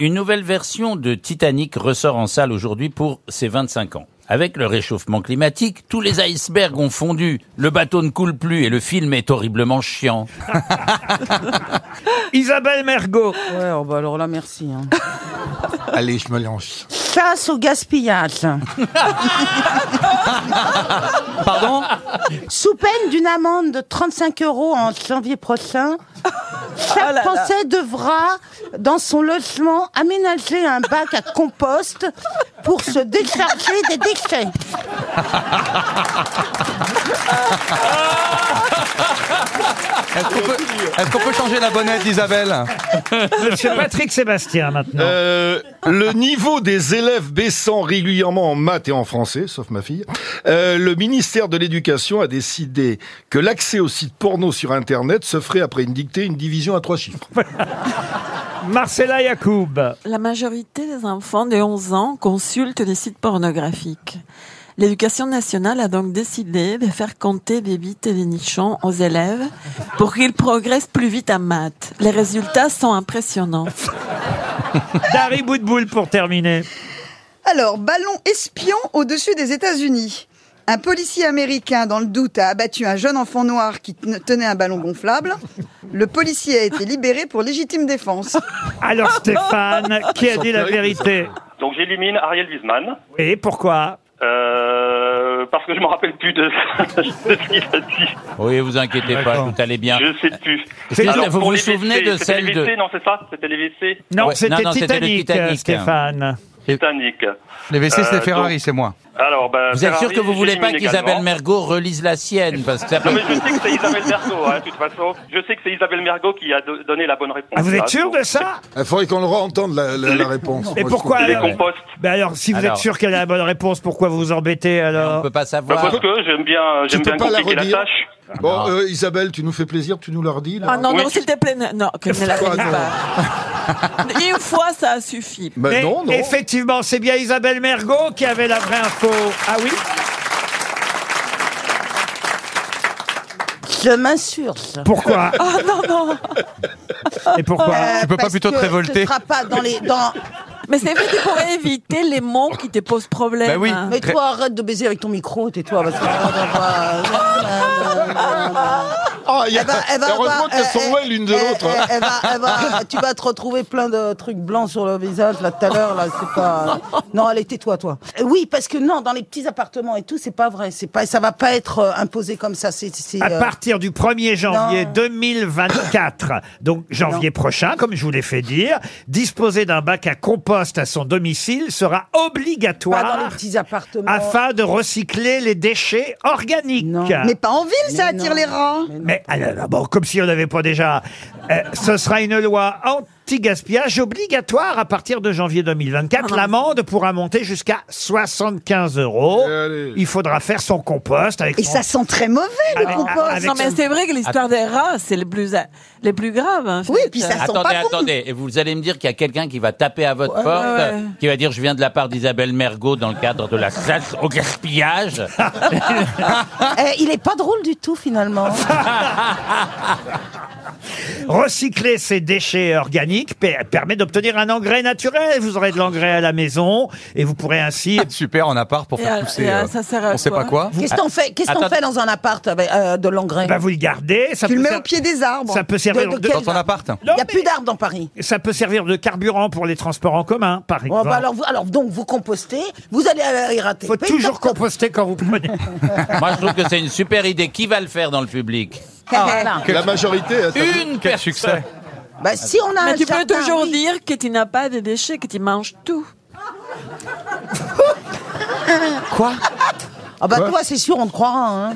Speaker 3: Une nouvelle version de Titanic ressort en salle aujourd'hui pour ses 25 ans. Avec le réchauffement climatique, tous les icebergs ont fondu, le bateau ne coule plus et le film est horriblement chiant.
Speaker 2: Isabelle Mergot.
Speaker 4: Ouais, oh, bah alors là, merci. hein.
Speaker 7: Allez, je me lance.
Speaker 4: Chasse au gaspillage.
Speaker 6: Pardon
Speaker 4: Sous peine d'une amende de 35 euros en janvier prochain, chaque
Speaker 8: là là.
Speaker 4: Français devra, dans son logement, aménager un bac à compost pour se décharger des déchets.
Speaker 6: Est-ce qu'on peut, est-ce qu'on peut changer la bonnette, Isabelle
Speaker 2: Monsieur Patrick Sébastien, maintenant.
Speaker 7: Euh, le niveau des élèves baissant régulièrement en maths et en français, sauf ma fille, euh, le ministère de l'Éducation a décidé que l'accès aux sites porno sur Internet se ferait après une dictée, une division à trois chiffres.
Speaker 2: Marcella Yacoub.
Speaker 8: La majorité des enfants de 11 ans consultent des sites pornographiques. L'éducation nationale a donc décidé de faire compter des bites et des nichons aux élèves pour qu'ils progressent plus vite à maths. Les résultats sont impressionnants.
Speaker 2: Dari Boudboul pour terminer.
Speaker 5: Alors, ballon espion au-dessus des États-Unis. Un policier américain, dans le doute, a abattu un jeune enfant noir qui ten- tenait un ballon gonflable. Le policier a été libéré pour légitime défense.
Speaker 2: Alors Stéphane, qui a dit la vérité
Speaker 14: Donc j'élimine Ariel Wiesman.
Speaker 2: Et pourquoi
Speaker 14: euh, parce que je me rappelle plus de, de ce qu'il a dit.
Speaker 3: Oui, vous inquiétez pas, tout allait bien.
Speaker 14: Je sais plus.
Speaker 3: C'est-
Speaker 14: Alors,
Speaker 3: vous
Speaker 14: pour
Speaker 3: vous
Speaker 14: les
Speaker 3: souvenez
Speaker 14: WC,
Speaker 3: de
Speaker 14: c'était
Speaker 3: celle
Speaker 14: les
Speaker 3: de-
Speaker 14: WC, Non, c'est ça C'était les WC
Speaker 2: Non,
Speaker 3: Ah ouais,
Speaker 2: c'était
Speaker 3: non, non, c'était le
Speaker 2: Titanic,
Speaker 3: Titanic.
Speaker 2: Stéphane.
Speaker 14: Titanic.
Speaker 6: Les WC,
Speaker 14: Euh,
Speaker 6: c'est Ferrari,
Speaker 14: donc-
Speaker 6: c'est moi.
Speaker 14: Alors, bah,
Speaker 3: Vous êtes sûr
Speaker 14: Ferrari,
Speaker 3: que vous voulez pas
Speaker 14: j'élimine également.
Speaker 3: qu'Isabelle Mergot relise la sienne parce que ça
Speaker 14: Non, mais je sais que c'est Isabelle Mergot, hein, de toute façon. Je sais que c'est Isabelle Mergot qui a do- donné la bonne réponse. Hein,
Speaker 2: Ah, vous
Speaker 14: là,
Speaker 2: êtes sûr
Speaker 14: donc.
Speaker 2: de ça
Speaker 7: Il faudrait qu'on le entende la, la- la réponse.
Speaker 2: Et
Speaker 7: Moi,
Speaker 2: pourquoi
Speaker 7: je trouve-
Speaker 2: alors Ben alors, si vous
Speaker 7: Alors.
Speaker 2: êtes sûr qu'elle a la bonne réponse, pourquoi vous vous embêtez alors On peut
Speaker 3: pas
Speaker 14: Bah, parce que j'aime bien,
Speaker 7: Tu
Speaker 14: j'aime
Speaker 7: peux
Speaker 14: bien
Speaker 7: pas la
Speaker 14: compliquer la,
Speaker 7: redire
Speaker 14: tâche. Ah.
Speaker 7: Bon,
Speaker 14: Non.
Speaker 7: euh, Isabelle, tu nous fais plaisir, tu nous la redis. là
Speaker 8: Ah non,
Speaker 7: Oui.
Speaker 8: non, s'il te plaît, ne- non, que ne la
Speaker 7: Quoi,
Speaker 8: faites
Speaker 7: non
Speaker 8: pas. Une fois, ça a suffi.
Speaker 7: Mais non, non.
Speaker 2: Effectivement, c'est bien Isabelle Mergot qui avait la vraie info. Ah oui
Speaker 4: Je m'insurge.
Speaker 2: Pourquoi
Speaker 4: Oh non, non Euh,
Speaker 2: Et pourquoi
Speaker 6: Tu peux pas plutôt te révolter
Speaker 4: pas dans les... Dans...
Speaker 8: Mais c'est vrai, tu pourrais éviter les mots qui te posent problème.
Speaker 7: Ben
Speaker 6: Bah oui.
Speaker 4: Mais
Speaker 6: Très-
Speaker 4: toi, arrête de baiser avec ton micro, tais-toi. Parce que...
Speaker 7: Ah, il y a-
Speaker 4: Eh ben, eh ben,
Speaker 7: heureusement
Speaker 4: bah,
Speaker 7: qu'elles
Speaker 4: eh,
Speaker 7: sont ouais l'une de
Speaker 4: eh,
Speaker 7: l'autre. hein.
Speaker 4: eh, eh ben, eh ben, tu vas te retrouver plein de trucs blancs sur le visage là tout à l'heure là, c'est pas. Non, allez tais-toi toi. Euh, Oui, parce que non, dans les petits appartements et tout, c'est pas vrai, c'est pas, ça va pas être euh, imposé comme ça. C'est, c'est,
Speaker 2: À
Speaker 4: euh,
Speaker 2: partir du 1er janvier
Speaker 4: Non.
Speaker 2: 2024, donc janvier prochain, comme je vous l'ai fait dire, disposer d'un bac à compost à son domicile sera
Speaker 4: pas dans les
Speaker 2: obligatoire
Speaker 4: petits appartements.
Speaker 2: afin de recycler les déchets organiques.
Speaker 5: Mais pas en ville, ça attire les rats.
Speaker 2: Mais ah là là, bon, comme si on n'avait pas déjà. Euh, ce sera une loi anti-gaspillage obligatoire à partir de janvier 2024. L'amende pourra monter jusqu'à 75 euros. Il faudra faire son compost avec
Speaker 5: Et
Speaker 2: son-
Speaker 5: ça sent très mauvais, le
Speaker 2: Avec-
Speaker 5: compost.
Speaker 2: avec
Speaker 8: Non, mais c'est vrai que l'histoire des rats, c'est les plus, les plus graves. hein,
Speaker 5: Oui,
Speaker 8: fait.
Speaker 5: puis ça sent
Speaker 3: attendez,
Speaker 5: pas bon.
Speaker 3: attendez, et vous allez me dire qu'il y a quelqu'un qui va taper à votre
Speaker 8: Ouais,
Speaker 3: porte,
Speaker 8: ouais, ouais.
Speaker 3: qui va dire je viens de la part d'Isabelle Mergot dans le cadre de la chasse au gaspillage.
Speaker 4: Eh, il est pas drôle du tout finalement.
Speaker 2: Recycler ses déchets organiques per- permet d'obtenir un engrais naturel. Vous aurez de l'engrais à la maison et vous pourrez ainsi Ah. être
Speaker 6: super en appart pour
Speaker 4: Et faire à- pousser, et à- euh, ça sert à on sait quoi pas quoi. Qu'est-ce qu'on fait- qu'est-ce qu'on Attends. fait dans un appart avec, de l'engrais
Speaker 2: Bah vous le gardez. Ça
Speaker 4: Tu le
Speaker 2: peut
Speaker 4: mets
Speaker 2: ser-
Speaker 4: au pied des arbres.
Speaker 2: Ça peut servir
Speaker 4: De- de quels Dans ton arbres
Speaker 6: appart.
Speaker 4: Il n'y a plus d'arbres dans Paris.
Speaker 2: Ça peut servir de carburant pour les transports en commun, par exemple.
Speaker 4: Bon, bah, alors, vous- alors, donc, vous compostez, vous allez euh, à la RATP.
Speaker 2: Faut toujours composter quand vous prenez.
Speaker 3: Moi, je trouve que c'est une super idée. Qui va le faire dans le public
Speaker 5: Ah,
Speaker 4: Voilà.
Speaker 7: La majorité. hein, t'as vu
Speaker 3: Une Quel
Speaker 7: succès.
Speaker 4: Bah, si on a
Speaker 8: Mais
Speaker 4: un
Speaker 8: tu peux
Speaker 4: jardin,
Speaker 8: toujours
Speaker 4: oui.
Speaker 8: dire que tu n'as pas de déchets, que tu manges tout.
Speaker 4: Quoi Ah bah
Speaker 2: Quoi Ah,
Speaker 4: toi, c'est sûr, on te croira. hein.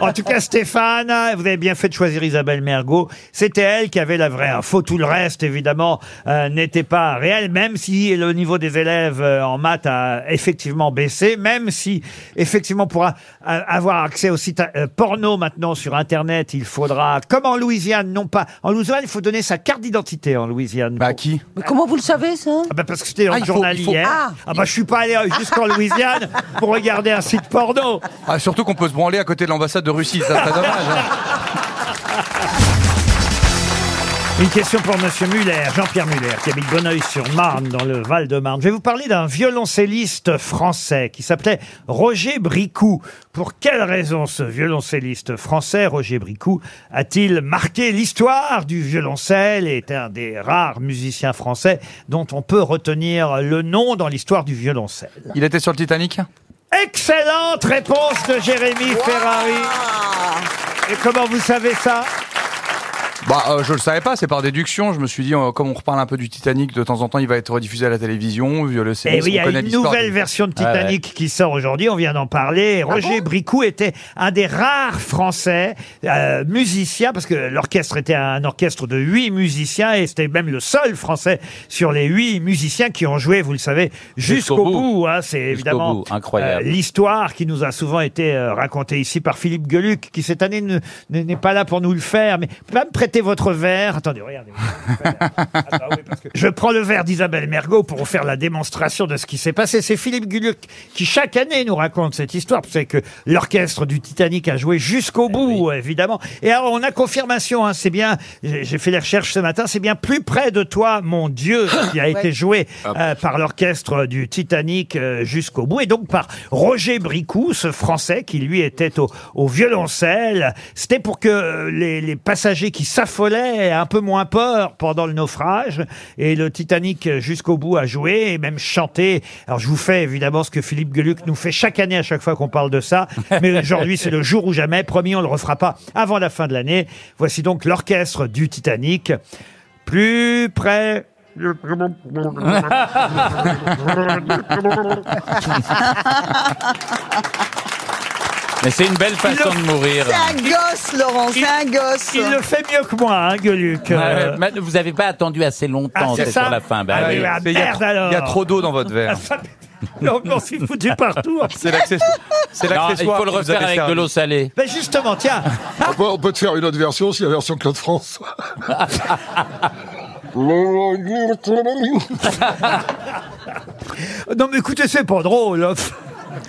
Speaker 2: En tout cas, Stéphane, vous avez bien fait de choisir Isabelle Mergot. C'était elle qui avait la vraie info. Tout le reste, évidemment, euh, n'était pas réel, même si le niveau des élèves euh, en maths a effectivement baissé, même si, effectivement, pour a- a- avoir accès au site euh, porno maintenant sur Internet, il faudra, comme en Louisiane, non pas... En Louisiane, il faut donner sa carte d'identité en Louisiane. Bah, qui
Speaker 4: Mais comment vous le savez, ça
Speaker 2: ah bah parce que c'était dans
Speaker 4: Ah,
Speaker 2: le
Speaker 4: il faut-
Speaker 2: journal
Speaker 4: il faut-
Speaker 2: hier.
Speaker 4: Ah.
Speaker 2: Ah. bah je suis pas allé jusqu'en Louisiane pour regarder un site porno.
Speaker 6: Ah, surtout qu'on peut se branler à côté de l'ambassade de Russie, ça serait dommage. hein.
Speaker 2: Une question pour Monsieur Muller, Jean-Pierre Muller, qui habite Bonneuil-sur-Marne, dans le Val-de-Marne. Je vais vous parler d'un violoncelliste français qui s'appelait Roger Bricou. Pour quelle raison ce violoncelliste français, Roger Bricou, a-t-il marqué l'histoire du violoncelle et est un des rares musiciens français dont on peut retenir le nom dans l'histoire du violoncelle
Speaker 6: Il était sur le Titanic
Speaker 2: Excellente réponse de Jérémy Ferrari. Et comment vous savez ça
Speaker 6: Bah, euh, je le savais pas, c'est par déduction. Je me suis dit, euh, comme on reparle un peu du Titanic, de temps en temps, il va être rediffusé à la télévision, vu le
Speaker 2: Et
Speaker 6: série,
Speaker 2: Eh oui, il y
Speaker 6: on
Speaker 2: a
Speaker 6: connaît
Speaker 2: une
Speaker 6: l'histoire
Speaker 2: nouvelle
Speaker 6: du-
Speaker 2: version de
Speaker 6: Ah ouais.
Speaker 2: Titanic qui sort aujourd'hui, on vient d'en parler. Roger Bricou était un des rares Français euh, musiciens, parce que l'orchestre était un orchestre de huit musiciens, et c'était même le seul Français sur les huit musiciens qui ont joué, vous le savez, jusqu'au
Speaker 3: Jusqu'au
Speaker 2: bout. hein. C'est évidemment
Speaker 3: bout, incroyable.
Speaker 2: euh, l'histoire qui nous a souvent été euh, racontée ici par Philippe Geluc, qui cette année ne- ne- n'est pas là pour nous le faire. Mais vous pouvez pas me prêter votre verre. Attendez, regardez. Ah, bah Je prends le verre d'Isabelle Mergot pour vous faire la démonstration de ce qui s'est passé. C'est Philippe Guluc qui, chaque année, nous raconte cette histoire. C'est que l'orchestre du Titanic a joué jusqu'au bout, évidemment. Et alors, on a confirmation, hein, c'est bien, j'ai j'ai fait les recherches ce matin, c'est bien plus près de toi, mon Dieu, qui a
Speaker 15: Ouais.
Speaker 2: été joué euh, par l'orchestre du Titanic euh, jusqu'au bout. Et donc, par Roger Bricou, ce Français qui, lui, était au, au violoncelle. C'était pour que euh, les, les passagers qui s'affolaient aient un peu moins peur pendant le naufrage. Et le Titanic euh, jusqu'au bout a joué et même chanté. Alors je vous fais évidemment ce que Philippe Geluc nous fait chaque année à chaque fois qu'on parle de ça. Mais aujourd'hui c'est le jour ou jamais. Promis, on le refera pas avant la fin de l'année. Voici donc l'orchestre du Titanic. Plus près.
Speaker 3: Mais c'est une belle façon
Speaker 2: Il
Speaker 3: de mourir.
Speaker 5: C'est un gosse, Laurent, c'est un gosse.
Speaker 2: Il le fait mieux que moi, hein, Gueuluc.
Speaker 3: Ouais, mais vous n'avez pas attendu assez longtemps,
Speaker 2: Ah, c'est
Speaker 3: c'est
Speaker 2: ça
Speaker 3: sur la fin. Bah
Speaker 2: Ah
Speaker 3: oui.
Speaker 2: oui, ah,
Speaker 6: Il y a-
Speaker 2: merde, alors. Oh,
Speaker 6: il y a trop d'eau dans votre verre.
Speaker 2: hein. Non, mais on s'est foutu partout.
Speaker 6: C'est l'accessoire. C'est
Speaker 3: Non,
Speaker 6: l'accessoire.
Speaker 3: il faut
Speaker 6: qui
Speaker 3: le
Speaker 6: vous a
Speaker 3: refaire avec
Speaker 6: desservi.
Speaker 3: de l'eau salée.
Speaker 2: Ben justement, tiens.
Speaker 7: on, peut, on peut te faire une autre version aussi, la version Claude François.
Speaker 2: Non, mais écoutez, c'est pas drôle. hein.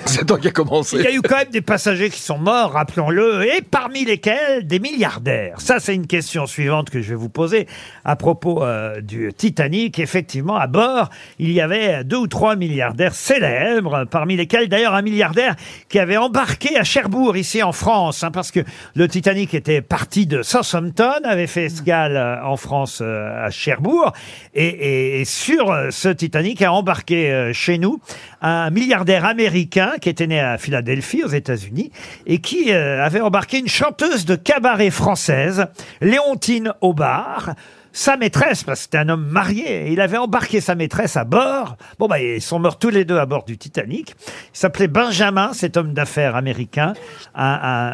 Speaker 7: C'est toi qui as commencé.
Speaker 2: Il y a eu quand même des passagers qui sont morts, rappelons-le, et parmi lesquels des milliardaires. Ça, c'est une question suivante que je vais vous poser à propos euh, du Titanic. Effectivement, à bord, il y avait deux ou trois milliardaires célèbres, parmi lesquels d'ailleurs un milliardaire qui avait embarqué à Cherbourg, ici en France, hein, parce que le Titanic était parti de Southampton, avait fait escale euh, en France euh, à Cherbourg, et, et- et sur euh, ce Titanic a embarqué euh, chez nous un milliardaire américain qui était né à Philadelphie, aux États-Unis, et qui euh, avait embarqué une chanteuse de cabaret française, Léontine Aubard. Sa maîtresse, parce que c'était un homme marié, et il avait embarqué sa maîtresse à bord. Bon, bah, ils sont morts tous les deux à bord du Titanic. Il s'appelait Benjamin, cet homme d'affaires américain, un,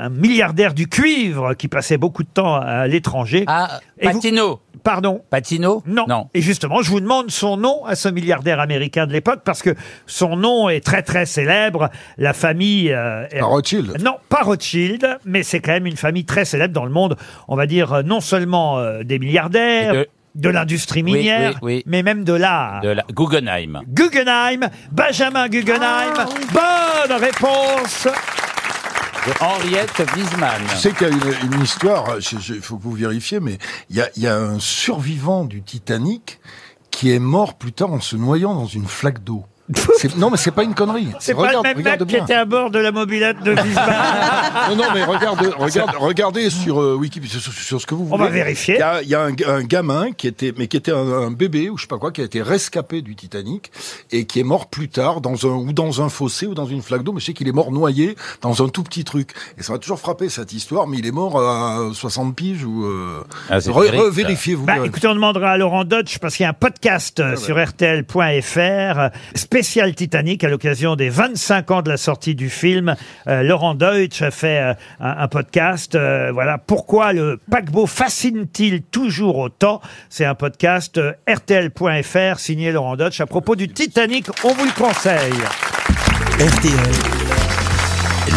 Speaker 2: un milliardaire du cuivre qui passait beaucoup de temps à l'étranger. Ah,
Speaker 3: Patino.
Speaker 2: Pardon
Speaker 3: Patino
Speaker 2: non. Et justement, je vous demande son nom à ce milliardaire américain de l'époque parce que son nom est très très célèbre. La famille euh, est-
Speaker 7: Rothschild.
Speaker 2: Non, pas Rothschild, mais c'est quand même une famille très célèbre dans le monde. On va dire euh, non seulement euh, des milliardaires,
Speaker 3: Et
Speaker 2: de,
Speaker 3: de-
Speaker 2: l'industrie
Speaker 3: Oui,
Speaker 2: minière,
Speaker 3: oui, oui.
Speaker 2: mais même de l'art.
Speaker 3: De la... Guggenheim.
Speaker 2: Guggenheim, Benjamin Guggenheim. Bonne réponse
Speaker 3: Henriette Wiesmann.
Speaker 7: Je sais qu'il y a une, une histoire, il faut que vous vérifiez, mais il y a, il y a un survivant du Titanic qui est mort plus tard en se noyant dans une flaque d'eau. C'est- Non, mais c'est pas une connerie.
Speaker 2: C'est pas le
Speaker 7: Regarde-
Speaker 2: même
Speaker 7: regarde
Speaker 2: mec qui
Speaker 7: bien.
Speaker 2: était à bord de la mobilette de Wiesmann.
Speaker 7: Non, non, mais regarde, regarde, regardez sur euh, Wikipédia, sur, sur ce que vous voulez.
Speaker 2: On va vérifier.
Speaker 7: Il y a, il y a un, un gamin qui était, mais qui était un, un bébé ou je sais pas quoi, qui a été rescapé du Titanic et qui est mort plus tard dans un ou dans un fossé ou dans une flaque d'eau. Mais je sais qu'il est mort noyé dans un tout petit truc. Et ça m'a toujours frappé cette histoire. Mais il est mort à 60 piges ou. Euh,
Speaker 3: Ah, c'est
Speaker 7: re-
Speaker 3: terrible, ça.
Speaker 7: revérifiez-vous.
Speaker 2: Bah,
Speaker 7: verrez.
Speaker 2: écoutez, on demandera à Laurent Dodge parce qu'il y a un podcast euh, sur RTL.fr euh, spécial Titanic à l'occasion des 25 ans de la sortie du film. Euh, Laurent Deutsch a fait euh, un, un podcast. euh, voilà pourquoi le paquebot fascine-t-il toujours autant. C'est un podcast euh, RTL.fr signé Laurent Deutsch à propos du Titanic. On vous le conseille.
Speaker 1: RTL,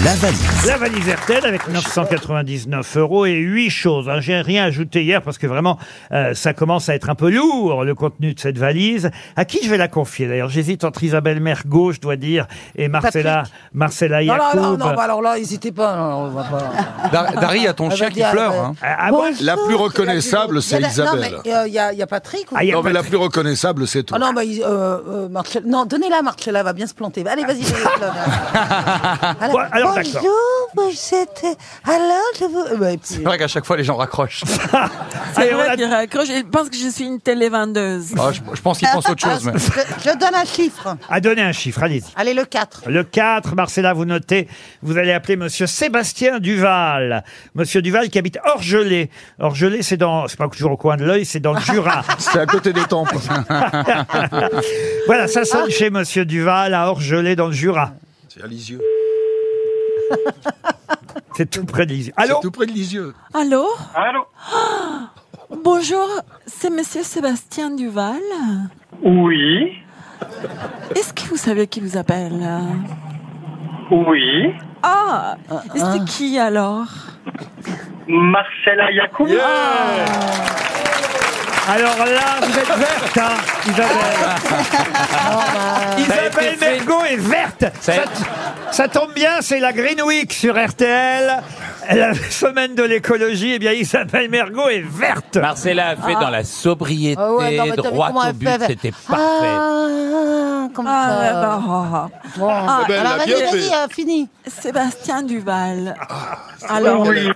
Speaker 1: la valise.
Speaker 2: La valise RTL avec 999 euros et huit choses. hein. J'ai rien ajouté hier parce que vraiment, euh, ça commence à être un peu lourd, le contenu de cette valise. À qui je vais la confier d'ailleurs J'hésite entre Isabelle Mergo, je dois dire, et Marcella, Marcella
Speaker 4: Non, non,
Speaker 2: Yacoub.
Speaker 4: non, non, bah alors là, n'hésitez pas. non, non, on va pas-
Speaker 6: Dar- Dari, a ton
Speaker 4: Elle
Speaker 6: chien
Speaker 4: va
Speaker 6: qui
Speaker 4: dire,
Speaker 6: pleure,
Speaker 4: euh,
Speaker 6: hein.
Speaker 2: Ah, ah
Speaker 4: bonjour,
Speaker 2: bon
Speaker 7: La plus
Speaker 4: il y a du- il
Speaker 7: reconnaissable,
Speaker 4: y a
Speaker 7: c'est
Speaker 4: la-
Speaker 7: Isabelle.
Speaker 4: Non, mais euh, il y, a- il y a Patrick.
Speaker 2: Ah,
Speaker 4: ou-
Speaker 7: non, mais la plus reconnaissable, c'est toi.
Speaker 4: Ah non, bah, il- euh, euh, Marcella- non, donnez-la, Marcella, va bien se planter. Allez, vas-y, donnez-la. Voilà.
Speaker 6: Bon, alors, d'accord.
Speaker 4: Bonjour, moi, j'étais- Alors, je vous. euh, bah, et puis-
Speaker 6: C'est vrai qu'à chaque fois, les gens raccrochent.
Speaker 8: C'est vrai qu'il raccroche. Il pense que je suis une télévendeuse.
Speaker 6: Ah, je, je pense qu'ils pensent autre chose, mais.
Speaker 4: Je donne un chiffre.
Speaker 2: À donner un chiffre, allez-y.
Speaker 4: Allez, le 4.
Speaker 2: Le 4, Marcella, vous notez, vous allez appeler monsieur Sébastien Duval. Monsieur Duval qui habite Orgelais. Orgelais, c'est dans, c'est pas toujours au coin de l'œil, c'est dans le Jura.
Speaker 7: c'est à côté des temples.
Speaker 2: voilà, ça sonne chez monsieur Duval à Orgelais dans le Jura.
Speaker 7: C'est à Lisieux.
Speaker 2: C'est tout près de Lisieux. Allô
Speaker 7: Tout près de Lisieux.
Speaker 8: Allô Ah,
Speaker 14: Allô
Speaker 8: Bonjour, c'est Monsieur Sébastien Duval.
Speaker 14: Oui.
Speaker 8: Est-ce que vous savez qui vous appelle
Speaker 14: Oui.
Speaker 8: Ah, et c'est qui alors
Speaker 14: Marcella Yacoub.
Speaker 2: Ah. Alors là, vous êtes verte, hein,
Speaker 9: Ah.
Speaker 2: Isabelle. Isabelle Mergo est verte. Ça, t- ça tombe bien, c'est la Green Week sur RTL. La semaine de l'écologie, eh bien Isabelle Mergo est verte.
Speaker 3: Marcella a
Speaker 2: Ah.
Speaker 3: fait dans la sobriété,
Speaker 4: Ah ouais, non, mais t'as vu
Speaker 3: droit
Speaker 4: comment
Speaker 3: au
Speaker 4: elle
Speaker 3: but,
Speaker 4: fait avec-
Speaker 3: c'était parfait.
Speaker 4: Ah, comme
Speaker 8: Ah,
Speaker 4: ça.
Speaker 8: ouais, bah, ah, ah.
Speaker 4: Bon.
Speaker 8: Ah,
Speaker 4: Ben, elle alors, l'a vas-y, bien vas-y, fait. Ah, fini.
Speaker 8: Sébastien Duval. Alors,
Speaker 14: Oui.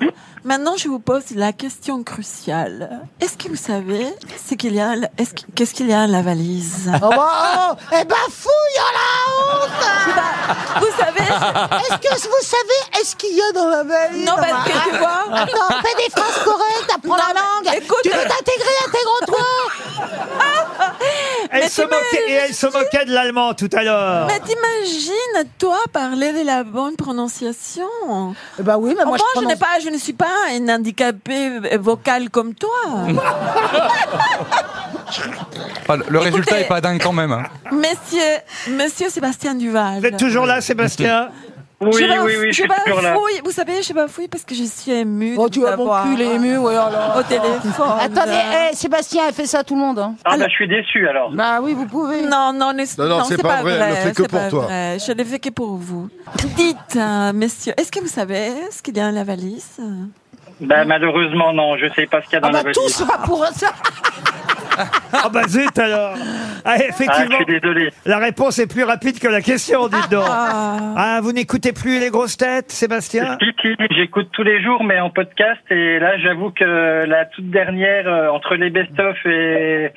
Speaker 8: maintenant, je vous pose la question cruciale. Est-ce que vous savez ce qu'il y a, est-ce que- qu'est-ce qu'il y a à la valise
Speaker 4: Oh, bah, oh, eh ben, fouille, oh la honte
Speaker 8: Vous savez
Speaker 4: Est-ce que vous savez, est-ce qu'il y a dans la Ah, valise
Speaker 8: Non, parce que tu vois-
Speaker 4: Attends, fais des phrases correctes, apprends la langue Tu veux t'intégrer, intègre-toi
Speaker 2: Elle se, moquait, et elle se moquait de l'allemand tout à
Speaker 4: Ah.
Speaker 2: l'heure.
Speaker 8: Mais t'imagines, toi, parler de la bonne prononciation
Speaker 4: Bah oui, mais
Speaker 8: moi,
Speaker 4: moi, je
Speaker 8: je, n'ai pas, je ne suis pas une handicapée vocale comme toi.
Speaker 6: Ah, le le résultat
Speaker 8: Écoutez-
Speaker 6: est pas dingue quand même. hein.
Speaker 8: Monsieur, Monsieur Sébastien Duval.
Speaker 2: Vous êtes toujours là, Sébastien
Speaker 8: bafou- bafouille. Vous savez, je bafouille parce que je suis émue. Oh,
Speaker 4: tu vois, mon cul est ému, ouais, alors.
Speaker 8: Au téléphone.
Speaker 4: Attendez, eh, Sébastien, elle fait ça à tout le monde. Hein.
Speaker 14: Ah, bah, je suis déçu alors.
Speaker 4: Bah oui, vous pouvez.
Speaker 8: Non, non, ne-
Speaker 14: Non, non, c'est
Speaker 8: c'est
Speaker 14: pas
Speaker 8: pas
Speaker 14: vrai, elle le fait que
Speaker 8: c'est
Speaker 14: pour
Speaker 8: pas
Speaker 14: toi.
Speaker 8: vrai. Je l'ai fait que pour vous. Dites, euh, monsieur, est-ce que vous savez ce qu'il y a dans la valise
Speaker 14: Ben, malheureusement, non, je sais pas ce qu'il y a dans
Speaker 4: Ah
Speaker 14: la
Speaker 4: bah
Speaker 14: valise.
Speaker 4: tout sera pour ça
Speaker 2: Ah bah zut alors Ah,
Speaker 14: Ah, je
Speaker 2: Effectivement,
Speaker 14: suis désolé.
Speaker 2: la réponse est plus rapide que la question, dites donc. Ah, vous n'écoutez plus les grosses têtes, Sébastien
Speaker 14: Si, si, J'écoute tous les jours, mais en podcast. Et là, j'avoue que la toute dernière, euh, entre les best-of et,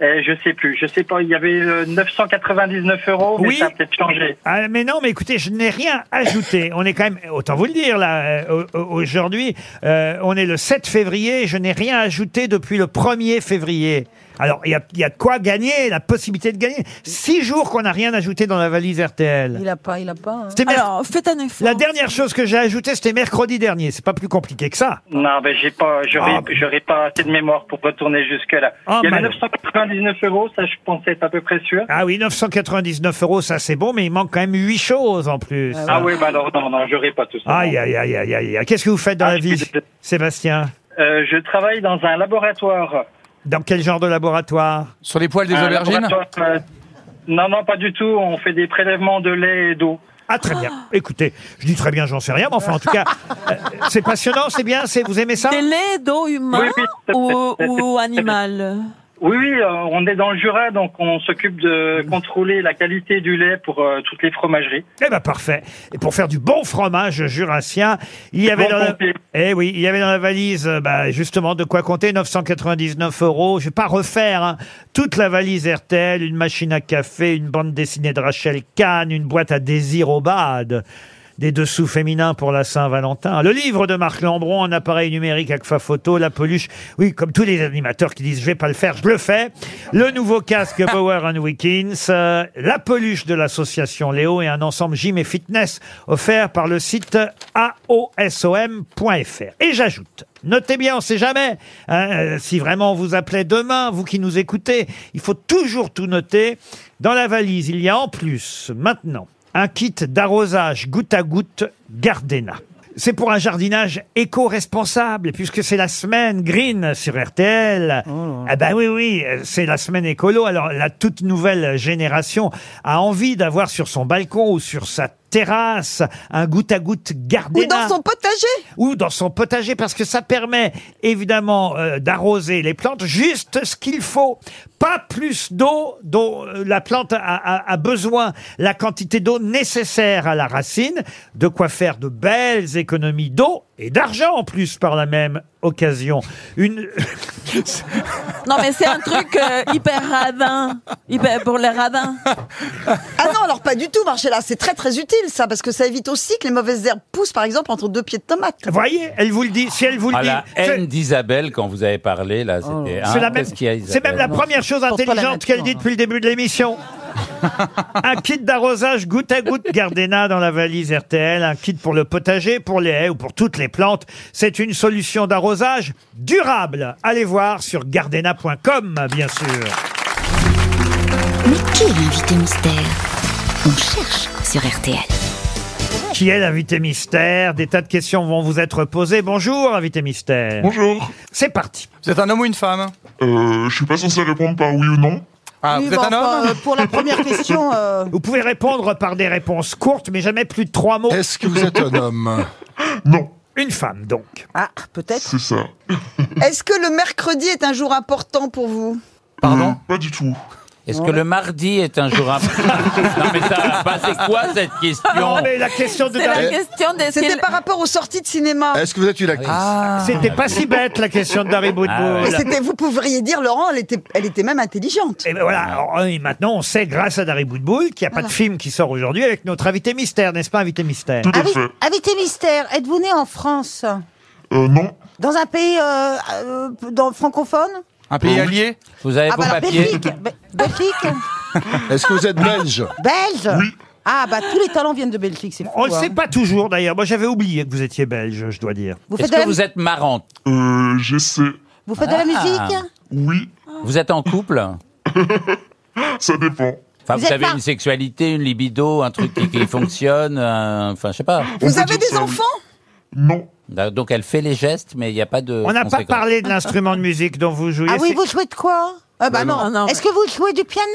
Speaker 14: et je sais plus, je sais pas, il y avait euh, 999 euros, mais
Speaker 2: Oui.
Speaker 14: ça a peut-être changé.
Speaker 2: Ah, mais non, mais écoutez, je n'ai rien ajouté. On est quand même, autant vous le dire, là, euh, au- au- aujourd'hui, euh, on est le 7 février, je n'ai rien ajouté depuis le 1er février. Alors, il y a, il y a de quoi gagner, la possibilité de gagner. Six jours qu'on n'a rien ajouté dans la valise RTL.
Speaker 4: Il a pas, il a pas. hein.
Speaker 2: C'était mer-
Speaker 8: Alors, faites un effort.
Speaker 2: La dernière chose que j'ai ajoutée, c'était mercredi dernier. C'est pas plus compliqué que ça.
Speaker 14: Non, ben j'ai pas, j'aurais, j'aurais pas assez de mémoire pour retourner jusque là.
Speaker 2: Ah,
Speaker 14: il y avait
Speaker 2: malheureux.
Speaker 14: 999 euros, Oh, ça je pensais être à peu près sûr.
Speaker 2: Ah oui, 999 euros, ça c'est bon, mais il manque quand même huit choses en plus.
Speaker 14: Ah oui, bah alors non, non, j'aurais pas tout ça.
Speaker 2: Aïe, aïe, aïe, aïe, aïe. aïe. Qu'est-ce que vous faites
Speaker 14: Ah,
Speaker 2: dans la vie, Sébastien
Speaker 14: Euh, je travaille dans un laboratoire.
Speaker 2: Dans quel genre de laboratoire
Speaker 6: Sur les poils des
Speaker 14: Un
Speaker 6: aubergines
Speaker 14: laboratoire, euh, Non, non, pas du tout. On fait des prélèvements de lait et d'eau.
Speaker 2: Ah, très bien. Écoutez, je dis très bien, j'en sais rien, mais enfin, en tout cas, euh, c'est passionnant, c'est bien, c'est- vous aimez ça
Speaker 8: C'est lait d'eau humain
Speaker 14: Oui, oui.
Speaker 8: ou, ou animal
Speaker 14: Oui, oui, euh, on est dans le Jura, donc on s'occupe de contrôler la qualité du lait pour euh, toutes les fromageries.
Speaker 2: Eh ben parfait. Et pour faire du bon fromage jurassien, il y avait
Speaker 14: Bon
Speaker 2: dans la...
Speaker 14: complet.
Speaker 2: eh oui, il y avait dans la valise euh, bah, justement de quoi compter 999 euros. Je vais pas refaire hein. toute la valise RTL, une machine à café, une bande dessinée de Rachel Kahn, une boîte à désir au bad. Des dessous féminins pour la Saint-Valentin. Le livre de Marc Lambron, un appareil numérique Agfa Photo, la peluche. Oui, comme tous les animateurs qui disent je vais pas le faire, je le fais. Le nouveau casque Bauer and Wilkins, euh, la peluche de l'association Léo et un ensemble gym et fitness offert par le site aosom.fr. Et j'ajoute, notez bien, on sait jamais, hein, euh, si vraiment on vous appelait demain, vous qui nous écoutez, il faut toujours tout noter. Dans la valise, il y a en plus, maintenant, un kit d'arrosage goutte à goutte Gardena. C'est pour un jardinage éco-responsable, puisque c'est la semaine green sur RTL. ah ben oui, oui, euh, c'est la semaine écolo. Alors la toute nouvelle génération a envie d'avoir sur son balcon ou sur sa terrasse un goutte à goutte Gardena.
Speaker 5: Ou dans son potager.
Speaker 2: Ou dans son potager, parce que ça permet évidemment euh, d'arroser les plantes juste ce qu'il faut. Pas plus d'eau dont euh, la plante a, a- a besoin, la quantité d'eau nécessaire à la racine, de quoi faire de belles économies d'eau et d'argent en plus par la même occasion. Une...
Speaker 8: Non, mais c'est un truc euh, hyper radin, hyper pour les radins.
Speaker 5: Ah non, alors pas du tout, Marcella. C'est très très utile ça, parce que ça évite aussi que les mauvaises herbes poussent, par exemple, entre deux pieds de tomates.
Speaker 2: Vous voyez, elle vous le dit. Si elle vous
Speaker 3: Ah, la
Speaker 2: c'est-
Speaker 3: haine d'Isabelle quand vous avez parlé, là, c'était. hein,
Speaker 2: C'est la même,
Speaker 3: qu'est-ce qu'il y a,
Speaker 2: c'est même la
Speaker 3: Isabelle
Speaker 2: première chose
Speaker 3: Pour pas la
Speaker 2: intelligente
Speaker 3: mettre,
Speaker 2: qu'elle dit depuis le début de l'émission. un kit d'arrosage goutte à goutte Gardena dans la valise RTL, un kit pour le potager, pour les haies ou pour toutes les plantes. C'est une solution d'arrosage durable. Allez voir sur gardena.com, bien sûr.
Speaker 10: Mais qui est l'invité mystère On cherche sur RTL.
Speaker 2: Qui est l'invité mystère Des tas de questions vont vous être posées. Bonjour, invité mystère.
Speaker 15: Bonjour.
Speaker 2: C'est parti.
Speaker 6: Vous êtes un homme ou une femme
Speaker 15: Euh, je suis pas censé répondre par oui ou non.
Speaker 6: Ah,
Speaker 4: Oui, bah, enfin, euh, pour la première question, euh,
Speaker 2: Vous pouvez répondre par des réponses courtes, mais jamais plus de trois mots. Est-ce que
Speaker 7: vous êtes un homme
Speaker 15: Non.
Speaker 2: Une femme, donc.
Speaker 5: Ah, peut-être.
Speaker 15: C'est ça.
Speaker 5: Est-ce que le mercredi est un jour important pour vous
Speaker 3: Pardon
Speaker 15: Mmh. Pas du tout.
Speaker 3: Est-ce que le mardi est un jour important Non, mais ça, bah, c'est quoi cette question
Speaker 5: C'est la
Speaker 8: question des.
Speaker 5: C'était par rapport aux sorties de cinéma.
Speaker 4: Ah.
Speaker 7: Est-ce que vous êtes une actrice
Speaker 2: Ah. C'était pas si bête la question de
Speaker 3: Ah,
Speaker 2: Darry Boudboul.
Speaker 4: Ah,
Speaker 5: Mais c'était- vous pourriez dire, Laurent, elle était, elle était même intelligente.
Speaker 2: Et ben voilà, alors, euh, et maintenant on sait grâce à Darry Boudboul qu'il n'y a
Speaker 4: Ah.
Speaker 2: pas de film qui sort aujourd'hui avec notre invité mystère, n'est-ce pas, invité mystère
Speaker 4: Invi- Invité mystère, êtes-vous né en France
Speaker 15: Euh, non.
Speaker 4: Dans un pays euh, euh, dans, francophone
Speaker 6: Un pays allié
Speaker 3: Vous avez
Speaker 4: Ah, bah alors, Belgique, Be- Belgique
Speaker 7: Est-ce que vous êtes belge
Speaker 4: Belge Ah, bah tous les talents viennent de Belgique, c'est fou.
Speaker 2: On le
Speaker 4: hein.
Speaker 2: sait pas toujours d'ailleurs. Moi j'avais oublié que vous étiez belge, je dois dire.
Speaker 4: Vous faites Est-ce de que la vous mu-
Speaker 3: êtes marrante
Speaker 15: Euh, j'essaie.
Speaker 4: Vous faites
Speaker 7: Ah.
Speaker 4: de la musique
Speaker 15: Oui.
Speaker 3: Vous êtes en couple
Speaker 15: Ça dépend.
Speaker 3: Enfin,
Speaker 4: Vous
Speaker 3: vous,
Speaker 4: êtes
Speaker 3: avez
Speaker 4: mar-
Speaker 3: une sexualité, une libido, un truc qui, qui fonctionne, euh, enfin, je sais pas. Bah,
Speaker 5: Vous avez des enfants
Speaker 15: Non.
Speaker 3: Donc elle fait les gestes, mais il n'y a pas de.
Speaker 2: On n'a pas
Speaker 3: conséquences.
Speaker 2: parlé de l'instrument de musique dont vous jouez.
Speaker 4: Ah oui, vous jouez de quoi Ah bah non. Est-ce que vous jouez du piano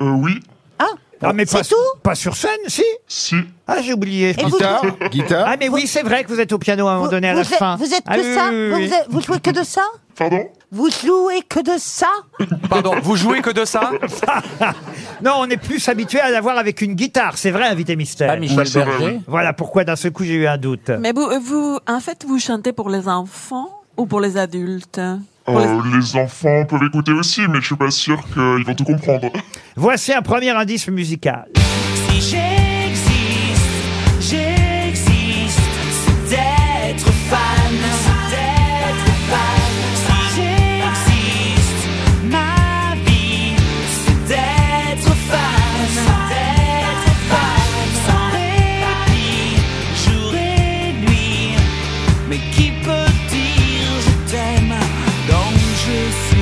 Speaker 15: Euh, oui.
Speaker 4: Ah
Speaker 2: Ah mais pas,
Speaker 4: C'est tout
Speaker 2: pas sur scène, si
Speaker 15: Si.
Speaker 2: Ah j'ai oublié.
Speaker 4: Et vous- Guitare,
Speaker 7: guitare.
Speaker 2: Ah mais oui, c'est vrai que vous êtes au piano à un moment donné à
Speaker 4: vous,
Speaker 2: la
Speaker 4: jouez-
Speaker 2: fin.
Speaker 4: vous êtes
Speaker 2: Ah
Speaker 4: que
Speaker 2: oui,
Speaker 4: ça
Speaker 2: oui, oui,
Speaker 4: vous,
Speaker 2: oui.
Speaker 4: êtes- vous jouez que de ça
Speaker 15: Pardon
Speaker 4: Vous jouez que de ça
Speaker 6: Pardon, vous jouez que de ça
Speaker 2: Non, on est plus habitué à l'avoir avec une guitare, c'est vrai, invité mystère.
Speaker 3: Pas Ah,
Speaker 15: Ah,
Speaker 3: Michel Oui, c'est vrai, Berger oui.
Speaker 2: Voilà pourquoi d'un seul coup j'ai eu un doute.
Speaker 8: Mais vous, euh, vous, en fait, vous chantez pour les enfants ou pour les adultes
Speaker 15: Euh, les enfants peuvent écouter aussi, mais je suis pas sûr qu'ils vont tout comprendre.
Speaker 2: Voici un premier indice musical.
Speaker 9: Si j'existe, j'existe, c'est d'être fan, c'est d'être fan. Si j'existe, ma vie, c'est d'être fan, c'est d'être fan. Sans répit, jour et nuit, mais qui peut dire je t'aime, donc je suis.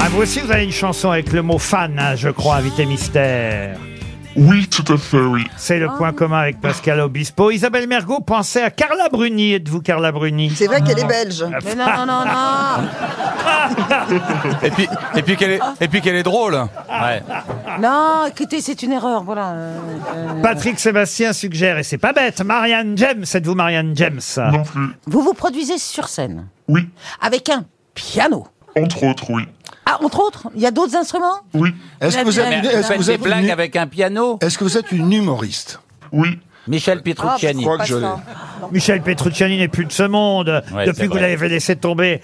Speaker 2: Ah, vous aussi, vous avez une chanson avec le mot fan, hein, je crois, invité mystère. Oui, tout à fait, oui. C'est le
Speaker 4: Oh.
Speaker 2: point commun avec Pascal Obispo. Isabelle Mergot, pensez à Carla Bruni. Êtes-vous Carla Bruni Ah.
Speaker 5: C'est vrai qu'elle est belge.
Speaker 9: Mais non, non, non, non
Speaker 6: Et puis, et puis qu'elle est, et puis qu'elle est drôle. Ouais.
Speaker 4: Non, écoutez, c'est une erreur, voilà. euh, euh.
Speaker 2: Patrick Sébastien suggère, et c'est pas bête, Marianne James. Êtes-vous Marianne James Non plus.
Speaker 4: Vous vous produisez sur scène
Speaker 15: Oui.
Speaker 4: Avec un piano
Speaker 15: Entre autres, oui.
Speaker 4: Ah, entre autres, il y a d'autres instruments
Speaker 15: Oui.
Speaker 4: Est-ce que vous êtes-
Speaker 3: Mais
Speaker 4: est-ce que
Speaker 3: faites
Speaker 4: vous
Speaker 3: des
Speaker 4: êtes une-
Speaker 3: blagues avec un piano
Speaker 7: Est-ce que vous êtes une humoriste
Speaker 15: Oui.
Speaker 3: Michel Petrucciani.
Speaker 2: Ah, je crois que je l'ai. Michel Petrucciani n'est plus de ce monde
Speaker 3: Ouais,
Speaker 2: depuis
Speaker 3: c'est
Speaker 2: que vous
Speaker 3: vrai.
Speaker 2: l'avez laissé tomber.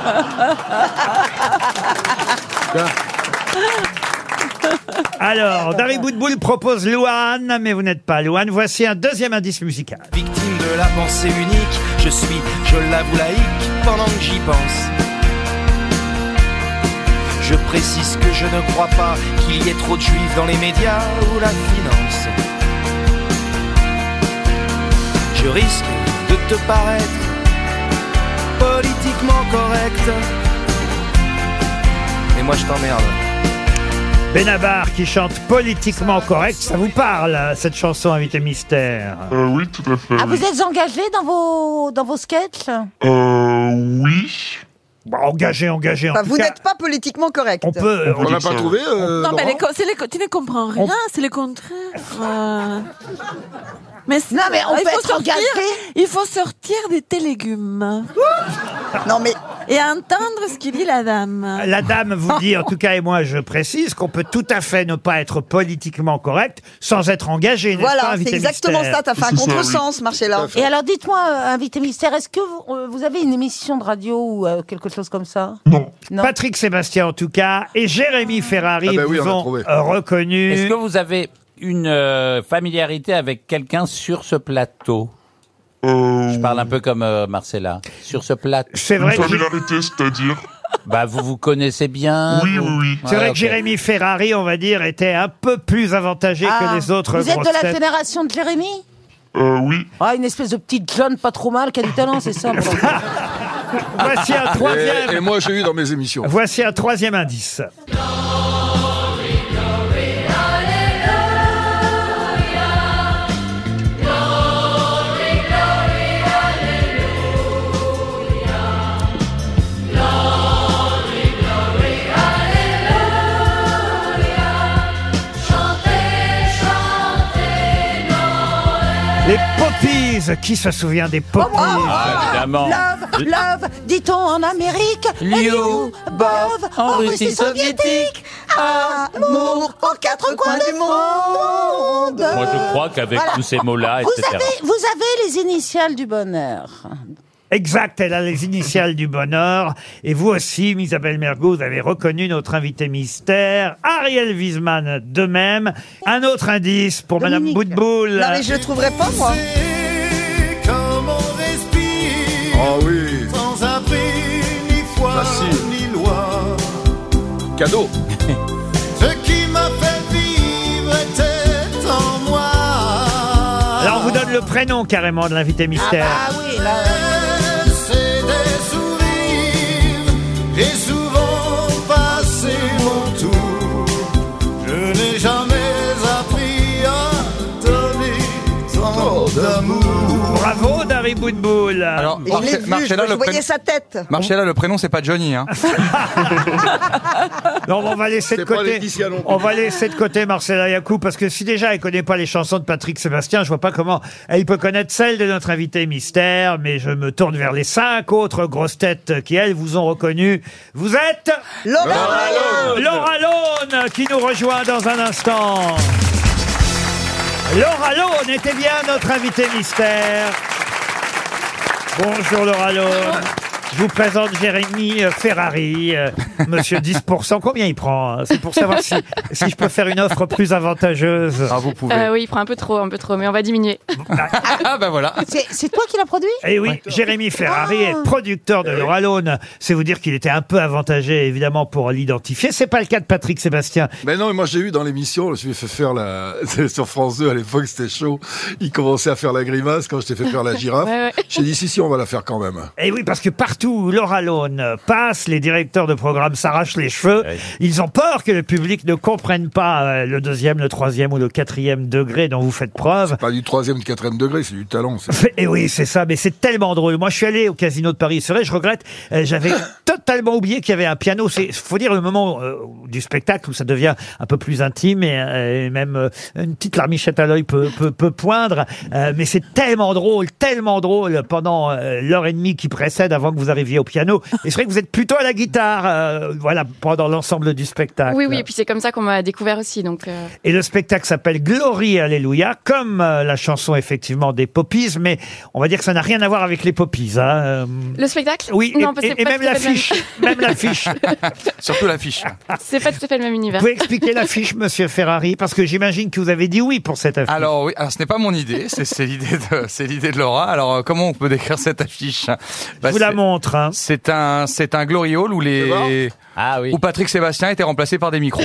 Speaker 2: Alors, Dari Boudboul propose Louane, mais vous n'êtes pas Louane. Voici un deuxième indice musical.
Speaker 16: Victime de la pensée unique, je suis, je l'avoue, laïque pendant que j'y pense. Je précise que je ne crois pas qu'il y ait trop de juifs dans les médias ou la finance. Je risque de te paraître politiquement correct. Et moi je t'emmerde.
Speaker 2: Benabar qui chante politiquement correct, ça vous parle, cette chanson Invité Mystère
Speaker 15: Euh, oui, tout à fait.
Speaker 4: Ah,
Speaker 15: oui.
Speaker 4: vous êtes engagé dans vos, dans vos sketchs
Speaker 15: Euh, oui.
Speaker 2: Bah, engagé, engagé.
Speaker 5: Enfin, vous n'êtes pas politiquement correct. On
Speaker 2: peut.
Speaker 7: On l'a pas trouvé. euh,
Speaker 8: non, mais
Speaker 7: Laurent
Speaker 8: les co- c'est les co- tu ne comprends rien, c'est le contraire. euh. Mais non,
Speaker 4: mais on
Speaker 8: il
Speaker 4: peut
Speaker 8: faut
Speaker 4: être
Speaker 8: sortir,
Speaker 4: engagé.
Speaker 8: Il faut sortir de tes légumes. non, mais. Et entendre ce qu'il dit la dame.
Speaker 2: Euh, La dame vous dit, en tout cas, et moi je précise, qu'on peut tout à fait ne pas être politiquement correct sans être engagé. n'est-ce pas,
Speaker 5: Voilà, c'est
Speaker 2: Invité
Speaker 5: exactement
Speaker 2: Mystère
Speaker 5: ça. T'as fait un contresens, Marcella.
Speaker 4: Et alors, dites-moi, euh, invité mystère, est-ce que vous, euh, vous avez une émission de radio ou euh, quelque chose comme ça
Speaker 2: Patrick Sébastien, en tout cas, et Jérémy Ferrari
Speaker 3: Ah ben oui,
Speaker 2: vous
Speaker 3: on a
Speaker 2: ont
Speaker 3: trouvé.
Speaker 2: euh, reconnu.
Speaker 3: Est-ce que vous avez une euh, familiarité avec quelqu'un sur ce plateau Je parle un peu comme euh, Marcella. Sur ce plateau.
Speaker 2: C'est vrai
Speaker 15: Une
Speaker 2: que-
Speaker 15: familiarité, c'est-à-dire.
Speaker 3: Bah, vous vous connaissez bien.
Speaker 15: Oui, oui, oui.
Speaker 2: C'est vrai
Speaker 3: Ouais,
Speaker 2: que
Speaker 3: ok.
Speaker 2: Jérémy Ferrari, on va dire, était un peu plus avantagé
Speaker 4: Ah,
Speaker 2: que les autres.
Speaker 4: Vous êtes de
Speaker 2: grosses
Speaker 4: la
Speaker 2: têtes.
Speaker 4: génération de Jérémy
Speaker 15: oui.
Speaker 4: Ah, une espèce de petite John pas trop mal qui a du talent, c'est ça. pour-
Speaker 2: Voici un troisième.
Speaker 7: Et, et moi, j'ai eu dans mes émissions.
Speaker 2: Voici un troisième indice. Les Poppies, qui se souvient des Poppies
Speaker 3: Ah, évidemment.
Speaker 4: Love, love, dit-on en Amérique. Liu, Bob, en Russie soviétique. Amour aux quatre coins du monde.
Speaker 3: Moi, je crois qu'avec
Speaker 4: Voilà.
Speaker 3: tous ces mots-là,
Speaker 4: Vous
Speaker 3: etc.
Speaker 4: avez, vous avez les initiales du bonheur.
Speaker 2: Exact, elle a les initiales du bonheur. Et vous aussi, Isabelle Mergo, vous avez reconnu notre invité mystère, Ariel Wiesman de même. Un autre indice pour Madame Boutboul.
Speaker 5: Non, mais je le trouverais pas, moi.
Speaker 9: Comme on respire
Speaker 7: Oh oui.
Speaker 9: Sans abri, ni foi,
Speaker 7: Facile.
Speaker 9: ni loi
Speaker 7: Cadeau.
Speaker 9: Ce qui m'a fait vivre était en moi
Speaker 2: Là, on vous donne le prénom carrément de l'invité mystère.
Speaker 5: Ah,
Speaker 9: Ah bah oui, C'est des sourires Et souvent passé mon tour Je n'ai jamais appris à donner tant d'amour
Speaker 2: Bravo, Dari Boutboul.
Speaker 6: Alors,
Speaker 5: Et je l'ai
Speaker 6: Marce-
Speaker 5: vu,
Speaker 6: Marcella,
Speaker 5: je
Speaker 6: le
Speaker 5: voyais
Speaker 6: prénom-
Speaker 5: sa tête.
Speaker 6: Marcella, le prénom, c'est pas Johnny. Hein.
Speaker 2: Non, on va laisser de
Speaker 7: C'est pas
Speaker 2: côté.
Speaker 7: Laetitia non plus.
Speaker 2: On va laisser de côté Marcela Yacoub parce que si déjà elle connaît pas les chansons de Patrick Sébastien, je vois pas comment elle peut connaître celle de notre invité mystère. Mais je me tourne vers les cinq autres grosses têtes qui elles vous ont reconnu. Vous êtes
Speaker 5: Laura
Speaker 2: Laure
Speaker 5: Laune.
Speaker 2: Laura Laune qui nous rejoint dans un instant. Laura Laune était bien notre invité mystère. Bonjour Laura Laune. Je vous présente Jérémy euh, Ferrari, euh, monsieur 10%. Combien il prend hein C'est pour savoir si, si je peux faire une offre plus avantageuse. Ah, vous pouvez.
Speaker 17: Euh, oui, il prend un peu trop, un peu trop, mais on va diminuer.
Speaker 2: Ah, bah voilà.
Speaker 4: C'est c'est toi qui l'as produit
Speaker 2: Et Eh oui, Jérémy Ferrari est producteur de Laura Laune. C'est vous dire qu'il était un peu avantagé, évidemment, pour l'identifier. C'est pas le cas de Patrick Sébastien.
Speaker 7: Mais non, mais moi j'ai eu dans l'émission, je lui ai fait faire la sur France 2 à l'époque, c'était chaud. Il commençait à faire la grimace quand je t'ai fait faire la girafe.
Speaker 17: Ouais, ouais.
Speaker 7: J'ai dit si si, on va la faire quand même.
Speaker 2: Et Eh oui, parce que partout partout où Laura Lone passe, les directeurs de programme s'arrachent les cheveux. Ils ont peur que le public ne comprenne pas euh, le deuxième, le troisième ou le quatrième degré dont vous faites preuve.
Speaker 7: Pas du troisième, du quatrième degré, c'est du talent. ça.
Speaker 2: Et Eh oui, c'est ça, mais c'est tellement drôle. Moi, je suis allé au casino de Paris, c'est vrai, je regrette. euh, J'avais totalement oublié qu'il y avait un piano. C'est, faut dire, le moment euh, du spectacle où ça devient un peu plus intime et, euh, et même euh, une petite larmichette à l'œil peut, peut, peut poindre. Euh, mais c'est tellement drôle, tellement drôle pendant euh, l'heure et demie qui précède avant que vous arriviez au piano. Et c'est vrai que vous êtes plutôt à la guitare, euh, voilà, pendant l'ensemble du spectacle.
Speaker 17: Oui, oui, et puis c'est comme ça qu'on m'a découvert aussi. Donc, euh,
Speaker 2: Et le spectacle s'appelle Glory Alléluia, comme euh, la chanson effectivement des Poppies, mais on va dire que ça n'a rien à voir avec les Poppies. hein, euh.
Speaker 17: le spectacle
Speaker 2: Oui,
Speaker 17: non,
Speaker 2: et,
Speaker 17: parce
Speaker 2: et-
Speaker 17: que c'est
Speaker 2: et
Speaker 17: pas
Speaker 2: même
Speaker 17: tout à fait le
Speaker 2: l'affiche. Même l'affiche. Surtout l'affiche.
Speaker 17: C'est pas tout à fait le même
Speaker 2: Vous
Speaker 17: univers.
Speaker 2: pouvez expliquer l'affiche, monsieur Ferrari Parce que j'imagine que vous avez dit oui pour cette affiche.
Speaker 6: Alors oui, alors ce n'est pas mon idée, c'est c'est l'idée de c'est l'idée de Laura. Alors euh, comment on peut décrire cette affiche Je
Speaker 2: vous la montre. hein.
Speaker 6: C'est un c'est un glory hall où les où Patrick Sébastien était remplacé par des micros.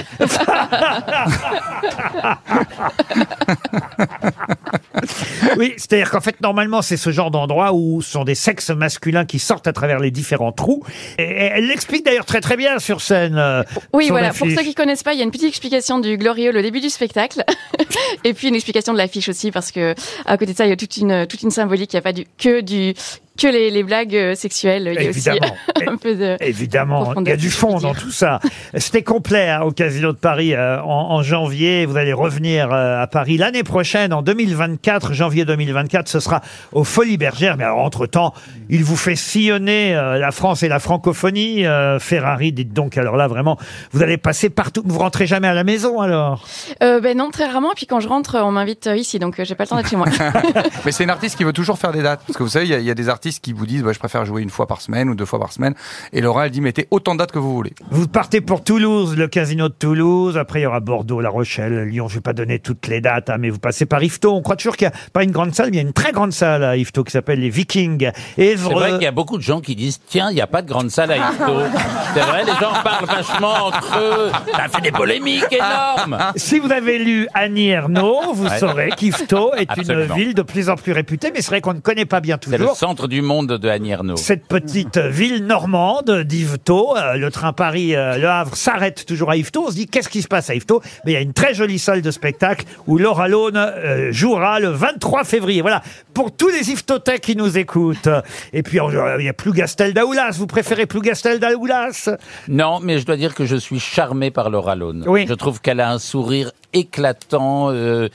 Speaker 2: Oui, c'est-à-dire qu'en fait, normalement, c'est ce genre d'endroit où sont des sexes masculins qui sortent à travers les différents trous. Et et elle l'explique d'ailleurs très très bien sur scène. euh,
Speaker 17: Oui,
Speaker 2: son
Speaker 17: voilà. Pour
Speaker 2: affiche.
Speaker 17: ceux qui connaissent pas, il y a une petite explication du Gloriole au début du spectacle, et puis une explication de l'affiche aussi, parce que à côté de ça, il y a toute une toute une symbolique. Il n'y a pas du que du que les, les blagues euh, sexuelles. Il y a
Speaker 2: Évidemment.
Speaker 17: aussi un peu de
Speaker 2: Évidemment, il y a du fond dans tout ça. C'était complet hein, au Casino de Paris euh, en, en janvier. Vous allez revenir euh, à Paris l'année prochaine, en 2024, janvier 2024. Ce sera aux Folies Bergères. Mais alors, entre-temps, il vous fait sillonner euh, la France et la francophonie. euh, Ferrari, dites donc, alors là, vraiment, vous allez passer partout. Vous rentrez jamais à la maison, alors
Speaker 17: Euh, ben non, très rarement. Et puis quand je rentre, on m'invite euh, ici, donc euh, j'ai pas le temps d'être chez moi.
Speaker 6: Mais c'est une artiste qui veut toujours faire des dates. Parce que vous savez, il y, a- il y a des artistes qui vous disent, bah, je préfère jouer une fois par semaine ou deux fois par semaine. Et Laura, elle dit, mettez autant de dates que vous voulez.
Speaker 2: Vous partez pour Toulouse, le casino de Toulouse. Après, il y aura Bordeaux, La Rochelle, Lyon. Je vais pas donner toutes les dates, hein, mais vous passez par Yvetot. On croit toujours qu'il n'y a pas une grande salle, mais il y a une très grande salle à Yvetot qui s'appelle les Vikings.
Speaker 3: C'est vrai qu'il
Speaker 2: Évreux.
Speaker 3: y a beaucoup de gens qui disent tiens, il n'y a pas de grande salle à Yvetot. C'est vrai, les gens parlent vachement entre eux. Ça fait des polémiques énormes.
Speaker 2: Si vous avez lu Annie Ernaux, vous
Speaker 3: Ouais.
Speaker 2: saurez qu'Yvetot est
Speaker 3: Absolument.
Speaker 2: une ville de plus en plus réputée, mais c'est vrai qu'on ne connaît pas bien
Speaker 3: C'est le
Speaker 2: toujours.
Speaker 3: centre du monde de Annie Ernaux.
Speaker 2: Cette petite ville normande d'Yvetot, euh, le train Paris-Le Havre s'arrête toujours à Yvetot. On se dit qu'est-ce qui se passe à Yvetot Mais il y a une très jolie salle de spectacle où Laura Lone euh, jouera le 23 février. Voilà pour tous les Yvetotais qui nous écoutent. Et puis euh, il y a plus Gastel Daoulas. Vous préférez plus Gastel Daoulas
Speaker 3: Non, mais je dois dire que je suis charmé par Laura Lone. Je trouve qu'elle a un sourire éclatant, euh,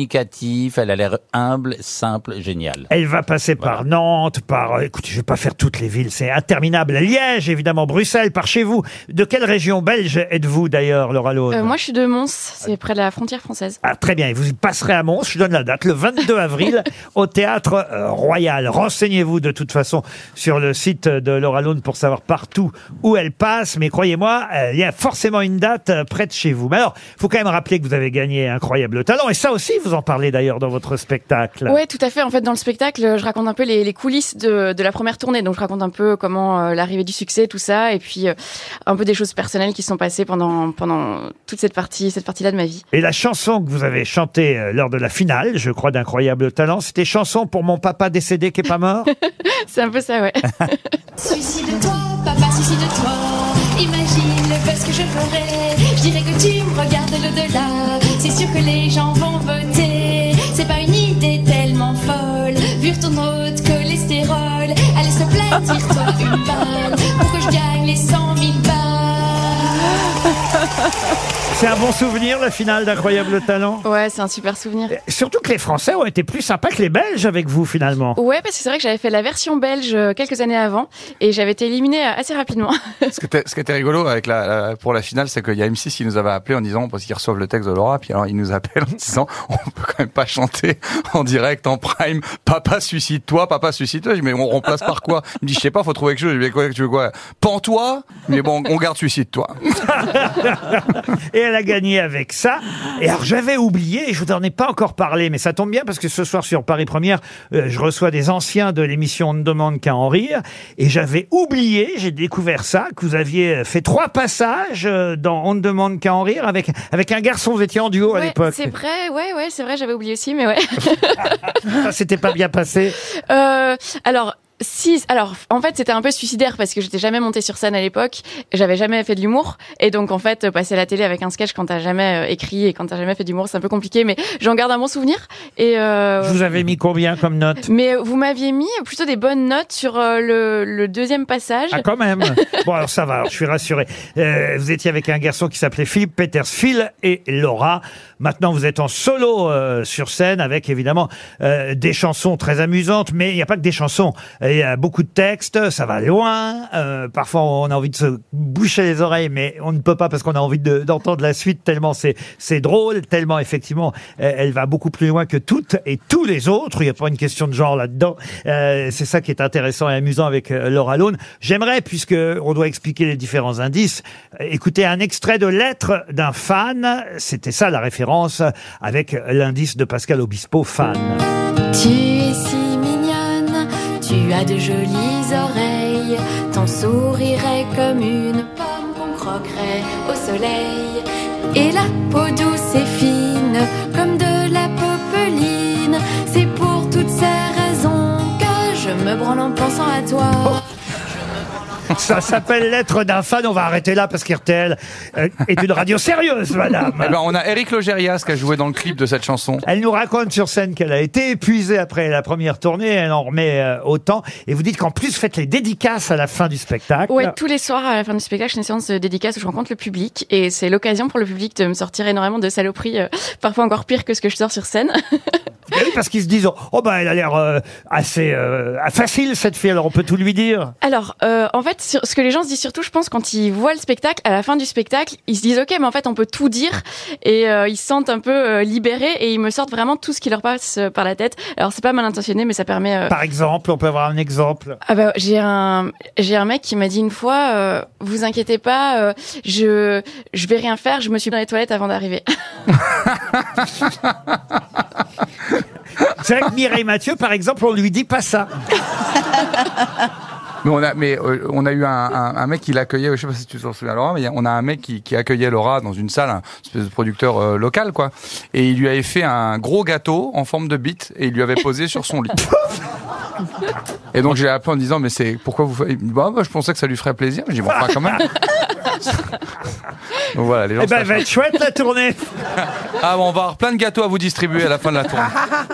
Speaker 3: communicatif, elle a l'air humble, simple, géniale.
Speaker 2: Elle va passer par Nantes, par. euh, écoutez, je vais pas faire toutes les villes, c'est interminable. Liège, évidemment, Bruxelles, par chez vous. De quelle région belge êtes-vous d'ailleurs, Laura Lone
Speaker 17: Euh, moi, je suis de Mons, c'est près de la frontière française.
Speaker 2: Ah, très bien. Et vous y passerez à Mons, je donne la date, le 22 avril, au Théâtre euh, Royal. Renseignez-vous de toute façon sur le site de Laura Lone pour savoir partout où elle passe. Mais croyez-moi, euh, il y a forcément une date euh, près de chez vous. Mais alors, faut quand même rappeler que vous avez gagné Incroyable Talent. Et ça aussi, vous en parlez d'ailleurs dans votre spectacle.
Speaker 17: Ouais, tout à fait. En fait, dans le spectacle, je raconte un peu les, les coulisses de, de la première tournée. Donc, je raconte un peu comment euh, l'arrivée du succès, tout ça, et puis euh, un peu des choses personnelles qui se sont passées pendant pendant toute cette partie cette partie-là de ma vie.
Speaker 2: Et la chanson que vous avez chantée euh, lors de la finale, je crois, d'Incroyable Talent, c'était chanson pour mon papa décédé qui est pas mort.
Speaker 17: c'est un peu ça, ouais.
Speaker 18: Suicide-toi, papa, suicide-toi. Imagine le buzz que je ferai. Je dirais que tu me regardes de l'au-delà. C'est sûr que les gens vont voter. C'est pas une idée tellement folle. Vu ton haut de cholestérol, allez se plaît, tire-toi une balle. Pour que je gagne les 100 000 balles.
Speaker 2: C'est un bon souvenir, la finale d'Incroyable Talent.
Speaker 17: Ouais, c'est un super souvenir.
Speaker 2: Surtout que les Français ont été plus sympas que les Belges avec vous, finalement.
Speaker 17: Ouais, parce que c'est vrai que j'avais fait la version belge euh, quelques années avant et j'avais été éliminée euh, assez rapidement.
Speaker 6: Ce qui était, ce qui était rigolo avec la, la- pour la finale, c'est qu'il y a M6 qui nous avait appelé en disant, parce qu'ils reçoivent le texte de Laura, puis alors ils nous appellent en disant, on peut quand même pas chanter en direct, en prime, papa suicide-toi, papa suicide-toi. Je dis, mais on remplace par quoi Il me dit, je sais pas, faut trouver quelque chose. Je dis, mais quoi, tu veux quoi Pends-toi, mais bon, on garde suicide-toi.
Speaker 2: Et elle a gagné avec ça. Et alors j'avais oublié, je vous en ai pas encore parlé, mais ça tombe bien parce que ce soir sur Paris Première, euh, je reçois des anciens de l'émission On ne demande qu'à en rire. Et j'avais oublié, j'ai découvert ça, que vous aviez fait trois passages euh, dans On ne demande qu'à en rire avec avec un garçon. Vous étiez en duo Oh, à
Speaker 17: Ouais,
Speaker 2: l'époque.
Speaker 17: c'est vrai, ouais, ouais, c'est vrai, j'avais oublié aussi, mais ouais.
Speaker 2: Ça s'était pas bien passé.
Speaker 17: Euh, alors. Si, alors en fait c'était un peu suicidaire parce que j'étais jamais montée sur scène à l'époque, j'avais jamais fait de l'humour et donc en fait euh, passer à la télé avec un sketch quand t'as jamais euh, écrit et quand t'as jamais fait d'humour c'est un peu compliqué mais j'en garde un bon souvenir et euh,
Speaker 2: Je vous avais mis combien comme note
Speaker 17: mais euh, vous m'aviez mis plutôt des bonnes notes sur euh, le, le deuxième passage.
Speaker 2: Ah, quand même Bon, alors ça va, alors, je suis rassuré. Euh, vous étiez avec un garçon qui s'appelait Philippe Petersfield et Laura. Maintenant, vous êtes en solo euh, sur scène avec, évidemment, euh, des chansons très amusantes, mais il n'y a pas que des chansons. Il y a beaucoup de textes, ça va loin. Euh, parfois, on a envie de se boucher les oreilles, mais on ne peut pas parce qu'on a envie de- d'entendre la suite tellement c'est c'est drôle, tellement, effectivement, euh, elle va beaucoup plus loin que toutes et tous les autres. Il n'y a pas une question de genre là-dedans. Euh, c'est ça qui est intéressant et amusant avec euh, Laura Lone. J'aimerais, puisque on doit expliquer les différents indices, euh, écouter un extrait de lettre d'un fan. C'était ça la référence avec l'indice de Pascal Obispo, fan.
Speaker 19: Tu es si mignonne, tu as de jolies oreilles, t'en sourirais comme une pomme qu'on croquerait au soleil. Et la peau douce et fine, comme de la popeline, c'est pour toutes ces raisons que je me branle en pensant à toi.
Speaker 2: Ça s'appelle lettre d'un fan. On va arrêter là parce qu'RTL euh, est une radio sérieuse, madame.
Speaker 6: Eh ben, on a Eric Logérias qui a joué dans le clip de cette chanson.
Speaker 2: Elle nous raconte sur scène qu'elle a été épuisée après la première tournée, elle en remet euh, autant. Et vous dites qu'en plus, faites les dédicaces à la fin du spectacle.
Speaker 17: Ouais, tous les soirs à la fin du spectacle, j'ai une séance de dédicace où je rencontre le public et c'est l'occasion pour le public de me sortir énormément de saloperies, euh, parfois encore pire que ce que je sors sur scène.
Speaker 2: Eh oui, parce qu'ils se disent, oh bah elle a l'air euh, assez euh, facile cette fille, alors on peut tout lui dire.
Speaker 17: Alors, euh, en fait, sur- ce que les gens se disent surtout, je pense, quand ils voient le spectacle, à la fin du spectacle, ils se disent OK, mais en fait, on peut tout dire, et euh, ils se sentent un peu euh, libérés, et ils me sortent vraiment tout ce qui leur passe euh, par la tête. Alors, c'est pas mal intentionné, mais ça permet. euh,
Speaker 2: Par exemple, on peut avoir un exemple.
Speaker 17: ah bah, j'ai un j'ai un mec qui m'a dit une fois euh, vous inquiétez pas euh, je je vais rien faire je me suis mis dans les toilettes avant d'arriver
Speaker 2: C'est vrai que Mireille Mathieu, par exemple, on lui dit pas ça.
Speaker 6: Mais on a, mais euh, on a eu un, un- un mec qui l'accueillait, je sais pas si tu t'en souviens Laura, mais il y a- on a un mec qui, qui accueillait Laura dans une salle, un espèce de producteur euh, local quoi, et il lui avait fait un gros gâteau en forme de bite et il lui avait posé sur son lit. Et donc j'ai appelé en disant mais c'est pourquoi vous faites Il me dit, bah, bah, je pensais que ça lui ferait plaisir, j'ai dit bon pas quand même. Donc voilà les gens.
Speaker 2: Eh ben,
Speaker 6: se
Speaker 2: elle va
Speaker 6: lâchent.
Speaker 2: être chouette la tournée.
Speaker 6: Ah bon, on va avoir plein de gâteaux à vous distribuer à la fin de la tournée.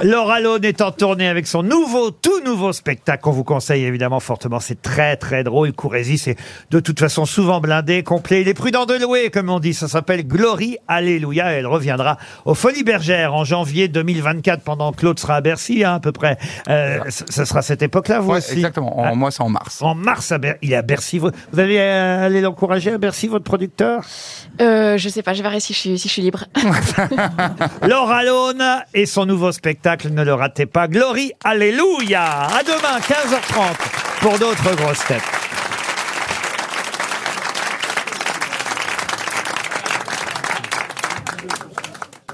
Speaker 2: Laura Lone est en tournée avec son nouveau, tout nouveau spectacle qu'on vous conseille évidemment fortement. C'est très, très drôle. Courez-y, c'est de toute façon souvent blindé, complet. Il est prudent de louer, comme on dit. Ça s'appelle Glory Alléluia. Elle reviendra aux Folies Bergères en janvier 2024 pendant que l'autre sera à Bercy, hein, à peu près. Euh, ce ce sera cette époque-là, vous aussi Exactement. En,
Speaker 6: Moi c'est en mars.
Speaker 2: En mars, à Ber- il est à Bercy. Vous, vous allez euh, aller l'encourager à Bercy, votre producteur
Speaker 17: euh, je sais pas je verrai si je suis si je suis libre
Speaker 2: Laura Lone et son nouveau spectacle, ne le ratez pas. Glory, Alléluia. À demain, 15h30, pour d'autres grosses têtes.